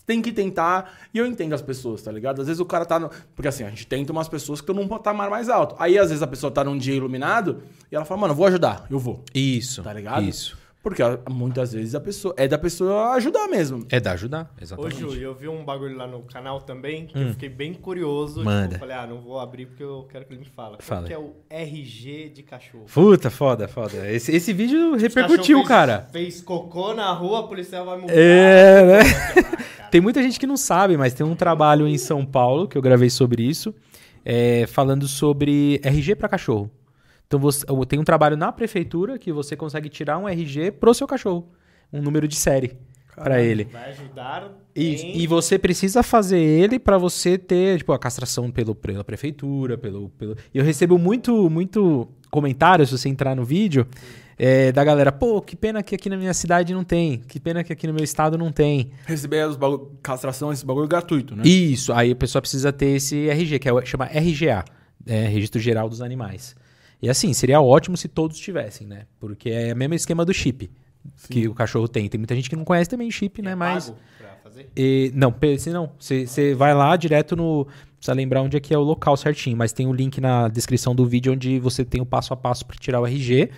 Tem que tentar. E eu entendo as pessoas, tá ligado? Às vezes o cara tá. No... Porque assim, a gente tenta umas pessoas que estão num patamar mais alto. Aí, às vezes, a pessoa tá num dia iluminado e ela fala, mano, eu vou ajudar, eu vou.
Isso.
Tá ligado?
Isso.
Porque ó, muitas vezes a pessoa. É da pessoa ajudar mesmo.
É da ajudar,
Ô,
exatamente. Hum.
Ju, eu vi um bagulho lá no canal também, que eu fiquei bem curioso.
Manda.
eu falei, ah, não vou abrir porque eu quero que ele me fala.
Fala.
Qual que é o RG de cachorro?
Puta, foda, foda. Esse, esse vídeo repercutiu,
Cachorro fez-
cara.
Fez cocô na rua, o policial vai multar.
É, né? Tem muita gente que não sabe, mas tem um trabalho em São Paulo que eu gravei sobre isso, é, falando sobre RG pra cachorro. Então você, eu- tem um trabalho na prefeitura que você consegue tirar um RG pro seu cachorro, um número de série. pra ele.
Vai ajudar. em-
E, e você precisa fazer ele pra você ter, tipo, a castração pelo, pela prefeitura, pelo, pelo... E eu recebo muito, muito comentário, se você entrar no vídeo, é, da galera, pô, que pena que aqui na minha cidade não tem, que pena que aqui no meu estado não tem.
Receber os bagulho, castração, esse bagulho gratuito, né?
Isso, aí a pessoa precisa ter esse RG, que é, o- chama RGA, é, Registro Geral dos Animais. E assim, seria ótimo se todos tivessem, né? Porque é o mesmo esquema do chip que o cachorro tem. Tem muita gente que não conhece também chip, né? Mas...
é Pago pra fazer?
E- não, PC não. Você vai lá direto no. Precisa lembrar onde é que é o local certinho, mas tem o link na descrição do vídeo onde você tem o passo a passo para tirar o RG.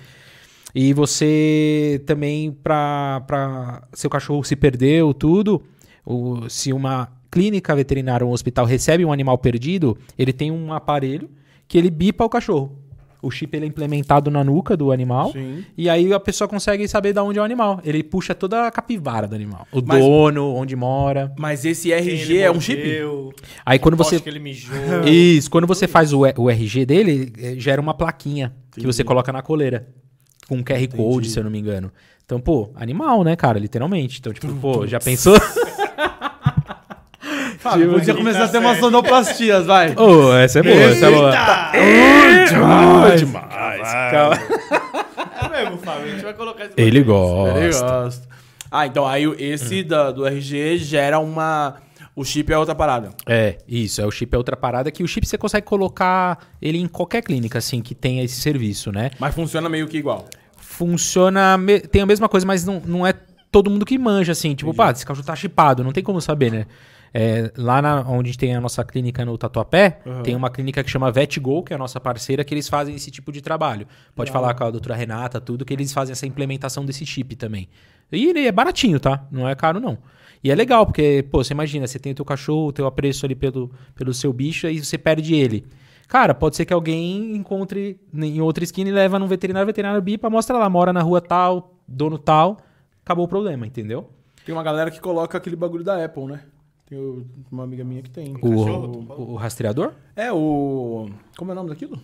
E você também, pra, pra seu cachorro se perdeu, tudo. o- se uma clínica veterinária ou um hospital recebe um animal perdido, ele tem um aparelho que ele bipa o cachorro. O chip ele é implementado na nuca do animal.
Sim.
E aí a pessoa consegue saber de onde é o animal. Ele puxa toda a capivara do animal. O
Mas-
dono, onde mora.
Mas esse
Quem
RG
ele
é um chip?
mordeu,
Aí quando
o poste
você.
que
[LAUGHS]
ele mijou.
Isso, quando você faz o, E- o RG dele, eh, gera uma plaquinha que você coloca na coleira. Com um QR Code, se eu não me engano. Então, pô, animal, né, cara? Literalmente. Então, tipo, pô, já [LAUGHS] pensou?
Tipo,
Fábio, podia começar a ter umas
certo.
sonoplastias, vai.
oh, essa é boa, essa é boa.
tá Demais,
É mesmo, Fábio. A gente vai colocar isso
Ele
Eu
gosta.
gosto. Ah, então aí o- esse da- do RG gera uma. O chip é outra parada.
É, isso. É o chip é outra parada que o chip você consegue colocar ele em qualquer clínica, assim, que tenha esse serviço, né?
Mas funciona meio que igual.
funciona. me- Tem a mesma coisa, mas não, não é todo mundo que manja, assim. Tipo, pá, esse cachorro tá chipado, não tem como saber, né? É, lá na, onde tem a nossa clínica no Tatuapé, tem uma clínica que chama VetGo, que é a nossa parceira, que eles fazem esse tipo de trabalho. Pode falar com a doutora Renata, tudo, que eles fazem essa implementação desse chip também. E ele é baratinho, tá? Não é caro, não. E é legal, porque, pô, você imagina, você tem o teu cachorro, o teu apreço ali pelo, pelo seu bicho, aí você perde ele. Cara, pode ser que alguém encontre em outra esquina e leva num veterinário, veterinário bipa, mostra lá, mora na rua tal, dono tal, acabou o problema, entendeu?
Tem uma galera que coloca aquele bagulho da Apple, né? Tem o- uma amiga minha que tem.
O, o- o rastreador?
É o. Como é o nome daquilo?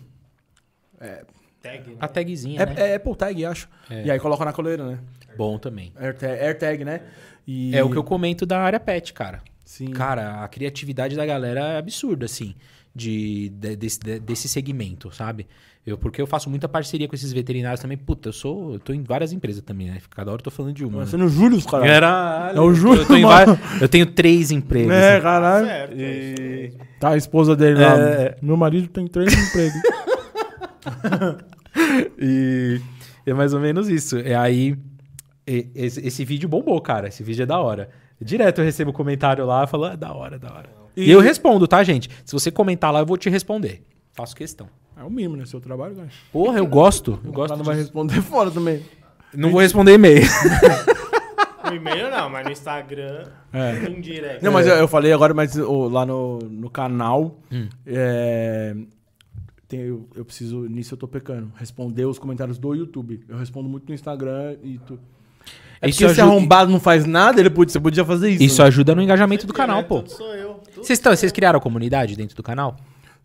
Tag, né?
A tagzinha, né?
É, é Apple Tag, acho.
É.
E aí coloca na coleira, né?
Bom também.
AirTag, AirTag né? E-
É o que eu comento da área pet, cara.
Sim.
Cara, a criatividade da galera é absurda, assim, de, de- desse, de- desse segmento, sabe? Eu, porque eu faço muita parceria com esses veterinários também. Puta, eu sou. Eu tô em várias empresas também, né? Cada hora eu tô falando de uma. né?
Você no Tá Júlio, cara.
Caralho,
É o Júlio,
eu, tô em
mano.
várias- eu tenho três empregos.
É, caralho.
Certo, é isso mesmo.
Tá, a esposa dele lá.
É.
Meu marido tem três empregos.
E é mais ou menos isso. E aí, e- esse, esse vídeo bombou, cara. Esse vídeo é da hora. Direto eu recebo comentário lá, falo, "Ah, da hora, da hora. E... eu respondo, tá, gente? Se você comentar lá, eu vou te responder. Faço questão.
É o mínimo, né? Seu trabalho, cara.
Porra, eu gosto. Eu gosto
Ela não
disso. É
vai responder fora também.
Não vou responder [LAUGHS] e-mail.
No e-mail não, mas no Instagram,
É.
em direct.
Não, mas eu, eu falei agora, mas ô, lá no, no canal.
Hum.
é, tem- eu, eu preciso. Nisso eu tô pecando. Responder os comentários do YouTube. Eu respondo muito no Instagram e tu. É
Isso
porque esse
aju-
arrombado não faz nada, ele podia, você podia fazer isso.
Isso
né?
ajuda no engajamento do canal,
Direto
pô.
é, Sou eu. Tu-
Vocês tão- vocês criaram a comunidade dentro do canal?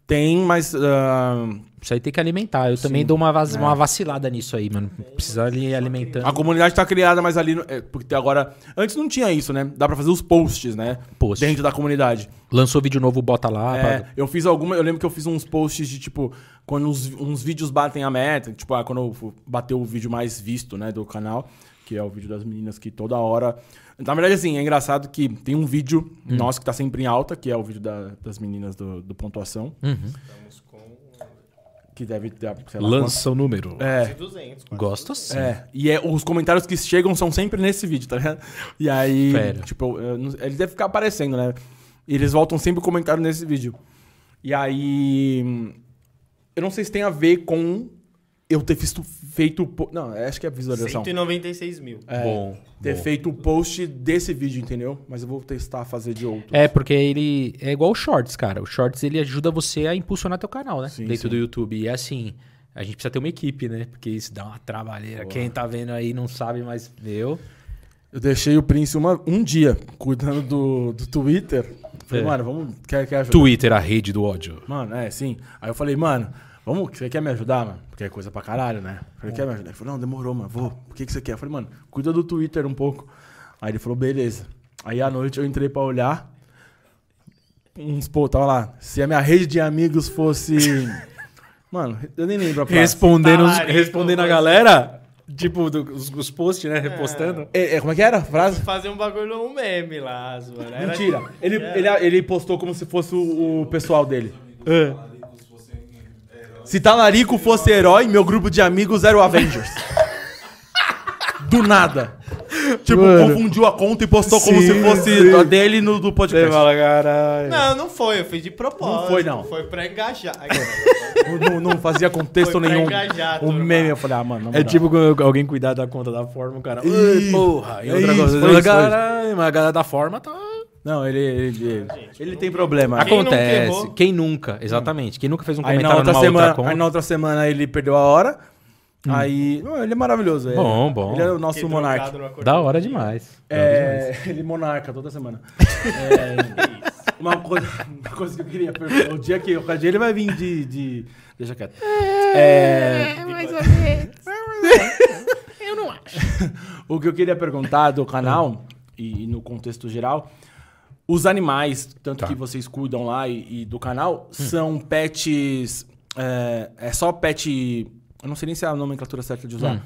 Tem, mas. ah,
Isso aí tem que alimentar. Eu também dou uma, vaz- uma vacilada nisso aí, mano. Precisa ali alimentando.
a comunidade tá criada, mas ali. no- é, porque agora. Antes não tinha isso, né? Dá pra fazer os posts, né?
Post.
Dentro da comunidade.
Lançou vídeo novo, bota lá.
É,
pra-
eu fiz alguma. Eu lembro que eu fiz uns posts de tipo. Quando uns, uns vídeos batem a meta. Tipo, ah, quando eu bateu o vídeo mais visto, né, do canal. Que é o vídeo das meninas que toda hora. Na verdade, assim, é engraçado que tem um vídeo nosso que tá sempre em alta, que é o vídeo da- das meninas do, do pontuação. Que deve ter, sei lá,
o número.
quanto- É.
De 200. quase.
Gosto sim.
É, e é, os comentários que chegam são sempre nesse vídeo, tá ligado? E aí,
Fera.
tipo, eu não- ele deve ficar aparecendo, né? E eles voltam sempre comentário nesse vídeo. E aí, eu não sei se tem a ver com eu ter visto, feito... po- Não, acho que é visualização.
196 mil.
É,
Bom.
Ter
bom.
feito o post desse vídeo, entendeu? Mas eu vou testar fazer de outro.
É, porque ele é igual o Shorts, cara. O Shorts ele ajuda você a impulsionar teu canal, né?
Sim,
Dentro
sim.
do YouTube. E é assim, a gente precisa ter uma equipe, né? Porque isso dá uma trabalheira. Quem tá vendo aí não sabe, mas eu.
Eu deixei o Prince uma- um dia cuidando do, do Twitter. Falei,
É.
mano, vamos... Quer, quer ajudar?
Twitter, a rede do ódio.
Mano, é, sim. Aí eu falei, mano, vamos, você quer me ajudar, mano? Porque é coisa pra caralho, né? Eu Falei, quer me ajudar? Ele falou, não, demorou, mano, vou. O que, que você quer? Eu falei, mano, cuida do Twitter um pouco. Aí ele falou, beleza. Aí à noite eu entrei pra olhar. Uns, pô, tava lá. Se a minha rede de amigos fosse. Mano, eu nem lembro a frase.
Respondendo, os-
Talarico,
respondendo a
mas-
galera, tipo, do- os, os posts, né? Repostando.
É, é, como é que era a frase?
Fazer um bagulho, um meme lá, zoando. Era- É.
Mentira. Ele, ele, ele postou como se fosse o, o pessoal dele.
É.
Se Talarico fosse herói, meu grupo de amigos era o [LAUGHS] Avengers. Do nada. Tipo, confundiu a conta e postou como se fosse a dele no, do podcast.
caralho.
Não, não foi, eu fiz de propósito.
Não foi, não.
Foi
[LAUGHS]
pra engajar. Ai,
Não, não fazia contexto
Foi pra
nenhum.
engajar,
o
turma.
meme, eu falei, ah, mano. na
É
moral.
tipo quando alguém cuidar da conta da forma, o cara. "Ei,
Isso,
Porra, e
é
outra
isso,
coisa.
foi isso, foi
Caralho, mas a galera da forma tá.
Não, ele. Ele, ele- ele tem problema.
Quem nunca
Acontece.
errou?
Quem nunca, exatamente. Quem nunca fez um
Aí
comentário
na, outra
numa
semana,
outra conta.
aí na outra semana ele perdeu a hora. Aí. Não, ele é maravilhoso. ele-
Bom, bom.
Ele é o
fiquei
nosso monarca.
drogado numa cortina.
Da hora demais.
É, ele monarca toda semana. É, uma, coisa, uma coisa que eu queria perguntar. O dia que o dia ele vai vir de. de- deixa quieto. [LAUGHS] É, o que eu queria perguntar do canal, e, e no contexto geral, os animais, tanto
Tá.
que vocês cuidam lá e, e do canal,
Hum.
são pets. É, é só pet. Eu não sei nem se é a nomenclatura certa de
Hum.
usar,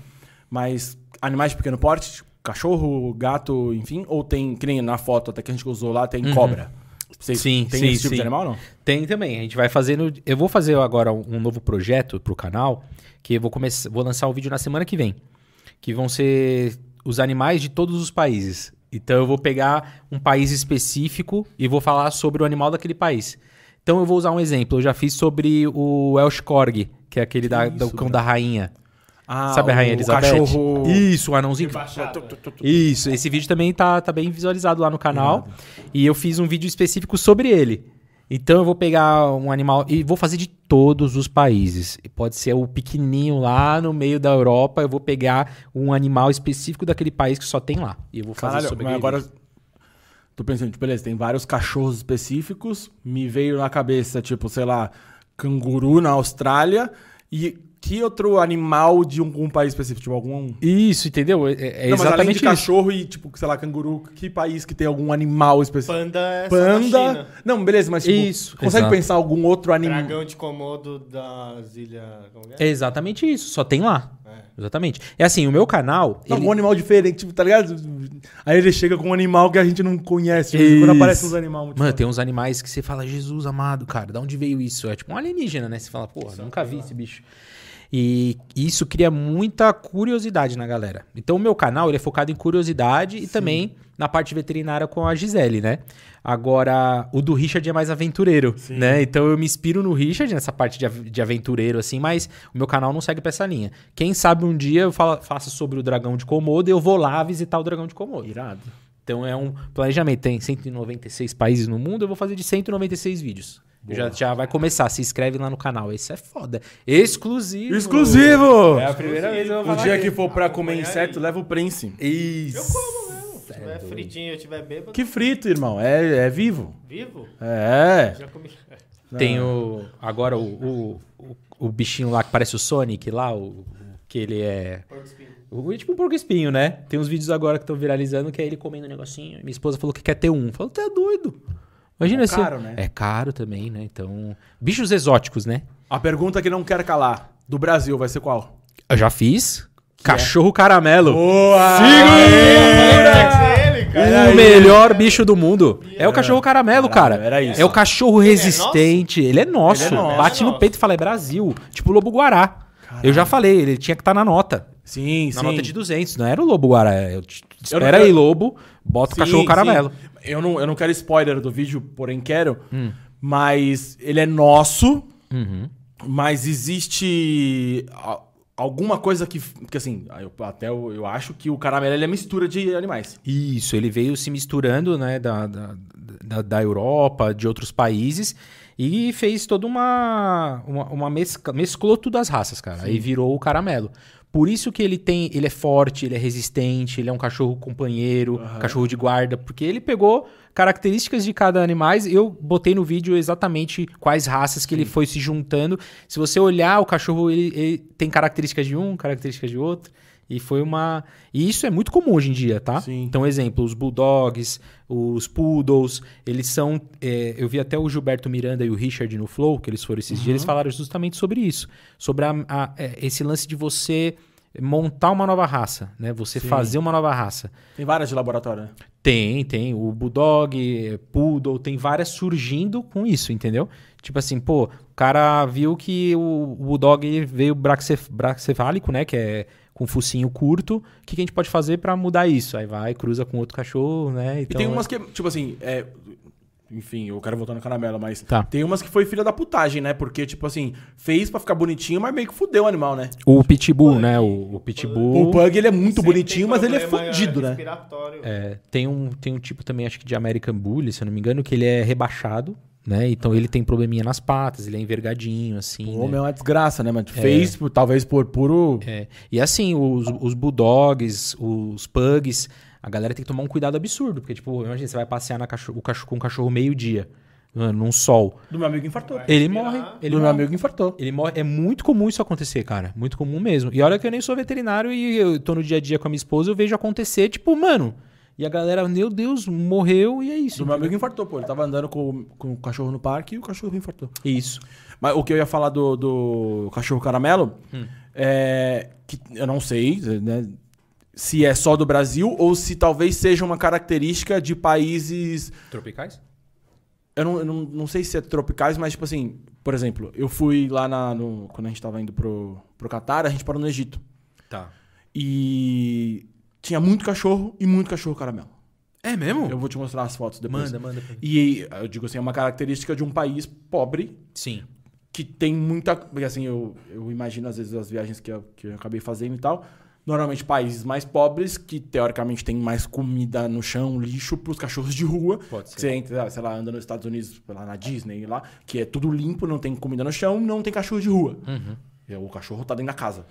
mas animais de pequeno porte, tipo, cachorro, gato, enfim, ou tem, que nem na foto até que a gente usou lá, tem cobra. Vocês
Uhum. Sim,
tem
sim,
esse tipo
sim.
de animal ou não?
Tem também. A gente vai fazendo. Eu vou fazer agora um um novo projeto pro canal, que eu vou começar, vou lançar o vídeo na semana que vem, que vão ser os animais de todos os países. Então eu vou pegar um país específico e vou falar sobre o animal daquele país. Então eu vou usar um exemplo. Eu já fiz sobre o Welsh Korg, que é aquele da, do cão da rainha.
Ah,
Sabe a rainha
o
Elizabeth?
cachorro.
Isso, o anãozinho. que-
Baixada.
Isso, esse vídeo também tá, tá bem visualizado lá no canal. E eu fiz um vídeo específico sobre ele. Então eu vou pegar um animal e vou fazer de todos os países. E Pode ser o pequenininho lá no meio da Europa, eu vou pegar um animal específico daquele país que só tem lá. E eu vou fazer
Caralho,
sobre
mas
ele.
agora. Tô pensando, tipo, beleza, tem vários cachorros específicos. Me veio na cabeça, tipo, sei lá, canguru na Austrália. E que outro animal de um, um país específico? Tipo, algum.
Isso, entendeu? É, é
Não, mas além de
exatamente isso.
cachorro e, tipo, sei lá, canguru, que país que tem algum animal específico?
Panda é só da
Panda.
China.
Não, beleza, mas tipo,
Isso,
consegue
exato.
pensar algum outro animal?
Dragão de Komodo das ilhas... Como que
É
é?
exatamente isso, só tem lá. Exatamente. É assim, o meu canal.
Não,
ele-
Algum animal diferente, tipo, tá ligado? Aí ele chega com um animal que a gente não conhece. tipo, Quando
Isso.
aparecem uns animais muito
Mano,
foda.
tem uns animais que você fala, Jesus amado, cara, da onde veio isso? É tipo um alienígena, né? Você fala, porra,
é um
nunca vi esse bicho. E isso cria muita curiosidade na galera. Então, o meu canal ele é focado em curiosidade e também na parte veterinária com a Gisele, né? Agora, o do Richard é mais aventureiro, né? Então, eu me inspiro no Richard nessa parte de, av- de aventureiro, assim, mas o meu canal não segue pra essa linha. Quem sabe um dia eu fala, faço sobre o Dragão de Komodo e eu vou lá visitar o Dragão de Komodo.
Irado.
Então é um planejamento. Tem 196 países no mundo, eu vou fazer de 196 vídeos. Eu Já, já vai começar, se inscreve lá no canal. Esse é foda. Exclusivo.
Exclusivo!
É a primeira vez que eu vou
O
falar. Ah,
dia
aqui.
que for pra comer
é
inseto, leva o Prince.
Se tiver fritinho e eu tiver bêbado,
Que frito, irmão. É, é vivo.
vivo,
É.
já comi...
Tem um-
Ah.
o. Agora o, o, o, o bichinho lá que parece o Sonic lá, o, o que ele é. O, é tipo um porco espinho, né? Tem uns vídeos agora que estão viralizando que é ele comendo um negocinho. Minha esposa falou que quer ter um. Falou, tu é doido. Imagina
É
se-
caro, né?
É caro também, né? Então. Bichos exóticos, né?
A pergunta que não quer calar do Brasil vai ser qual?
Eu já fiz.
é?
Cachorro caramelo.
Boa! É,
é, Ele, cara.
O melhor bicho do mundo. É o cachorro caramelo, cara.
era isso.
É o cachorro resistente. Ele é nosso.
Ele é nosso.
Bate
Ele é
no
nosso.
peito e fala, é Brasil. Tipo o lobo guará. Eu já falei, ele tinha que estar na nota.
Sim, sim.
Na nota de 200. Não era o lobo guará. Eu te-
não-
Espera aí, lobo. Bota o
Sim,
cachorro caramelo. Hum.
sim. Eu não, eu não quero spoiler do vídeo, porém quero. Mas ele é nosso. Uhum. Mas existe a- alguma coisa que... Porque assim, eu, até eu, eu acho que o caramelo ele é mistura de animais.
Isso, ele veio se misturando, né, da, da, da, da Europa, de outros países, e fez toda uma, uma, uma mesca- mesclou tudo as raças, cara. Aí virou o caramelo. Por isso que ele tem, ele é forte, ele é resistente, ele é um cachorro companheiro, cachorro de guarda, porque ele pegou características de cada animais. Eu botei no vídeo exatamente quais raças que ele foi se juntando. Se você olhar o cachorro, ele, ele tem características de um, características de outro. E foi uma. E isso é muito comum hoje em dia, tá?
Sim.
Então, exemplo, os Bulldogs, os Poodles, eles são. é, eu vi até o Gilberto Miranda e o Richard no Flow, que eles foram esses dias, eles falaram justamente sobre isso. Sobre a- a- é, esse lance de você montar uma nova raça, né? Você fazer uma nova raça.
Tem várias de laboratório, né?
Tem, tem. O Bulldog, eh, Poodle, tem várias surgindo com isso, entendeu? Tipo assim, pô, o cara viu que o o Bulldog veio braxef- braxefálico, né? Que é com focinho curto. O que, que a gente pode fazer pra mudar isso? Aí vai, cruza com outro cachorro, né?
E
Então,
tem umas que, tipo assim, é. Enfim, eu quero voltar no caramelo, mas.
Tá.
Tem umas que foi filha da putagem, né? Porque, tipo assim, fez pra ficar bonitinho, mas meio que fudeu o animal, né?
O Pitbull, né? O, o Pitbull.
O Pug, ele é muito
Sempre
bonitinho,
tem
mas ele é
problema
fudido, né?
respiratório.
É, tem, um, tem um tipo também, acho que de American Bully, se eu não me engano, que ele é rebaixado, né? Então ele tem probleminha nas patas, ele é envergadinho, assim.
O
né?
homem é uma desgraça, né, mano? Fez, por- talvez por puro.
É. E assim, os, os bulldogs, os pugs, a galera tem que tomar um cuidado absurdo. Porque, tipo, imagina, você vai passear na cachorro, o cachorro, com um cachorro meio-dia, mano, num sol.
Do meu amigo infartou.
Ele morre. Ele
Do meu
morre.
amigo infartou.
Ele morre. É muito comum isso acontecer, cara. Muito comum mesmo. E olha que eu nem sou veterinário e eu tô no dia a dia com a minha esposa, eu vejo acontecer, tipo, mano. E a galera, meu Deus, morreu e é
Do
isso.
meu amigo infartou, pô. Ele tava andando com, com o cachorro no parque e o cachorro infartou.
Isso.
Mas o que eu ia falar do, do cachorro caramelo
Hum.
é que eu não sei, né, se é só do Brasil ou se talvez seja uma característica de países.
Tropicais?
Eu não, eu não, não sei se é tropicais, mas tipo assim, por exemplo, eu fui lá na, no- quando a gente tava indo pro, pro Catar, a gente parou no Egito.
Tá.
E tinha muito cachorro e muito cachorro caramelo.
É mesmo?
Eu vou te mostrar as fotos depois.
Manda, manda pra mim.
E eu digo assim, é uma característica de um país pobre
Sim.
que tem muita. Porque assim, eu, eu imagino às vezes as viagens que eu, que eu acabei fazendo e tal. Normalmente países mais pobres, que teoricamente tem mais comida no chão, lixo, pros cachorros de rua.
Pode ser.
Você entra, sei lá, anda nos Estados Unidos, lá na Disney, lá, que é tudo limpo, não tem comida no chão, não tem cachorro de rua. É,
Uhum.
O cachorro tá dentro da casa.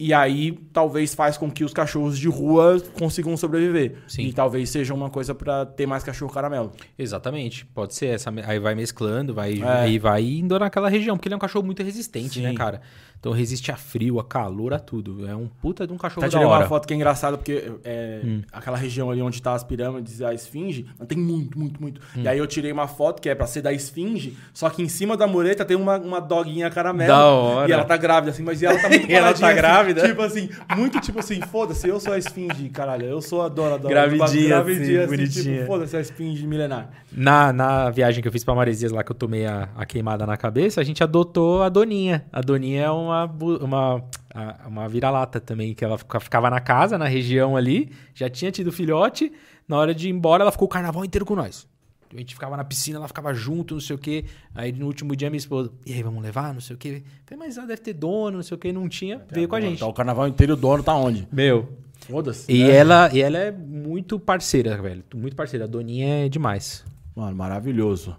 E aí, talvez faz com que os cachorros de rua consigam sobreviver.
Sim.
E talvez seja uma coisa pra ter mais cachorro caramelo.
Exatamente, pode ser essa. me- Aí vai mesclando, vai,
É.
aí vai indo naquela região, porque ele é um cachorro muito resistente,
Sim.
né, cara? Então resiste a frio, a calor, a tudo. É um puta de um cachorro
Tá,
da
tirei uma
hora. Hum.
foto que é engraçada, porque é, aquela região ali onde tá as pirâmides e a esfinge, tem muito, muito, muito.
Hum.
E aí eu tirei uma foto que é pra ser da esfinge, só que em cima da mureta tem uma, uma doguinha caramelo.
Da hora.
E ela tá grávida, assim, mas ela tá muito
[LAUGHS] E ela
paradinha,
tá
assim,
grávida?
tipo assim, muito tipo assim, foda-se, eu sou a esfinge, caralho, eu sou a dona da...
Gravidinha,
gravidinha,
assim, bonitinha.
tipo, foda-se a esfinge milenar.
Na, na viagem que eu fiz pra Maresias lá, que eu tomei a, a queimada na cabeça, a gente adotou a Doninha. A Doninha é uma, bu- uma, a- uma vira-lata também, que ela fica- ficava na casa, na região ali, já tinha tido filhote. Na hora de ir embora, ela ficou o carnaval inteiro com nós. A gente ficava na piscina, ela ficava junto, não sei o quê. Aí no último dia, minha esposa, e aí, vamos levar, não sei o quê. Falei, mas ela deve ter dono, não sei o quê, não tinha, veio com a gente.
Tá, o carnaval inteiro, o dono tá onde?
Meu,
Foda-se. né?
e, ela, e ela é muito parceira, velho, muito parceira. A Doninha é demais.
Mano, maravilhoso.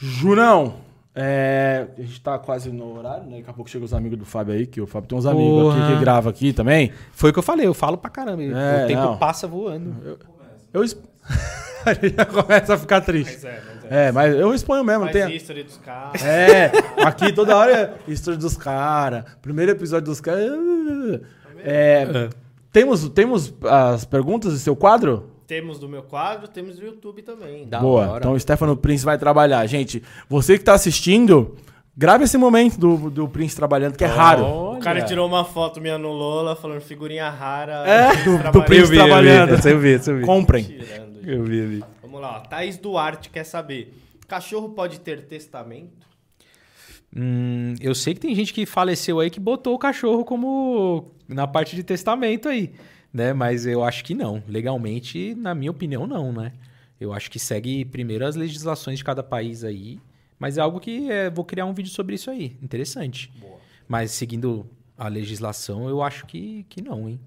Junão, é, a gente tá quase no horário, né? Daqui a pouco chegam os amigos do Fábio aí, que o Fábio tem uns amigos aqui
Porra.
que grava aqui também.
Foi o que eu falei, eu falo pra caramba.
É,
o tempo
não.
passa voando.
Eu exp... Ele já começa [LAUGHS] a ficar triste.
Mas é, mas é.
É, mas eu exponho mesmo.
Faz
Tem...
history dos carros.
É, aqui toda hora é história dos caras, primeiro episódio dos caras. É, temos, temos as perguntas do seu quadro?
Temos do meu quadro, temos do YouTube também.
Da
Boa.
hora.
Então o Stefano Prince vai trabalhar. Gente, você que tá assistindo, grave esse momento do, do Prince trabalhando, que é raro.
O cara tirou uma foto minha no Lola falando figurinha rara.
É, do-
eu
do
trabalhei
Prince. trabalhando.
Eu vi, eu vi.
Comprem.
tirando.
Eu vi ali.
Vamos lá, ó. Thaís Duarte quer saber. Cachorro pode ter testamento?
Hum, eu sei que tem gente que faleceu aí que botou o cachorro como na parte de testamento aí, né? Mas eu acho que não. Legalmente, na minha opinião, não, né? Eu acho que segue primeiro as legislações de cada país aí. Mas é algo que é, vou criar um vídeo sobre isso aí. Interessante. Mas seguindo a legislação, eu acho que, que não, hein?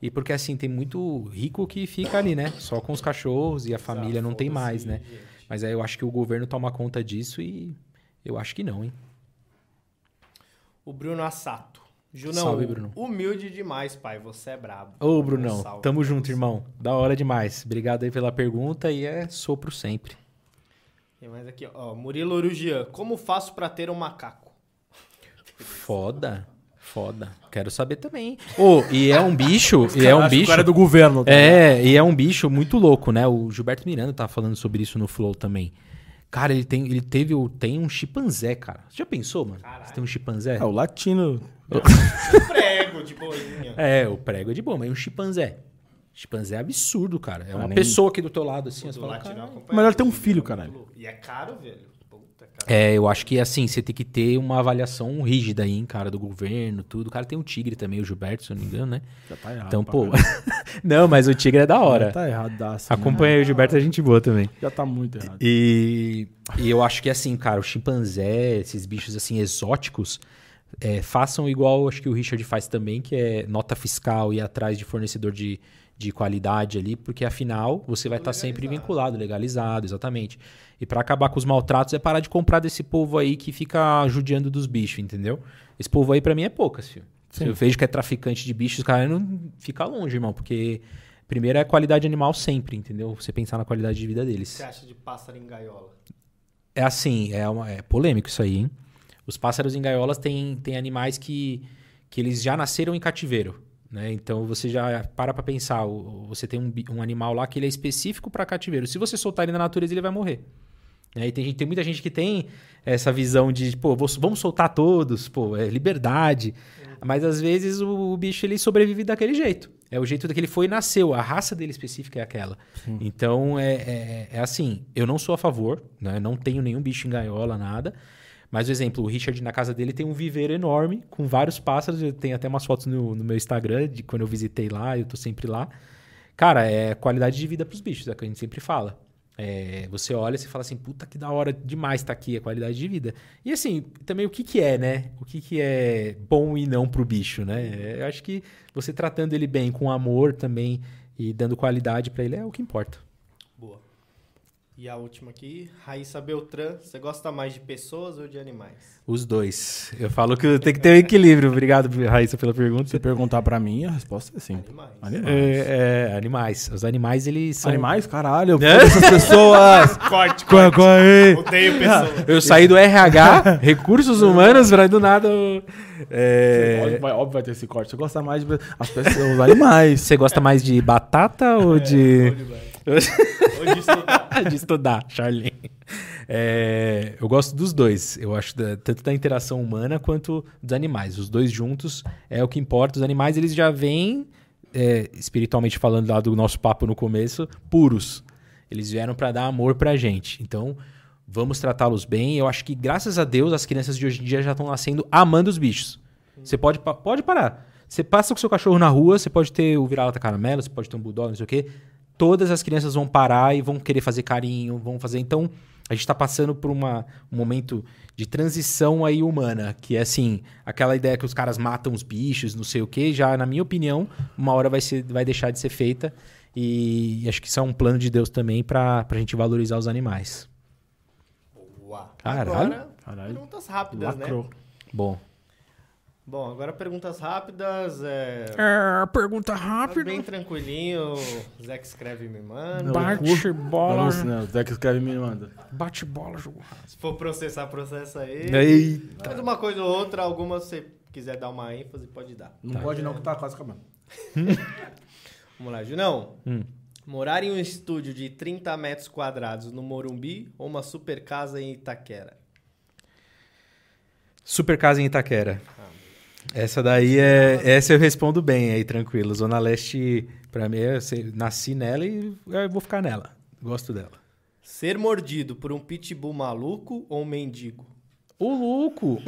E porque assim, tem muito rico que fica ali, né? Só com os cachorros e a família não tem mais, né? Mas aí eu acho que o governo toma conta disso e eu acho que não, hein?
O Bruno Assato. Junão,
Salve, Bruno.
humilde demais, pai. Você é brabo.
Ô,
Um
Brunão,
salve
tamo
pra
junto,
você.
irmão. Da hora demais. Obrigado aí pela pergunta e é sopro sempre.
Tem mais aqui, ó. Murilo Urugian. Como faço pra ter um macaco?
Foda. Foda. Quero saber também. Ô, e é um bicho, e é um
Acho que O
bicho.
cara é do governo. tá ligado?
É, e é um bicho muito louco, né? O Gilberto Miranda tava falando sobre isso no Flow também. Cara, ele tem, ele teve, o- tem um chimpanzé, cara. Você já pensou, mano? Você tem um chimpanzé?
É, o latino.
Prego de
[LAUGHS]
boinha.
É, o prego é de boa, mas um chimpanzé. Chimpanzé é absurdo, cara. É uma pessoa aqui do teu lado, assim. você
Do
fala,
latino
"Caralho".
acompanha.
Melhor ter um filho, caralho.
E é caro, velho. Puta, cara.
É, eu acho que assim, você tem que ter uma avaliação rígida aí, hein, cara, do governo, tudo. O cara tem um tigre também, o Gilberto, se eu não me engano, né?
Já tá errado.
então,
pra
pô.
caralho.
[LAUGHS] não, mas o tigre é da hora.
Já tá erradaço. né?
Acompanha aí o Gilberto, é gente boa também.
Já tá muito errado.
E, e eu acho que assim, cara, o chimpanzé, esses bichos assim exóticos, é, façam igual acho que o Richard faz também, que é nota fiscal e atrás de fornecedor de, de qualidade ali, porque afinal você vai estar sempre vinculado, legalizado, exatamente. E pra acabar com os maltratos é parar de comprar desse povo aí que fica judiando dos bichos, entendeu? Esse povo aí pra mim é poucas, filho. Se eu vejo que é traficante de bichos, cara, não fica longe, irmão, porque primeiro é qualidade animal sempre, entendeu? Você pensar na qualidade de vida deles.
O que você acha de pássaro em gaiola?
É assim, é, uma- é polêmico isso aí, hein? Os pássaros em gaiolas têm, têm animais que, que eles já nasceram em cativeiro, né? Então você já para pra pensar, o- o- você tem um, bi- um animal lá que ele é específico pra cativeiro. Se você soltar ele na natureza, ele vai morrer. né? E tem, gente- tem muita gente que tem essa visão de, pô, vou- vamos soltar todos, pô, é liberdade. Mas às vezes o, o bicho ele sobrevive daquele jeito. É o jeito que ele foi e nasceu, a raça dele específica é aquela. Então é, é- é assim, eu não sou a favor, né? não tenho nenhum bicho em gaiola, nada. Mas, por exemplo, o Richard na casa dele tem um viveiro enorme com vários pássaros. Eu tenho até umas fotos no, no meu Instagram de quando eu visitei lá, eu tô sempre lá. Cara, é qualidade de vida pros bichos, é o que a gente sempre fala. É, você olha e você fala assim, puta que da hora demais tá aqui, a qualidade de vida. E assim, também o que que é, né? O que que é bom e não pro bicho, né? É, Eu acho que você tratando ele bem, com amor também e dando qualidade pra ele é o que importa.
Boa. E a última aqui, Raíssa Beltrán. Você gosta mais de pessoas ou de animais?
[LAUGHS] Os dois. Eu falo que tem que ter um equilíbrio. Obrigado, Raíssa, pela
Se você
pergunta.
perguntar pra mim, a resposta é sim.
Animais.
Animais.
É, é, animais. Os animais, eles são...
Animais? Caralho,
É.
foda essas pessoas!
Corte,
Qual é,
corte.
qual é?
Odeio pessoas.
Eu saí do RH, recursos humanos, pra do nada... eu-
Óbvio,
É...
vai, óbvio vai ter esse corte. Você gosta mais de as pessoas, [LAUGHS] os animais.
Você gosta mais de batata ou de...
[LAUGHS] Hoje
[LAUGHS]
estudar.
de estudar, Charlene. É, eu gosto dos dois. Eu acho da- tanto da interação humana quanto dos animais. Os dois juntos é o que importa. Os animais, eles já vêm, é, espiritualmente falando lá do nosso papo no começo, puros. Eles vieram para dar amor pra gente. Então, vamos tratá-los bem. Eu acho que, graças a Deus, as crianças de hoje em dia já estão nascendo amando os bichos. Você pode, pa- pode parar. Você passa com seu cachorro na rua, você pode ter o vira-lata caramelo, você pode ter um bulldog, não sei o quê. Todas as crianças vão parar e vão querer fazer carinho, vão fazer. Então, a gente tá passando por uma, um momento de transição aí humana, que é assim, aquela ideia que os caras matam os bichos, não sei o quê, já, na minha opinião, uma hora vai, ser, vai deixar de ser feita. E acho que isso é um plano de Deus também pra, pra gente valorizar os animais.
Boa.
Caralho.
Agora,
Caralho.
perguntas rápidas, né?
Lacrou.
Bom.
Bom, agora perguntas rápidas. É...
pergunta
Bem tranquilinho. O Zé que escreve e me manda.
Bate bola. Não,
né?
não, né? o Zé que escreve me manda.
Bate bola, jogo.
Se for processar, processa aí.
Ei.
Mas uma coisa ou outra, alguma se você quiser dar uma ênfase, pode dar.
Não pode não, que tá quase [LAUGHS] acabando.
Vamos lá, Junão.
Hum.
Morar em um estúdio de 30 metros quadrados no Morumbi ou uma super casa em Itaquera?
Super casa em Itaquera. Essa daí é. Essa eu respondo bem aí, tranquilo. Zona Leste, pra mim, eu sei- nasci nela e eu vou ficar nela. Gosto dela.
Ser mordido por um pitbull maluco ou um mendigo?
Ô, louco!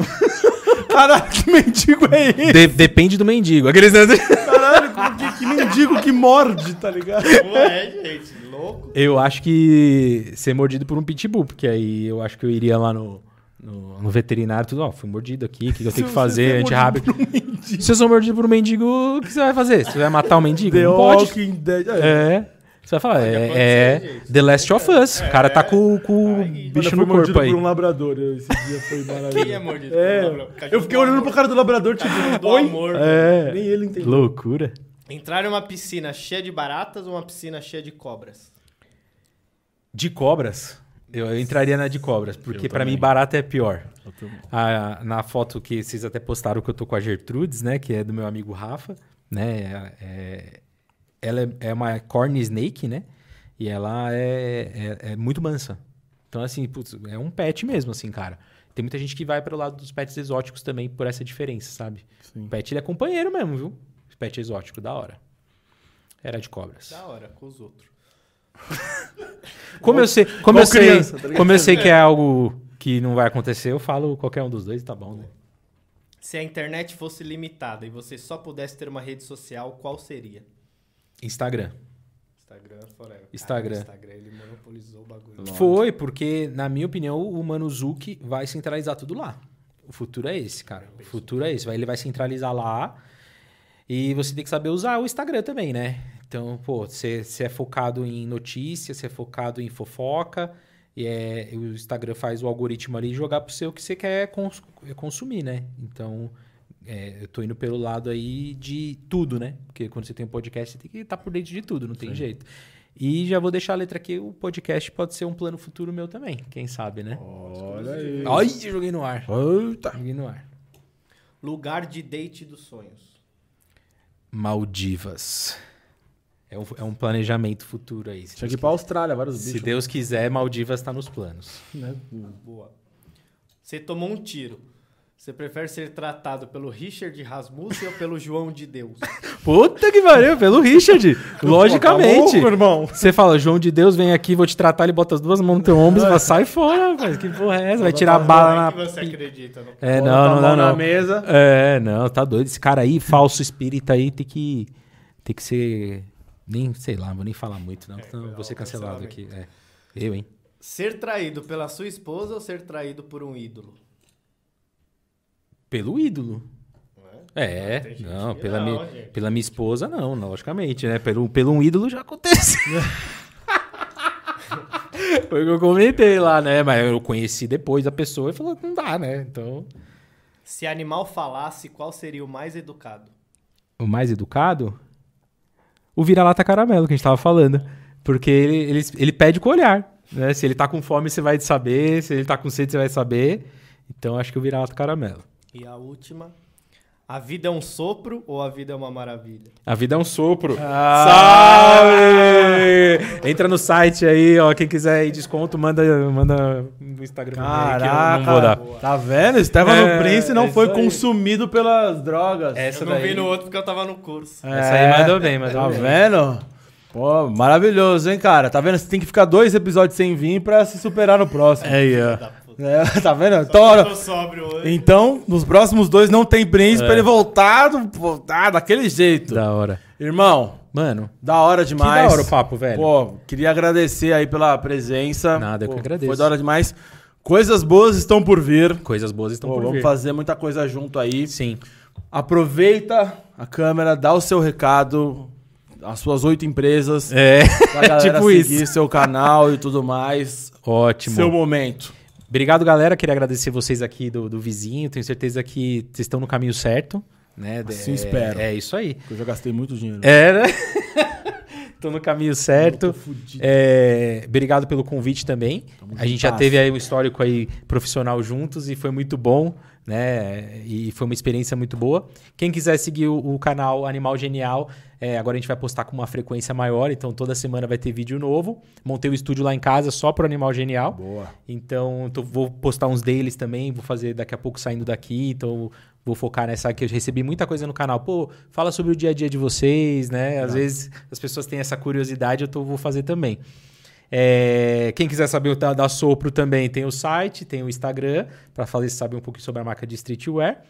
[LAUGHS]
Caralho, que mendigo é ele?
De- depende do mendigo. Aqueles. [LAUGHS]
Caralho, como que, que mendigo que morde, tá ligado?
Ué, gente, louco.
Eu acho que ser mordido por um pitbull, porque aí eu acho que eu iria lá no, no, no veterinário, tudo, ó, fui mordido aqui, o que, que eu tenho que fazer? Antirrábido.
um
Se eu sou mordido por é um mendigo, o que você vai fazer? Você vai matar o [LAUGHS] mendigo?
The
Não pode.
Walking Dead. É.
É. Você vai falar, é,
acontecer,
é
gente.
The Last of Us. O cara tá com, com o
Mano, É, eu
bicho
fui
no
mordido
corpo aí.
por um labrador. eu- Esse dia foi
[LAUGHS] Quem é
maravilhoso.
mordido
É,
por um maluco? Cachorro
eu fiquei olhando
do
pro cara do labrador, tipo,
amor. Do
oi?
amor.
É.
Nem ele entendeu.
Loucura.
Entrar em uma piscina cheia de baratas ou uma piscina cheia de cobras?
De cobras? Eu, eu entraria na de cobras, porque pra mim barata é pior. A- na foto que vocês até postaram que eu tô com a Gertrudes, né? Que é do meu amigo Rafa, né? é- é- ela é, é uma corn snake, né? E ela é, é, é muito mansa. Então, assim, putz, é um pet mesmo, assim, cara. Tem muita gente que vai pelo lado dos pets exóticos também por essa diferença, sabe? O pet, ele é companheiro mesmo, viu? Pet exótico, da hora. Era de cobras.
Tá.
Da hora, com os outros.
Como eu sei, como eu sei,
criança, tá ligado?
como eu sei que é algo que não vai acontecer, eu falo qualquer um dos dois e tá bom, né?
Se a internet fosse limitada e você só pudesse ter uma rede social, qual seria?
Instagram.
Instagram forever. Cara,
Instagram.
Instagram, ele monopolizou o bagulho.
Foi porque, na minha opinião, o Manuzuki vai centralizar tudo lá. O futuro é esse, cara. O futuro é esse. Vai- Ele vai centralizar lá e você tem que saber usar o Instagram também, né? Então, pô, você você é focado em notícias, você é focado em fofoca, e é, o Instagram faz o algoritmo ali jogar pro seu que você quer cons- consumir, né? Então, é, eu tô indo pelo lado aí de tudo, né? Porque quando você tem um podcast, você tem que estar por dentro de tudo, não tem jeito. E já vou deixar a letra aqui, o podcast pode ser um plano futuro meu também, quem sabe, né?
Olha aí.
Ai, joguei no ar.
Eita.
Joguei no ar.
Lugar de date dos sonhos.
Maldivas. É um, é um planejamento futuro aí. Se
Tinha
Deus,
que ir pra Austrália, vários
se
bichos.
Deus quiser, Maldivas tá nos planos.
Boa. Você tomou um tiro. Você prefere ser tratado pelo Richard Rasmussen ou pelo João de Deus?
Puta que pariu, pelo [LAUGHS] Richard. Logicamente.
Meu tá irmão.
Você fala, João de Deus, vem aqui, vou te tratar, ele bota as duas mãos no teu ombro e fala, sai fora, rapaz. Que porra é essa? Vai tirar [LAUGHS] bala
Como
na.
é que você acredita? No...
Bota
É,
a
não, não,
mão
não,
tá na
não.
mesa.
É, não, tá doido. Esse cara aí, falso espírita aí, tem que. Tem que ser. Nem, sei lá, vou nem falar muito, não. senão eu vou ser cancelado aqui. É. Eu, hein?
Ser traído pela sua esposa ou ser traído por um ídolo?
Pelo ídolo. É,
Ah, Tem gente
não,
que
pela,
não,
mi-
gente.
pela minha esposa, não, não, logicamente, né? Pelo, pelo um ídolo já acontece.
[LAUGHS]
Foi o que eu comentei lá, né? Mas eu conheci depois a pessoa e falou, não dá, né? Então.
Se animal falasse, qual seria o mais educado?
o mais educado, o vira-lata caramelo que a gente tava falando. Porque ele, ele, ele pede com o olhar. Né? Se ele tá com fome, você vai saber. Se ele tá com sede, você vai saber. Então acho que o vira-lata caramelo.
E a última. A vida é um sopro ou a vida é uma maravilha?
A vida é um sopro. Ah. Salve! Entra no site aí, ó. Quem quiser aí desconto, manda, manda no Instagram. pra mim aí que eu não vou dar.
Caraca, tá vendo? Estevão
É,
no Prince não
é
foi
isso aí. É,
consumido pelas drogas.
Essa
eu não vi no outro porque eu tava no curso.
Essa aí mandou bem, mandou
Tá
bem.
vendo? Pô, maravilhoso, hein, cara? Tá vendo? Você tem que ficar dois episódios sem vir pra se superar no próximo.
Aí, ó.
É, [LAUGHS] tá vendo? Então, olha,
Tô sóbrio hoje.
então, nos próximos dois não tem Prince
É.
pra ele voltar, do- voltar daquele jeito.
Da hora.
Irmão,
Mano,
da hora
que
demais.
da hora o papo, velho.
Pô, queria agradecer aí pela presença.
Nada, eu que
Pô,
agradeço.
Foi da hora demais. Coisas boas estão por vir.
Coisas boas estão
Pô,
por
vamos
vir.
fazer muita coisa junto aí.
Sim.
Aproveita a câmera, dá o seu recado, as suas oito empresas,
[LAUGHS] É,
pra galera
tipo
seguir
isso.
seu canal e tudo mais.
Ótimo.
Seu momento.
Obrigado, galera. Queria agradecer vocês aqui do, do vizinho. Tenho certeza que vocês estão no caminho certo. Né?
Assim
é,
espero.
É isso aí.
que Eu já gastei muito dinheiro.
Era. [LAUGHS] Tô no caminho É, certo. É, obrigado pelo convite também. A gente já
juntas.
teve aí um histórico aí profissional juntos e foi muito bom, né? E foi uma experiência muito boa. Quem quiser seguir o, o canal Animal Genial, é, agora a gente vai postar com uma frequência maior, então toda semana vai ter vídeo novo. Montei o estúdio lá em casa só pro Animal Genial. Boa. Então tô- vou postar uns deles também, vou fazer daqui a pouco saindo daqui, então Vou focar nessa que eu recebi muita coisa no canal. Pô, fala sobre o dia a dia de vocês, né? Às vezes as pessoas têm essa curiosidade, eu tô- vou fazer também. É, quem quiser saber o da, da Sopro também tem o site, tem o Instagram, para fazer saber um pouquinho sobre a marca de streetwear.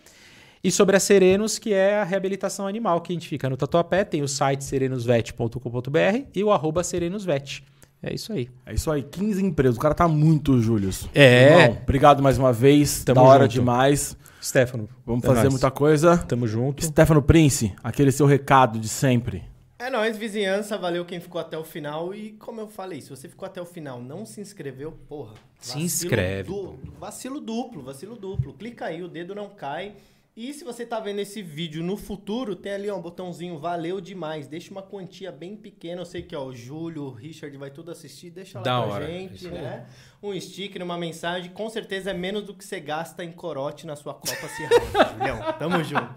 E sobre a Serenos, que é a reabilitação animal que a gente fica no Tatuapé, tem o site serenosvet.com.br e o arroba serenosvet. É isso aí.
É isso aí, 15 empresas. O cara tá muito, Júlio.
É.
obrigado mais uma vez.
Tamo
da hora
junto.
demais.
Stefano,
Vamos
é
fazer
nóis.
muita coisa.
Tamo junto.
Stefano Prince, aquele seu recado de sempre.
É nóis, vizinhança. Valeu quem ficou até o final. E como eu falei, se você ficou até o final não se inscreveu, porra.
Se
vacilo
inscreve,
du- Vacilo duplo, vacilo duplo. Clica aí, o dedo não cai. E se você tá vendo esse vídeo no futuro, tem ali ó, um botãozinho valeu demais. Deixa uma quantia bem pequena. Eu sei que ó, o Júlio, o Richard vai tudo assistir. Deixa lá
Da
pra
hora,
gente,
isso aí.
né? Um sticker, uma mensagem. Com certeza é menos do que você gasta em corote na sua Copa Cirrada, Julião. Tamo junto.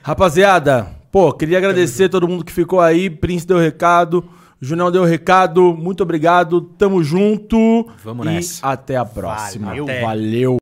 Rapaziada, pô, queria agradecer todo mundo que ficou aí. Prince deu recado, Junão deu recado. Muito obrigado, tamo junto.
Vamos
e
nessa.
Até a próxima.
Valeu.
Valeu.